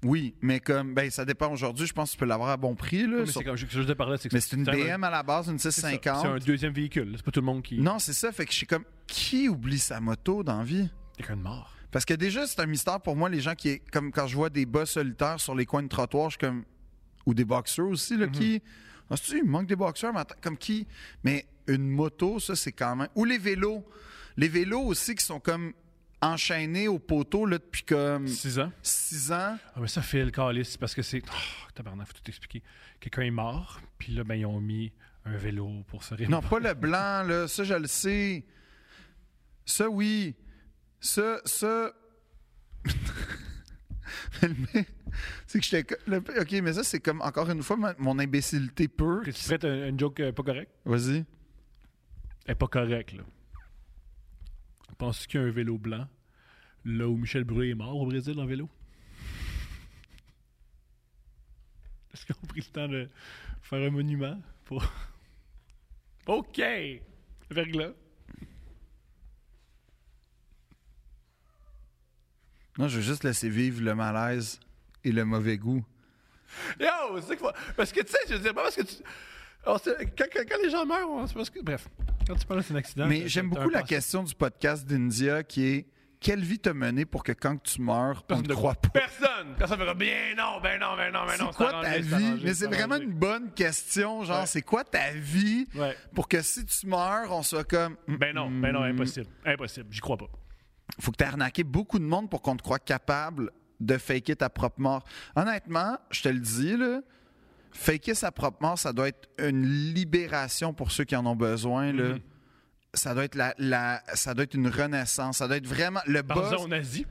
Oui, mais comme, ben ça dépend. Aujourd'hui, je pense que tu peux l'avoir à bon prix là. Mais sur- c'est comme je, je te parlais, c'est que Mais c'est une un- BM à la base, une c'est ça, 650. C'est un deuxième véhicule. C'est pas tout le monde qui. Non, c'est ça. Fait que je suis comme, qui oublie sa moto dans la vie? Quelqu'un de mort. Parce que déjà, c'est un mystère pour moi, les gens qui, comme quand je vois des bas solitaires sur les coins de trottoir, je suis comme, ou des boxeurs aussi, là, qui, ah, c'est-tu, il me manque des boxeurs, mais attends, comme qui? Mais une moto, ça, c'est quand même. Ou les vélos. Les vélos aussi qui sont comme enchaînés au poteau, là, depuis comme 6 ans. 6 ans. Ah, mais ça fait le calice parce que c'est. Oh, tabarnak, faut tout expliquer. Quelqu'un est mort, puis là, ben, ils ont mis un vélo pour se réparer. Non, pas le blanc, là. Ça, je le sais. Ça, oui. Ça, ça. <laughs> Mais le mec, c'est que j'étais. co- le- Ok, mais ça, c'est comme, encore une fois, ma- mon imbécilité pure. Tu prêtes un- une joke euh, pas correcte? Vas-y. Elle est pas correcte, là. Penses-tu qu'il y a un vélo blanc là où Michel Brûlé est mort au Brésil en vélo? <laughs> Est-ce qu'on a pris le temps de faire un monument pour. <laughs> OK! Verglas. Non, je veux juste laisser vivre le malaise et le mauvais goût. Yo, c'est quoi? Parce que tu sais, je veux dire, pas parce que tu. on se- quand, quand- quand les gens meurent, on se- parce que- bref, quand tu parles de cet accident. Mais Ah, t'as- j'aime t'as un beaucoup la passé. question du podcast d'India qui est Quelle vie t'a mené pour que quand tu meurs, on Personne ne ne croit pas? Personne! Personne fera bien non, ben non, ben non, ben non. C'est quoi arrangé, ta vie? arrangé, Mais c'est vraiment arrangé. une bonne question. Genre, Ouais. c'est quoi ta vie Ouais. pour que si tu meurs, on soit comme. Hmm, Ben non, ben non, impossible. Impossible, j'y crois pas. faut que tu arnaqué beaucoup de monde pour qu'on te croie capable de faker ta propre mort. Honnêtement, je te le dis, là, faker sa propre mort, ça doit être une libération pour ceux qui en ont besoin. là. Ça doit être la, la- ça doit être une renaissance. Ça doit être vraiment le Par buzz. exemple, en Asie,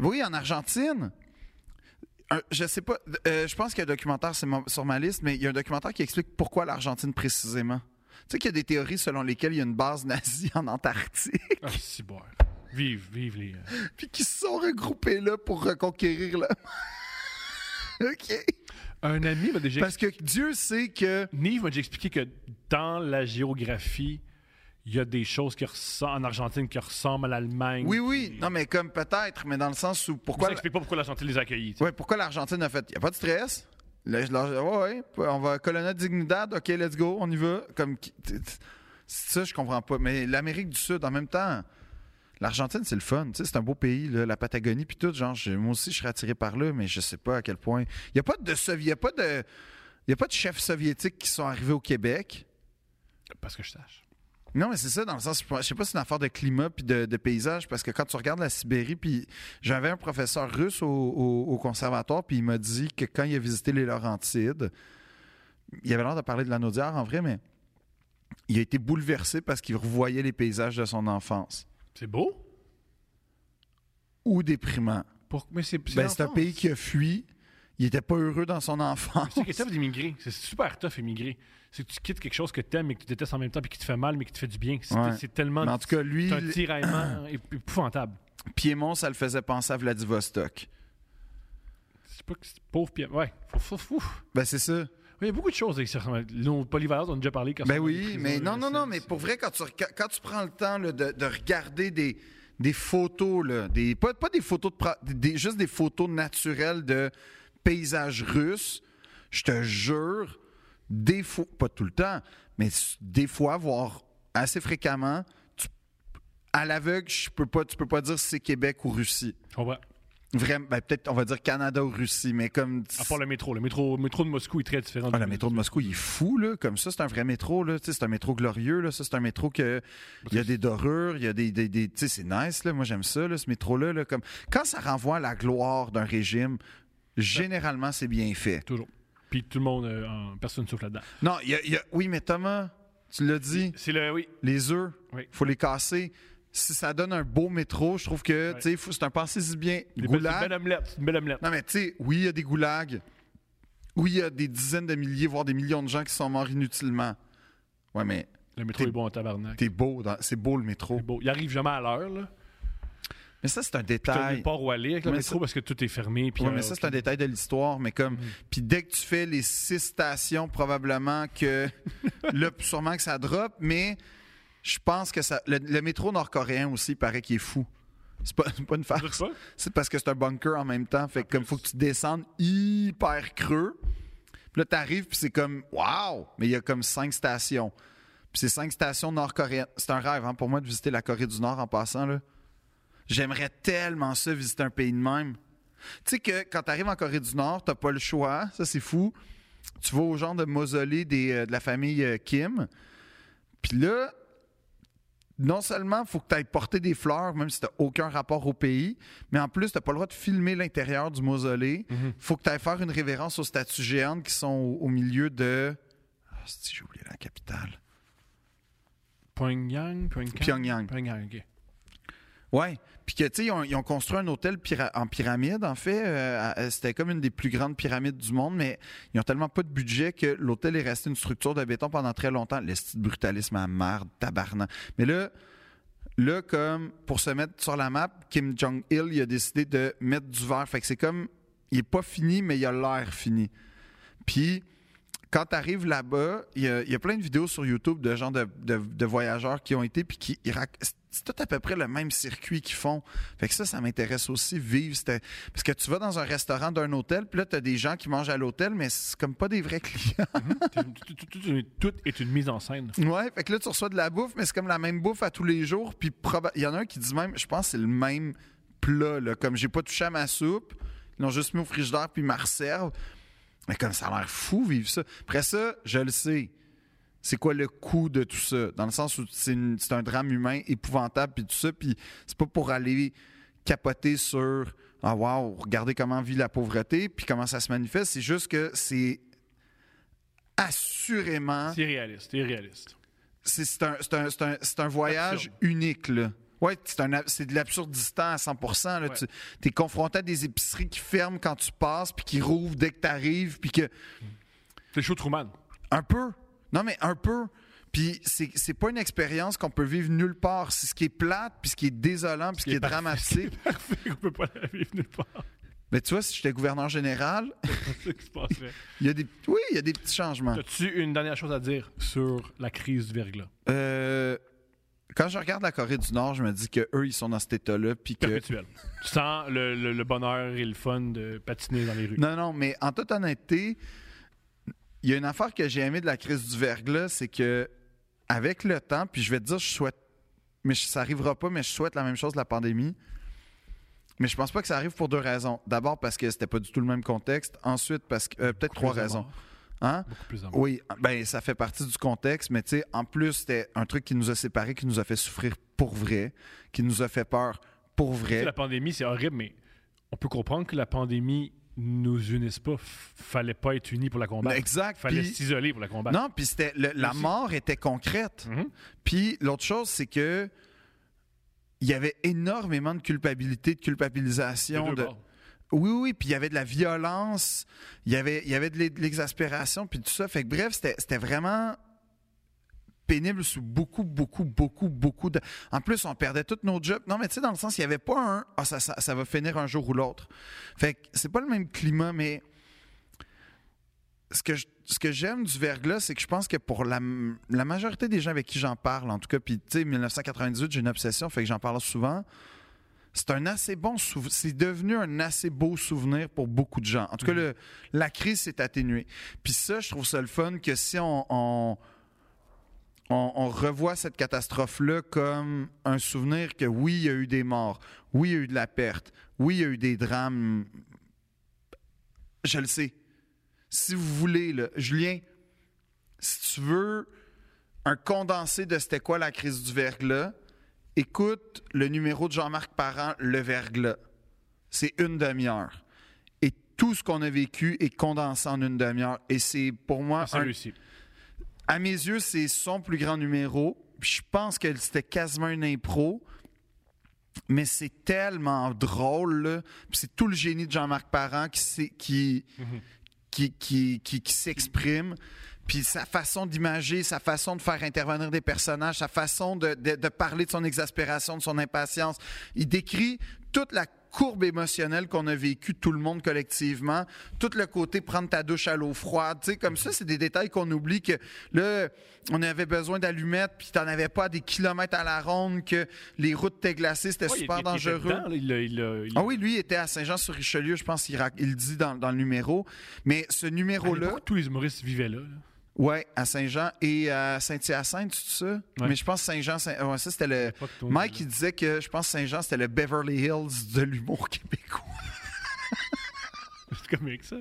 Oui, en Argentine. Un- je sais pas. euh, je pense qu'il y a un documentaire c'est mon- sur ma liste, mais il y a un documentaire qui explique pourquoi l'Argentine précisément. Tu sais qu'il y a des théories selon lesquelles il y a une base nazie en Antarctique. <laughs> ah, si bon. Vive, vive les. euh, puis qui se sont regroupés là pour reconquérir là. <laughs> OK. Un ami m'a déjà Parce que Dieu sait que. Nive m'a déjà expliqué que dans la géographie, il y a des choses qui ressemblent en Argentine qui ressemblent à l'Allemagne. Oui, oui. Non, mais comme peut-être, mais dans le sens où Ça pourquoi. n'explique pas pourquoi l'Argentine les a accueillis. tu sais. Ouais, pourquoi l'Argentine a fait. Il n'y a pas de stress. Là, je leur- ouais, ouais, on va Colonna Dignidad. OK, let's go, on y va. Comme. qui- t- t- Ça, je comprends pas. Mais l'Amérique du Sud, en même temps. L'Argentine, c'est le fun, tu sais, c'est un beau pays, là, la Patagonie, puis tout. Genre, je- moi aussi, je serais attiré par là, mais je sais pas à quel point. Il n'y a pas de sovi- il y a pas de, il y a pas de chefs soviétiques qui sont arrivés au Québec. Parce que je sache. Non, mais c'est ça, dans le sens, je sais pas si c'est une affaire de climat puis de, de paysage, parce que quand tu regardes la Sibérie, puis j'avais un professeur russe au, au- au conservatoire, puis il m'a dit que quand il a visité les Laurentides, il avait l'air de parler de la Naudière en vrai, mais il a été bouleversé parce qu'il revoyait les paysages de son enfance. C'est beau? Ou déprimant. Pour- Mais c'est Ben, c'est un pays qui a fui. Il était pas heureux dans son enfance. C'est que tough d'immigrer. C'est super tough immigrer. C'est que tu quittes quelque chose que t'aimes et que tu détestes en même temps puis qui te fait mal mais qui te fait du bien. C'est Ouais. c'est tellement. Mais en tout cas, lui, c'est un tiraillement <coughs> ép- épouvantable. Piémont, ça le faisait penser à Vladivostok. C'est pas que c'est pauvre puis. Ouais. Faut, faut, faut. Ben, c'est ça. Ouais, Il y a beaucoup de choses qui se ressemblent. Nos polyvalentes, on en a déjà parlé. quand Ben on a des oui, prisons, mais là, non, non, c'est- non, mais c'est- pour vrai, quand tu, rega- quand tu prends le temps là, de, de regarder des, des photos, là, des, pas, pas des photos, de, pra- des- juste des photos naturelles de paysages russes, je te jure, des fois, pas tout le temps, mais s- des fois, voire assez fréquemment, tu- à l'aveugle, je peux pas, tu peux pas dire si c'est Québec ou Russie. Je comprends. Vraiment, ben, peut-être on va dire Canada ou Russie, mais comme À part le métro. Le métro, le métro de Moscou est très différent. Ah, du- le métro de Moscou, il est fou, là. Comme ça, c'est un vrai métro, là. Tu sais, C'est un métro glorieux, là. Ça, c'est un métro que. Il y a des dorures, il y a des. des, des- tu sais, c'est nice, là. Moi, j'aime ça, là, ce métro-là. Là, comme... Quand ça renvoie à la gloire d'un régime, généralement, c'est bien fait. Toujours. Puis tout le monde, euh, en- personne souffle là-dedans. Non, il y a, il y a- Oui, mais Thomas, tu l'as dit, C'est le. Oui. les œufs, Oui. faut les casser. Si ça donne un beau métro, je trouve que, Ouais. tu sais, faut- c'est un pensée si bien. Des belles- Goulag. Une belle omelette. Une belle omelette. Non, mais tu sais, oui, il y a des goulags. Oui, il y a des dizaines de milliers, voire des millions de gens qui sont morts inutilement. Ouais, mais Le métro T'es- est bon en tabarnak. t'es beau, dans- c'est beau le métro. C'est beau. Il arrive jamais à l'heure, là. Mais ça, c'est un T'as détail. nulle part où aller avec le Mais métro ça- parce que tout est fermé. Puis, Mm. Ouais, euh, mais ça, c'est un aucune- détail de l'histoire. Mais comme, puis dès que tu fais les six stations, probablement <laughs> que là, sûrement que ça drop. Mais je pense que ça, le, le métro nord-coréen aussi paraît qu'il est fou. C'est pas, c'est pas une Tu veux farce. ça? C'est parce que c'est un bunker en même temps. Fait que comme faut que tu descendes hyper creux. Puis là, t'arrives, puis c'est comme Waouh! Mais il y a comme cinq stations. Puis c'est cinq stations nord-coréennes. C'est un rêve hein, pour moi de visiter la Corée du Nord en passant. là. J'aimerais tellement ça, visiter un pays de même. Tu sais que quand t'arrives en Corée du Nord, t'as pas le choix. Ça, c'est fou. Tu vas au genre de mausolée des, euh, de la famille euh, Kim. Puis là, non seulement faut que tu ailles porter des fleurs, même si tu aucun rapport au pays, mais en plus, tu pas le droit de filmer l'intérieur du mausolée. faut que tu ailles faire une révérence aux statues géantes qui sont au, au milieu de. Ah, si j'ai oublié la capitale. Pyongyang, Pyongyang. Pyongyang. Pyongyang, ok. Ouais. Puis que, tu sais, ils, ont- ils ont construit un hôtel pyra- en pyramide, en fait. euh, à- C'était comme une des plus grandes pyramides du monde, mais ils ont tellement pas de budget que l'hôtel est resté une structure de béton pendant très longtemps. Le style brutalisme à merde, tabarnak. Mais là, là, comme pour se mettre sur la map, Kim Jong-il, il a décidé de mettre du verre. Fait que c'est comme, il est pas fini, mais il a l'air fini. Puis, quand tu arrives là-bas, il y, a- il y a plein de vidéos sur YouTube de gens de, de- de voyageurs qui ont été, puis qui. ils rac- C'est tout à peu près le même circuit qu'ils font. Fait que ça, ça m'intéresse aussi, vivre. c'était- Parce que tu vas dans un restaurant d'un hôtel, puis là, tu as des gens qui mangent à l'hôtel, mais c'est comme pas des vrais <laughs> clients. <laughs> Tout- tout- tout- tout- Tout est une mise en scène. Ouais, fait que là, tu reçois de la bouffe, mais c'est comme la même bouffe à tous les jours. Puis proba- il y en a un qui dit même, je pense que c'est le même plat, là. Comme j'ai pas touché à ma soupe, ils l'ont juste mis au frigidaire, puis ils me resservent. Mais comme ça a l'air fou, vivre ça. Après ça, je le sais. C'est quoi le coût de tout ça? Dans le sens où c'est une- c'est un drame humain épouvantable, puis tout ça, puis c'est pas pour aller capoter sur Ah, waouh, regardez comment vit la pauvreté, puis comment ça se manifeste. C'est juste que c'est assurément C'est réaliste, c'est réaliste. c'est c'est un, c'est un- c'est un- c'est un voyage Absurde. unique, unique, là. Ouais, c'est un ab- c'est de l'absurdistan à 100 là. Ouais. Tu es confronté à des épiceries qui ferment quand tu passes, puis qui rouvrent dès que tu arrives, puis que... C'est <laughs> chaud Truman. Un peu. Non, mais un peu. Puis c'est c'est pas une expérience qu'on peut vivre nulle part. C'est ce qui est plate, puis ce qui est désolant, puis ce qui est, parfait. dramatique. <laughs> C'est parfait, on peut pas la vivre nulle part. <laughs> Mais tu vois, si j'étais gouverneur général, C'est ce qui se passerait. il y a des... Oui, il y a des petits changements. As-tu une dernière chose à dire sur la crise du verglas? Euh, Quand je regarde la Corée du Nord, je me dis que eux ils sont dans cet état-là, puis que... Perpétuel. Tu sens le, le- le bonheur et le fun de patiner dans les rues. Non, non, mais en toute honnêteté, il y a une affaire que j'ai aimée de la crise du verglas, c'est que avec le temps, puis je vais te dire, je souhaite, mais je- ça arrivera pas, mais je souhaite la même chose de la pandémie. Mais je pense pas que ça arrive pour deux raisons. D'abord parce que c'était pas du tout le même contexte. Ensuite parce que euh, peut-être Plus trois de raisons. mort, Hein? Beaucoup plus d'amour. Oui, ben ça fait partie du contexte, mais tu sais, en plus, c'était un truc qui nous a séparés, qui nous a fait souffrir pour vrai, qui nous a fait peur pour Tu sais, vrai. La pandémie, c'est horrible, mais on peut comprendre que la pandémie nous unisse pas. F- Fallait pas être unis pour la combattre. Exact. Fallait puis- s'isoler pour la combattre. Non, puis c'était le- la Aussi. mort était concrète. Mhm. Puis l'autre chose, c'est que il y avait énormément de culpabilité, de Des culpabilisation. deux de- bords. Oui, oui, puis il y avait de la violence, il y avait, il y avait de l'e- de l'exaspération, puis tout ça. Fait que bref, c'était c'était vraiment pénible sous beaucoup, beaucoup, beaucoup, beaucoup de... En plus, on perdait tous nos jobs. Non, mais tu sais, dans le sens, il n'y avait pas un... Ah, ça, ça, ça va finir un jour ou l'autre. Fait que c'est pas le même climat, mais... Ce que, je- ce que j'aime du verglas, c'est que je pense que pour la, m- la majorité des gens avec qui j'en parle, en tout cas, puis tu sais, 1998, j'ai une obsession, fait que j'en parle souvent, c'est un assez bon souvenir. C'est devenu un assez beau souvenir pour beaucoup de gens. En tout cas, le- la crise s'est atténuée. Puis ça, je trouve ça le fun que si on- on on, on revoit cette catastrophe-là comme un souvenir que oui, il y a eu des morts, oui, il y a eu de la perte, oui, il y a eu des drames. Je le sais. Si vous voulez, là, Julien, si tu veux un condensé de c'était quoi la crise du verglas, écoute le numéro de Jean-Marc Parent, Le Verglas. C'est une demi-heure. Et tout ce qu'on a vécu est condensé en une demi-heure. Et c'est pour moi Ah, un, Celui-ci. à mes yeux, c'est son plus grand numéro. Je pense que c'était quasiment une impro. Mais c'est tellement drôle. là. Puis C'est tout le génie de Jean-Marc Parent qui, s'est- qui, qui, qui, qui- qui s'exprime. Puis sa façon d'imager, sa façon de faire intervenir des personnages, sa façon de, de- de parler de son exaspération, de son impatience. Il décrit toute la courbe émotionnelle qu'on a vécue tout le monde collectivement, tout le côté prendre ta douche à l'eau froide, tu sais, comme ça, c'est des détails qu'on oublie que là, on avait besoin d'allumettes, puis t'en avais pas des kilomètres à la ronde, que les routes étaient glacées, c'était Ouais, il- super il- il était dangereux. dedans, là, il l'a- il l'a- il l'a- Ah oui, lui il était à Saint-Jean-sur-Richelieu, je pense qu'il rac- il le dit dans, dans le numéro. Mais ce À numéro-là, l'époque, Tous les humoristes vivaient là. là. ouais, à Saint-Jean et à Saint-Hyacinthe, c'est ça? Ouais. Mais je pense Saint-Jean, Saint- ouais, ça c'était le. Pas que toi, Mike, là. il disait que je pense Saint-Jean, c'était le Beverly Hills de l'humour <laughs> québécois. <laughs> C'est comique, ça.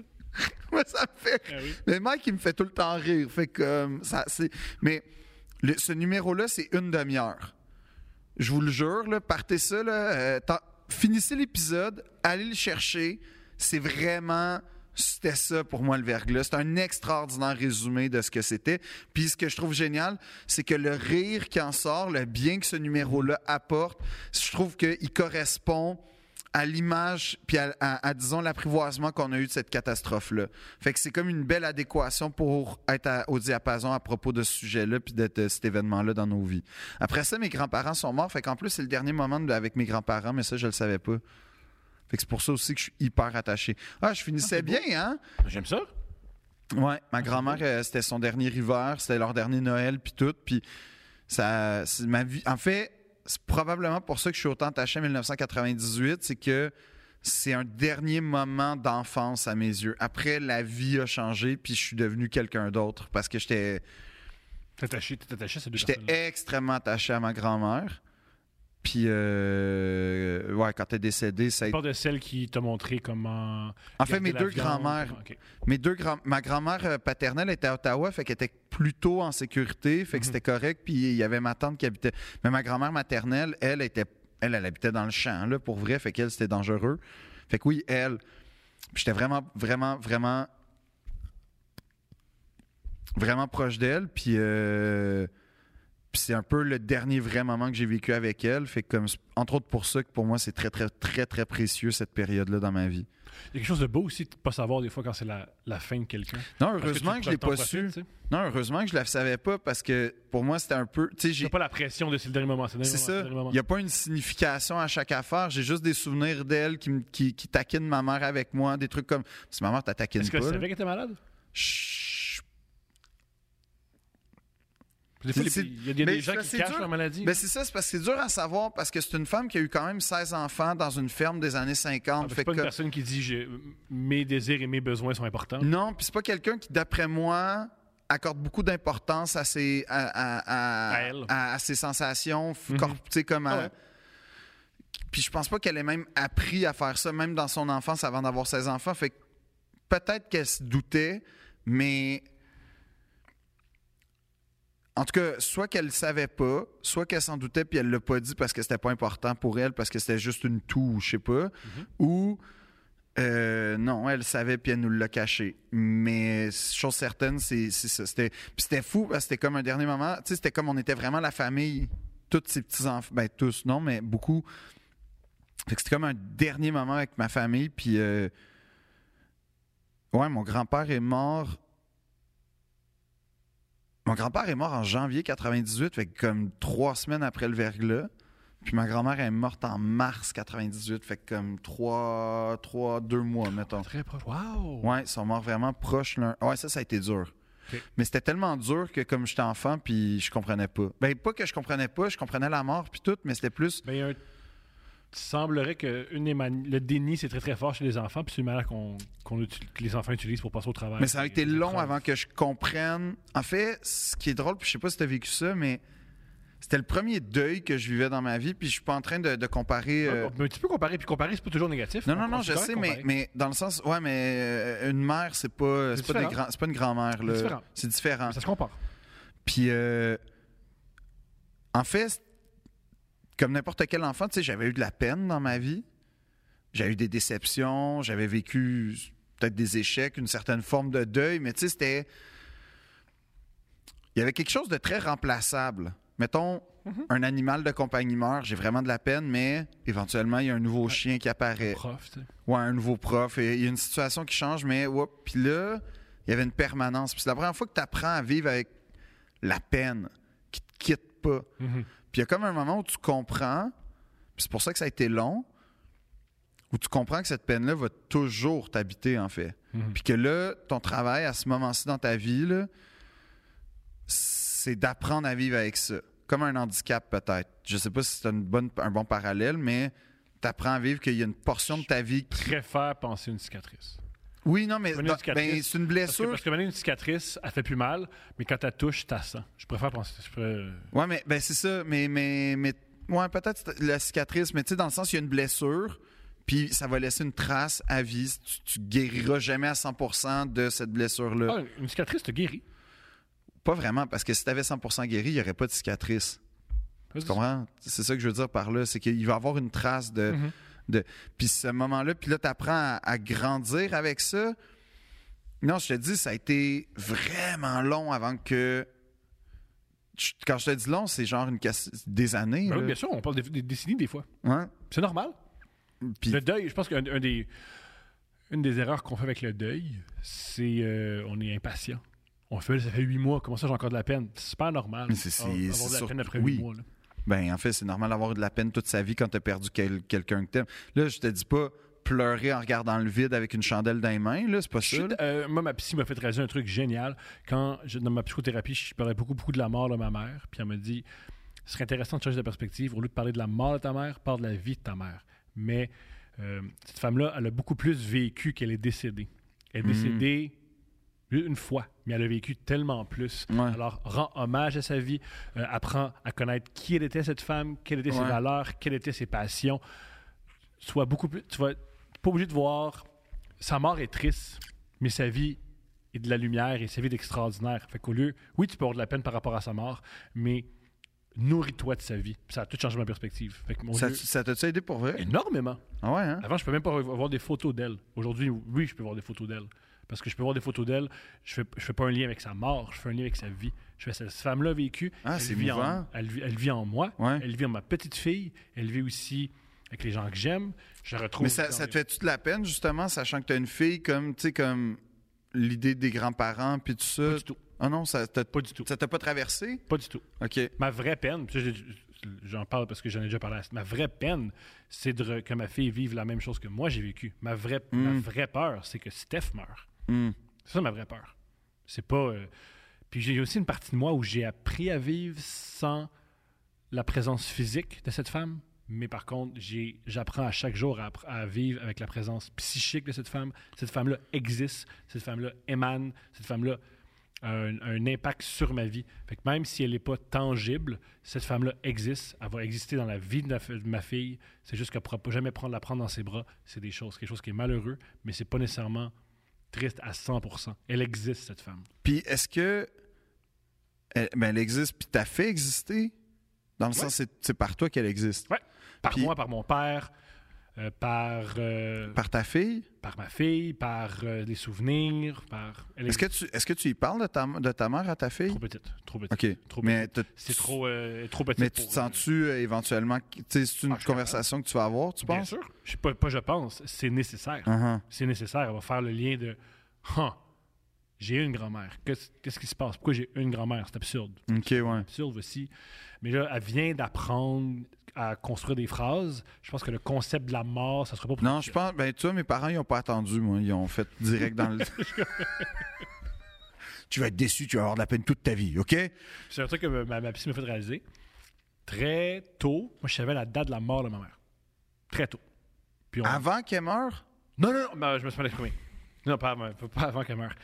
Moi, ça me fait Ah oui. Mais Mike, il me fait tout le temps rire. Fait que, euh, ça, c'est... Mais le- ce numéro-là, c'est une demi-heure. Je vous le jure, là, partez ça. là, euh, t'en- finissez l'épisode, allez le chercher. C'est vraiment... C'était ça pour moi le verglas. C'est un extraordinaire résumé de ce que c'était. Puis ce que je trouve génial, c'est que le rire qui en sort, le bien que ce numéro-là apporte, je trouve qu'il correspond à l'image puis à, à- à, disons l'apprivoisement qu'on a eu de cette catastrophe là. Fait que c'est comme une belle adéquation pour être à- au diapason à propos de ce sujet-là puis de, de cet événement-là dans nos vies. Après ça, mes grands-parents sont morts. Fait qu'en plus c'est le dernier moment de- avec mes grands-parents, mais ça je le savais pas. Fait que c'est pour ça aussi que je suis hyper attaché. Ah, je finissais bien, hein? Ah, J'aime ça. Ouais, ma grand-mère, euh, c'était son dernier hiver, c'était leur dernier Noël, puis tout. Puis ça, c'est ma vie. En fait, c'est probablement pour ça que je suis autant attaché à 1998, c'est que c'est un dernier moment d'enfance à mes yeux. Après, la vie a changé, puis je suis devenu quelqu'un d'autre parce que j'étais, T'es attaché, t'es attaché à ces deux j'étais personnes extrêmement attaché à ma grand-mère. Puis, euh, ouais, quand elle est décédée, ça a Tu parles de celle qui t'a montré comment. En fait, garder mes la deux viande, grands-mères, comment- ok. Mes deux grands, ma grand-mère euh, paternelle était à Ottawa, fait qu'elle était plutôt en sécurité, fait que Mhm. c'était correct. Puis il y avait ma tante qui habitait. Mais ma grand-mère maternelle, elle était, elle, elle habitait dans le champ là pour vrai, fait qu'elle c'était dangereux. Fait que oui, elle. Puis j'étais vraiment, vraiment, vraiment, vraiment proche d'elle. Puis euh, puis c'est un peu le dernier vrai moment que j'ai vécu avec elle. Fait que comme entre autres pour ça que pour moi c'est très, très, très, très précieux cette période là dans ma vie. Il y a quelque chose de beau aussi de pas savoir des fois quand c'est la, la fin de quelqu'un. Non, Parce heureusement tu que, je l'ai t'en pas su. profites, tu sais. Non, heureusement que je la savais pas parce que pour moi, c'était un peu. Tu sais, T'as j'ai- pas la pression de c'est le dernier moment. C'est le c'est dernier ça. moment, Il n'y a pas une signification à chaque affaire. J'ai juste des souvenirs d'elle qui, me- qui, qui taquinent ma mère avec moi, des trucs comme. Si ma mère t'a c'est taquiné le dernier moment. Est-ce que pas. tu là. savais qu'elle était malade? Chut. Des fois, C'est- Il y a des, mais gens ça, qui c'est cachent dur. leur maladie. Ben, c'est ça, c'est parce que c'est dur à savoir parce que c'est une femme qui a eu quand même 16 enfants dans une ferme des années 50. Ah, ben, Fait c'est pas une que- personne qui dit j'ai- mes désirs et mes besoins sont importants. Non, puis c'est pas quelqu'un qui, d'après moi, accorde beaucoup d'importance à ses, à, à- à- À elle. à- à ses sensations, f- Mhm. corp- tu sais, comme à- Ah ouais. Puis je pense pas qu'elle ait même appris à faire ça, même dans son enfance, avant d'avoir 16 enfants. Fait que peut-être qu'elle se doutait, mais... En tout cas, soit qu'elle le savait pas, soit qu'elle s'en doutait puis elle l'a pas dit parce que c'était pas important pour elle, parce que c'était juste une toux, ou je sais pas, Mhm. ou euh, non, elle savait puis elle nous l'a caché. Mais chose certaine, c'est c'est ça. C'était puis c'était fou parce que c'était comme un dernier moment. Tu sais, c'était comme on était vraiment la famille, tous ces petits enfants, ben tous, non, mais beaucoup. Fait que c'était comme un dernier moment avec ma famille. Puis euh, ouais, mon grand-père est mort. Mon grand-père est mort en janvier 98, fait que comme trois semaines après le verglas. Puis ma grand-mère est morte en mars 98, fait que comme trois, trois, deux mois, mettons. Très proche. Wow! Ouais, ils sont morts vraiment proches l'un. Ouais, ça, ça a été dur. Ok. Mais c'était tellement dur que comme j'étais enfant, puis je comprenais pas. Ben, pas que je comprenais pas, je comprenais la mort, puis tout, mais c'était plus... Ben, il y a un semblerait que une des mani- le déni, c'est très très fort chez les enfants, puis c'est une manière qu'on, qu'on uti- que les enfants utilisent pour passer au travail. Mais ça a été long avant que je comprenne. En fait, ce qui est drôle, puis je sais pas si tu as vécu ça, mais c'était le premier deuil que je vivais dans ma vie, puis je suis pas en train de, de comparer. euh, Mais tu peux comparer, puis comparer, c'est pas toujours négatif. Non, On- non, Ah, on non, peut je quand même sais, mais, comparer. mais dans le sens, ouais, mais euh, une mère, c'est pas, C'est c'est pas, des différent. grands- c'est pas une grand-mère. là. C'est différent. C'est différent. Ça se compare. Puis, euh, en fait, c'est- comme n'importe quel enfant, tu sais, j'avais eu de la peine dans ma vie. J'avais eu des déceptions, j'avais vécu peut-être des échecs, une certaine forme de deuil, mais tu sais, c'était. Il y avait quelque chose de très remplaçable. Mettons, un animal de compagnie meurt, j'ai vraiment de la peine, mais éventuellement, il y a un nouveau chien qui apparaît. Prof, tu sais. Ouais, un nouveau prof. et Il y a une situation qui change, mais oups, puis là, il y avait une permanence. Puis c'est la première fois que tu apprends à vivre avec la peine qui te quitte pas. Mhm. Puis il y a comme un moment où tu comprends, puis c'est pour ça que ça a été long, où tu comprends que cette peine-là va toujours t'habiter, en fait. Mhm. Puis que là, ton travail à ce moment-ci dans ta vie, là, c'est d'apprendre à vivre avec ça. Comme un handicap, peut-être. Je sais pas si c'est une bonne, un bon parallèle, mais t'apprends à vivre qu'il y a une portion de ta vie qui Préfère penser une cicatrice. oui, non, mais Une dans- cicatrice. ben, c'est une Parce que, blessure. parce que maintenant, une cicatrice, elle fait plus mal, mais quand elle touche, t'as sens. Je préfère penser. je préfère- Ouais, mais ben, c'est ça. Mais, mais, mais ouais, peut-être c'est la cicatrice, mais tu sais, dans le sens, il y a une blessure, puis ça va laisser une trace à vie. Tu, tu guériras jamais à 100 de cette blessure-là. Ah, une cicatrice te guérit. Pas vraiment, parce que si tu avais 100 guéri, il n'y aurait pas de cicatrice. Tu comprends? C'est ça que je veux dire par là. C'est qu'il va y avoir une trace de. Mhm. de puis ce moment-là, puis là, tu apprends à, à grandir avec ça. Non, je te dis, ça a été vraiment long avant que. je- Quand je te dis long, c'est genre une casse- des années. Ben oui, là. bien sûr, on parle des, des décennies des fois. Hein? C'est normal. Puis- Le deuil, je pense qu'une des, une des erreurs qu'on fait avec le deuil, c'est euh, on est impatient. On fait, ça fait huit mois, comment ça j'ai encore de la peine? C'est super normal. Mais c'est- c'est- avoir de la c'est sûr- peine après oui. huit mois. là. Ben, en fait, c'est normal d'avoir de la peine toute sa vie quand t'as perdu quel- quelqu'un que t'aimes. Là, je te dis pas pleurer en regardant le vide avec une chandelle dans les mains, là, c'est pas Je ça. suis- là. euh, moi, ma psy m'a fait réaliser un truc génial. Quand, je- dans ma psychothérapie, je parlais beaucoup, beaucoup de la mort de ma mère. Puis elle m'a dit ce serait intéressant de changer de perspective. Au lieu de parler de la mort de ta mère, parle de la vie de ta mère. Mais euh, cette femme-là, elle a beaucoup plus vécu qu'elle est décédée. Elle est Mm. décédée une fois, mais elle a vécu tellement plus. Ouais. Alors, rend hommage à sa vie, euh, apprend à connaître qui elle était, cette femme, quelles étaient ses Ouais. valeurs, quelles étaient ses passions. Sois beaucoup plus. Tu vas pas obligé de voir. Sa mort est triste, mais sa vie est de la lumière et sa vie est extraordinaire. Fait qu'au lieu. Oui, tu peux avoir de la peine par rapport à sa mort, mais nourris-toi de sa vie. Ça a tout changé ma perspective. Fait que mon Ça, Dieu, ça t'a-tu aidé pour vrai? énormément. Ah ouais, hein? Avant, je peux même pas avoir des photos d'elle. Aujourd'hui, oui, je peux voir des photos d'elle. Parce que je peux voir des photos d'elle, je fais, je fais pas un lien avec sa mort, je fais un lien avec sa vie. Je fais cette femme-là a vécu. Ah, elle, c'est vit en, mouvant. elle, vit- elle vit en moi, Ouais. elle vit en ma petite fille, elle vit aussi avec les gens que j'aime. Je la retrouve. Mais ça, dans ça les- te fait-tu de la peine, justement, sachant que t'as une fille comme, tu sais, comme l'idée des grands-parents, puis tout ça? Pas du tout. Ah non, ça t'a Pas du tout. ça t'a pas traversé? Pas du tout. OK. Ma vraie peine, puis ça, j'ai- j'en parle parce que j'en ai déjà parlé, à- ma vraie peine, c'est de re- que ma fille vive la même chose que moi j'ai vécu. Ma vraie, ma Mm. vraie peur, c'est que Steph meure. Hmm. C'est ça ma vraie peur. C'est pas. euh, Puis j'ai aussi une partie de moi où j'ai appris à vivre sans la présence physique de cette femme. Mais par contre, j'ai- j'apprends à chaque jour à, appr- à vivre avec la présence psychique de cette femme. Cette femme-là existe. Cette femme-là émane. Cette femme-là a un, un impact sur ma vie. Fait que même si elle n'est pas tangible, cette femme-là existe. Elle va exister dans la vie de, la fi- de ma fille. C'est juste qu'elle ne pourra pas jamais prendre, la prendre dans ses bras. C'est des choses, quelque chose qui est malheureux, mais c'est pas nécessairement triste à 100%. Elle existe, cette femme. Puis est-ce que. Elle, ben, elle existe, puis t'as fait exister? Dans le Ouais. sens, c'est- c'est par toi qu'elle existe. Par Puis- moi, par mon père, euh, par, euh, par... Par ta fille? ma fille, par euh, des souvenirs, par... Elle Est-ce que, existe. tu, est-ce que tu y parles de ta, de ta mère à ta fille? Trop petite, trop petite. OK. Trop mais t'as- C'est trop, euh, trop petite Mais tu pour- te sens-tu euh, éventuellement. que- tu sais, C'est une Ah, je suis conversation que tu vas avoir, tu Bien penses? sûr. Je, pas, pas je pense, c'est nécessaire. Uh-huh. c'est nécessaire. On va faire le lien de Ah, j'ai une grand-mère. Qu'est-ce qu'est-ce qui se passe? Pourquoi j'ai une grand-mère? C'est absurde. ah. Ok, ouais. Absurde aussi. Mais là, elle vient d'apprendre à construire des phrases. Je pense que le concept de la mort, ça sera pas pour Non, je pense. Ben, tu vois, mes parents, ils n'ont pas attendu, moi. Ils ont fait direct dans le. <laughs> tu vas être déçu, tu vas avoir de la peine toute ta vie, OK? C'est un truc que ma, ma psy m'a fait réaliser. Très tôt, moi, je savais la date de la mort de ma mère. Très tôt. Puis on- Avant qu'elle meure? <laughs> Non, non, non, ben, je me suis mal exprimé. Non, pas avant, pas avant qu'elle meure.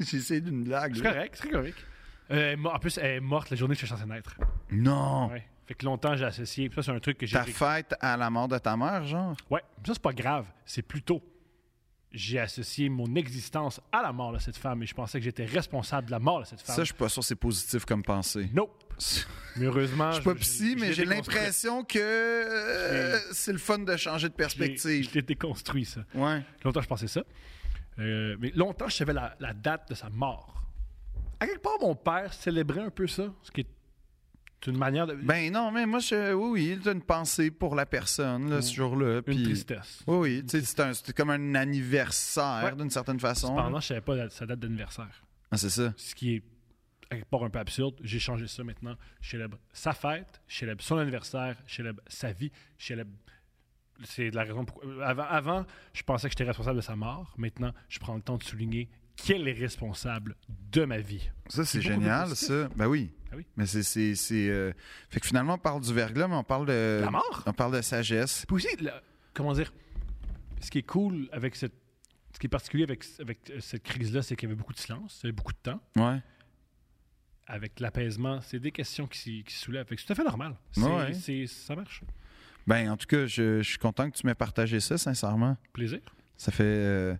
J'ai essayé d'une blague. C'est là. correct, c'est correct. Euh, elle est mo- en plus, elle est morte la journée que je suis censé naître. Non! Ouais. Fait que longtemps, j'ai associé. Puis ça, c'est un truc que j'ai. Ta fête à la mort de ta mère, genre? Ouais, ça, c'est pas grave. C'est plutôt. J'ai associé mon existence à la mort de cette femme et je pensais que j'étais responsable de la mort de cette femme. Ça, je suis pas sûr que c'est positif comme pensée. Nope. Ah, Je Mais heureusement. suis pas psy, mais l'ai j'ai déconstruit. l'impression que euh, Je c'est le fun de changer de Je l'ai- perspective. Je l'ai déconstruit, ça. Ouais. Longtemps, je pensais ça. Euh, mais longtemps, je savais la, la date de sa mort. À quelque part, mon père célébrait un peu ça, ce qui est une manière de. Ben non, mais moi, je, oui, oui, t'as une pensée pour la personne, là, ce jour-là. une puis- tristesse. Oui, oui, tu sais, c'est un- c'est comme un anniversaire, Ouais. d'une certaine façon. Cependant, je savais pas la- sa date d'anniversaire. Ah, c'est ça. Ce qui est à quelque part un peu absurde. J'ai changé ça maintenant. Je célèbre sa fête, je célèbre son anniversaire, je célèbre sa vie, je célèbre. C'est la raison pourquoi. Avant, avant, je pensais que j'étais responsable de sa mort. Maintenant, je prends le temps de souligner qu'elle est responsable de ma vie. Ça, c'est beaucoup plus génial, positif. ça. Ben oui. Ah oui. Mais c'est. c'est- c'est, euh, Fait que finalement, on parle du verglas, mais on parle de. La mort? On parle de sagesse. Puis aussi, le- comment dire, ce qui est cool avec cette. Ce qui est particulier avec, avec euh, cette crise-là, c'est qu'il y avait beaucoup de silence, il y avait beaucoup de temps. Ouais. Avec l'apaisement, c'est des questions qui, s'y- qui se soulèvent. Fait que C'est tout à fait normal. C'est- Ouais. c'est- ça marche. Ben, en tout cas, je, je suis content que tu m'aies partagé ça, sincèrement. Plaisir. Ça fait. euh,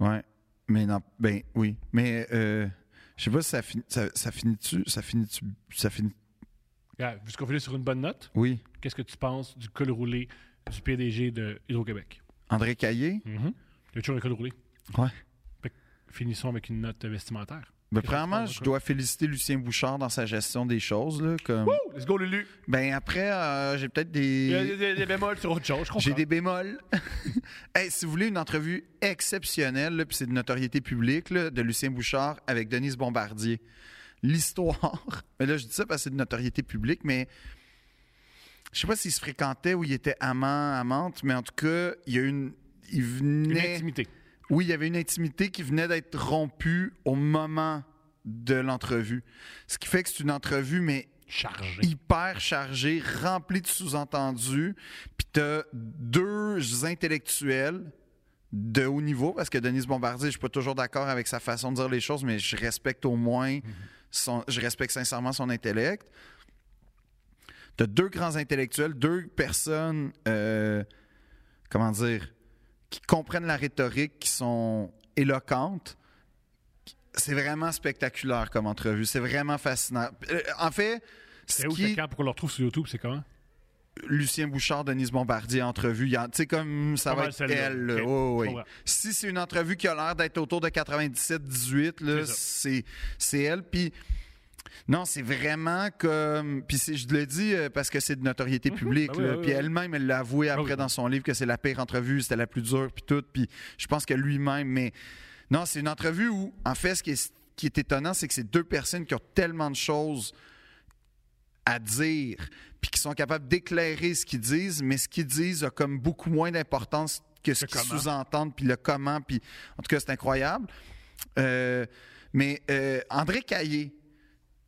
Ouais. Mais non. Ben oui. Mais euh, je sais pas si ça, finit ça, ça finit-tu. Ça finit-tu. Ça finit. Regarde, Vu qu'on finit sur une bonne note, Oui. qu'est-ce que tu penses du col roulé du PDG de Hydro-Québec? André Caillé? Il y a toujours un col roulé. Mm-hmm. Ouais. Fait que finissons avec une note vestimentaire. Ben, Qu'est-ce que tu premièrement, penses, je toi? dois féliciter Lucien Bouchard dans sa gestion des choses. Là, comme... Wouh! Let's go, Lulu! Ben après, euh, j'ai peut-être Il y a des, des. des- des bémols sur autre chose, je comprends. J'ai des bémols. <laughs> Hey, si vous voulez une entrevue exceptionnelle, là, puis c'est de notoriété publique, là, de Lucien Bouchard avec Denise Bombardier. L'histoire. <laughs> Mais là, je dis ça parce que c'est de notoriété publique, mais je sais pas s'ils se fréquentaient ou ils étaient amants, amantes, mais en tout cas, il y a une. Il Une venait. intimité. Oui, il y avait une intimité qui venait d'être rompue au moment de l'entrevue. Ce qui fait que c'est une entrevue, mais Chargée. hyper chargée, remplie de sous-entendus. Puis t'as deux intellectuels de haut niveau, parce que Denise Bombardier, je suis pas toujours d'accord avec sa façon de dire les choses, mais je respecte au moins, Mhm. son- je respecte sincèrement son intellect. T'as deux grands intellectuels, deux personnes, euh, comment dire, qui comprennent la rhétorique, qui sont éloquentes. C'est vraiment spectaculaire comme entrevue. C'est vraiment fascinant. Euh, En fait, C'est ce où, qui c'est quand, pour qu'on le retrouve sur YouTube, c'est comment? Lucien Bouchard, Denise Bombardier, entrevue. il y en- Tu sais, comme ça Pas va mal être celle-là. elle. là. Ok, Ouais, ouais. je comprends. Ah Si c'est une entrevue qui a l'air d'être autour de 97-18, là, C'est ça. c'est c'est elle. Puis. Non, c'est vraiment comme. Puis c'est- je le dis euh, parce que c'est de notoriété publique. Ben oui, là. oui, puis oui. elle-même, elle l'a avoué après oui. dans son livre que c'est la pire entrevue, c'était la plus dure, puis tout. Puis je pense que lui-même. Mais non, c'est une entrevue où, en fait, ce qui est, qui est étonnant, c'est que c'est deux personnes qui ont tellement de choses à dire, puis qui sont capables d'éclairer ce qu'ils disent, mais ce qu'ils disent a comme beaucoup moins d'importance que ce Le qu'ils comment. sous-entendent, puis le comment, puis en tout cas, c'est incroyable. Euh, mais euh, André Caillé,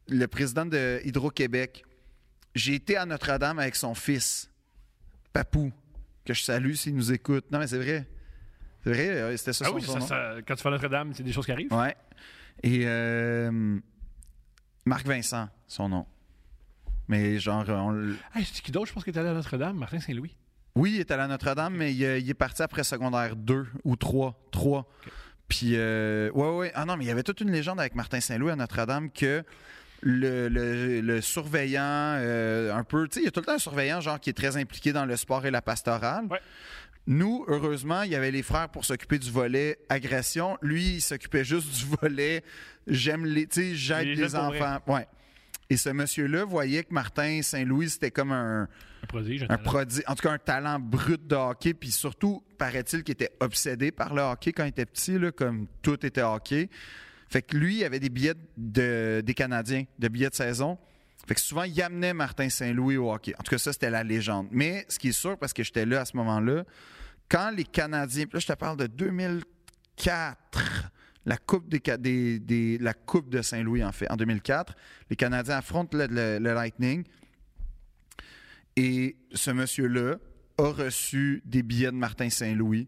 le président de Hydro-Québec, j'ai été à Notre-Dame avec son fils, Papou, que je salue s'il nous écoute. Non, mais c'est vrai. C'est vrai, euh, c'était ça Ah son, oui, son ça- nom. ça- quand tu fais Notre-Dame, c'est des choses qui arrivent. Ouais. Et euh, Marc Vincent, son nom. Mais genre, on l- Ah, c'est qui d'autre, je pense, qui est allé à Notre-Dame? Martin Saint-Louis. oui, il est allé à Notre-Dame, mais il, euh, il est parti après secondaire 2 ou 3. 3. Puis, euh, ouais, ouais. Ah non, mais il y avait toute une légende avec Martin Saint-Louis à Notre-Dame que le, le- le surveillant, euh, un peu, tu sais, il y a tout le temps un surveillant, genre, qui est très impliqué dans le sport et la pastorale. Ouais. Nous, heureusement, il y avait les frères pour s'occuper du volet agression. Lui, il s'occupait juste du volet j'aime les, tu sais, j'aide Les les, jeunes pour vrai. enfants. Ouais. Et ce monsieur-là voyait que Martin Saint-Louis, c'était comme un, Un prodige. un talent. prodige, en tout cas un talent brut de hockey, puis surtout, paraît-il qu'il était obsédé par le hockey quand il était petit, là, comme tout était hockey. Fait que lui, il avait des billets de, des Canadiens, de billets de saison. Fait que souvent, il amenait Martin Saint-Louis au hockey. En tout cas, ça, c'était la légende. Mais ce qui est sûr, parce que j'étais là à ce moment-là, quand les Canadiens, puis là, je te parle de 2004, la Coupe, des, Ca- des- des- la coupe de Saint-Louis, en fait, en 2004, les Canadiens affrontent le- le- le Lightning. Et ce monsieur-là, a reçu des billets de Martin Saint-Louis.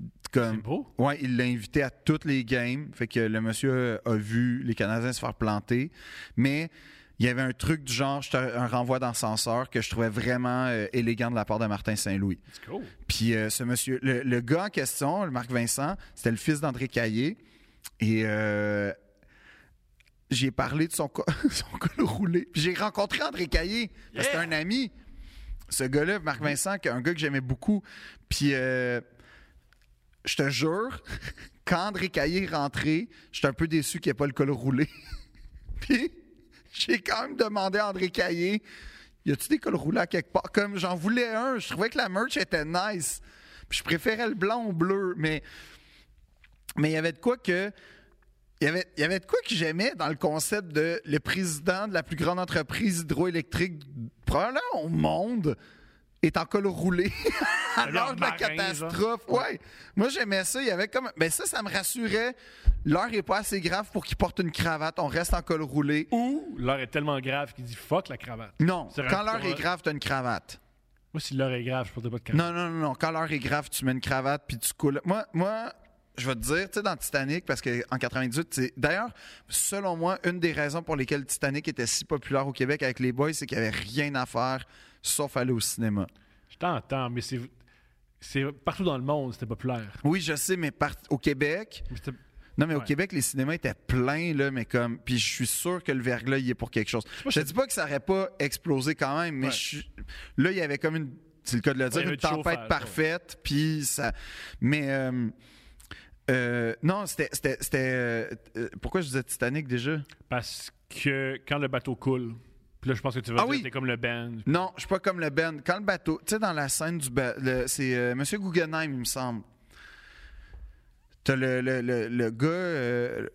C'est Comme, beau. ouais, il l'a invité à toutes les games. Fait que le monsieur a vu les Canadiens se faire planter. Mais il y avait un truc du genre, j'étais un un renvoi d'ascenseur que je trouvais vraiment euh, élégant de la part de Martin Saint-Louis. Let's go. Puis euh, ce monsieur, le, le gars en question, le Marc Vincent, c'était le fils d'André Caillé. Et euh, j'ai parlé de son, co- <laughs> son col roulé. Puis j'ai rencontré André Caillé. parce que C'était un ami. Ce gars-là, Marc Vincent, qui est un gars que j'aimais beaucoup. Puis euh, je te jure, <laughs> quand André Caillé est rentré, j'étais un peu déçu qu'il n'y ait pas le col roulé. <laughs> Puis <laughs> j'ai quand même demandé à André Caillé y a-tu des cols roulés à quelque part? Comme j'en voulais un, je trouvais que la merch était nice. Puis je préférais le blanc au bleu, mais mais il y avait de quoi que il y avait, il y avait de quoi que j'aimais dans le concept de le président de la plus grande entreprise hydroélectrique probablement au monde est en col roulé <laughs> à Salut, l'heure de la Martin, genre. catastrophe. Ouais. Moi j'aimais ça, il y avait comme mais ça ça me rassurait. L'heure est pas assez grave pour qu'il porte une cravate, on reste en col roulé. Ou l'heure est tellement grave qu'il dit fuck la cravate. Non, C'est quand vrai, l'heure toi, est grave, t'as une cravate. Moi, si l'heure est grave, je portais pas de cravate. Non, non, non, non. Quand l'heure est grave, tu mets une cravate puis tu coules. Moi, moi je vais te dire, tu sais, dans Titanic, parce qu'en 98, c'est- d'ailleurs, selon moi, une des raisons pour lesquelles Titanic était si populaire au Québec avec les boys, c'est qu'il n'y avait rien à faire sauf aller au cinéma. Je t'entends, mais c'est. C'est partout dans le monde, c'était populaire. Oui, je sais, mais par- au Québec, Mais c'était- non, mais au Ouais. Québec, les cinémas étaient pleins, là, mais comme. Puis je suis sûr que le verglas, il est pour quelque chose. pas Je te dis pas que ça aurait pas explosé quand même, mais Ouais. je suis- là, il y avait comme une. C'est le cas de le il y dire, avait une du chauffage, tempête ouais. parfaite, puis ça. Mais. euh, euh, non, c'était. c'était- c'était, euh, euh, pourquoi je disais Titanic déjà? Parce que quand le bateau coule, puis là, je pense que tu vas Ah dire oui. t'es comme le band. Non, je suis pas comme le Ben. Quand le bateau, tu sais, dans la scène du ba- le- c'est euh, Monsieur Guggenheim, il me semble. T'as le, le, le, le gars, euh,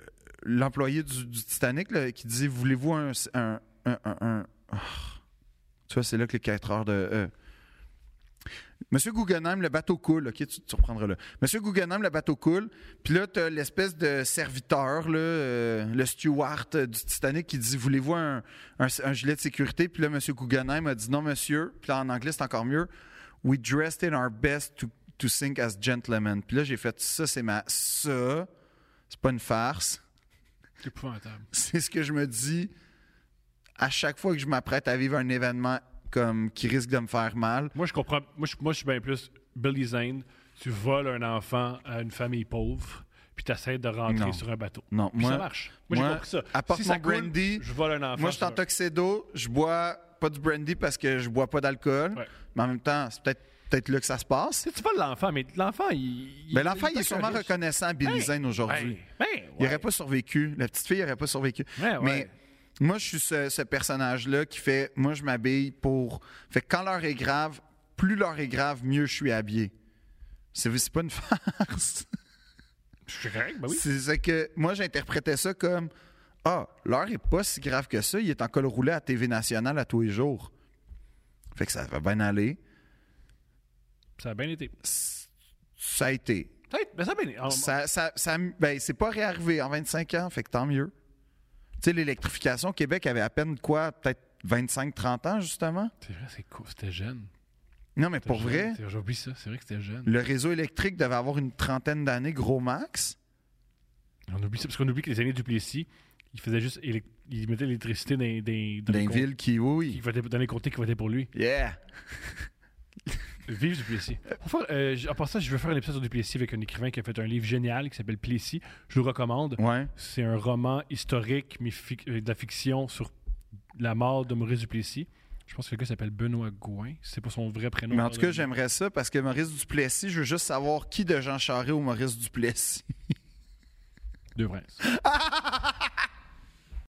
l'employé du, du Titanic, là, qui dit Voulez-vous un. un, un, un- un- Oh. Tu vois, c'est là que les 4 heures de. euh. Monsieur Guggenheim, le bateau coule. Ok, tu, tu reprendras là. Monsieur Guggenheim, le bateau coule. Puis là, t'as l'espèce de serviteur, là, euh, le steward euh, du Titanic, qui dit Voulez-vous un, un, un gilet de sécurité. Puis là, M. Guggenheim a dit non, monsieur. Puis là, en anglais, c'est encore mieux. We dressed in our best to, to sink as gentlemen. Puis là, j'ai fait ça, c'est ma. Ça, c'est pas une farce. <laughs> C'est épouvantable. C'est ce que je me dis à chaque fois que je m'apprête à vivre un événement comme qui risque de me faire mal. Moi, je comprends. Moi, je, moi, je suis bien plus Billy Zane. Tu voles un enfant à une famille pauvre, puis tu essaies de rentrer Non. sur un bateau. Non, Puis moi- ça marche. Moi, j'ai moi, compris ça. apporte si ça mon coule, brandy. je vole un enfant. Moi, je suis sur en un- tuxedo. Je bois pas du brandy parce que je bois pas d'alcool. Ouais. Mais en même temps, c'est peut-être peut-être là que ça se passe. Tu sais, tu voles l'enfant, mais l'enfant, il. Mais l'enfant, il est pas sûrement correct. reconnaissant à Billy Hey, Zane aujourd'hui. Ben, ben, Il ouais. n'aurait pas survécu. La petite fille n'aurait pas survécu. Ouais, ouais. Mais moi, je suis ce, ce personnage-là qui fait moi, je m'habille pour. Fait que quand l'heure est grave, plus l'heure est grave, mieux je suis habillé. C'est c'est pas une <laughs> farce. Je suis correct, ben oui. C'est c'est que moi, j'interprétais ça comme Ah, l'heure est pas si grave que ça, il est en col roulé à TV nationale à tous les jours. Fait que ça va bien aller. Ça a bien été. C- Ça a été. Peut-être, mais ça a bien été. En- Ça, ça- ça- ben, c'est pas réarrivé en 25 ans, fait que tant mieux. Tu sais, l'électrification au Québec avait à peine quoi, peut-être 25-30 ans, justement. C'est vrai, c'est cool. C'était jeune. Non, mais pour C'était vrai, jeune. C'est- J'ai oublié ça. C'est vrai que c'était jeune. le réseau électrique devait avoir une trentaine d'années, gros max. On oublie ça parce qu'on oublie que les années du Plessis, ils faisaient juste. élec- Ils mettaient l'électricité dans, les- dans, Dans les une comtés ville qui, qui oui. votaient- dans les comtés qui votaient pour lui. Yeah! Vive Duplessis. Pour faire, euh, j- en passant, je veux faire un épisode sur Duplessis avec un écrivain qui a fait un livre génial qui s'appelle Plessis. Je vous le recommande. Ouais. C'est un roman historique, mais fic- euh, de la fiction sur la mort de Maurice Duplessis. Je pense que le gars s'appelle Benoît Gouin. C'est pas son vrai prénom. Mais en tout cas, pardonnez-moi. j'aimerais ça parce que Maurice Duplessis, je veux juste savoir qui de Jean Charest ou Maurice Duplessis. De Vrince.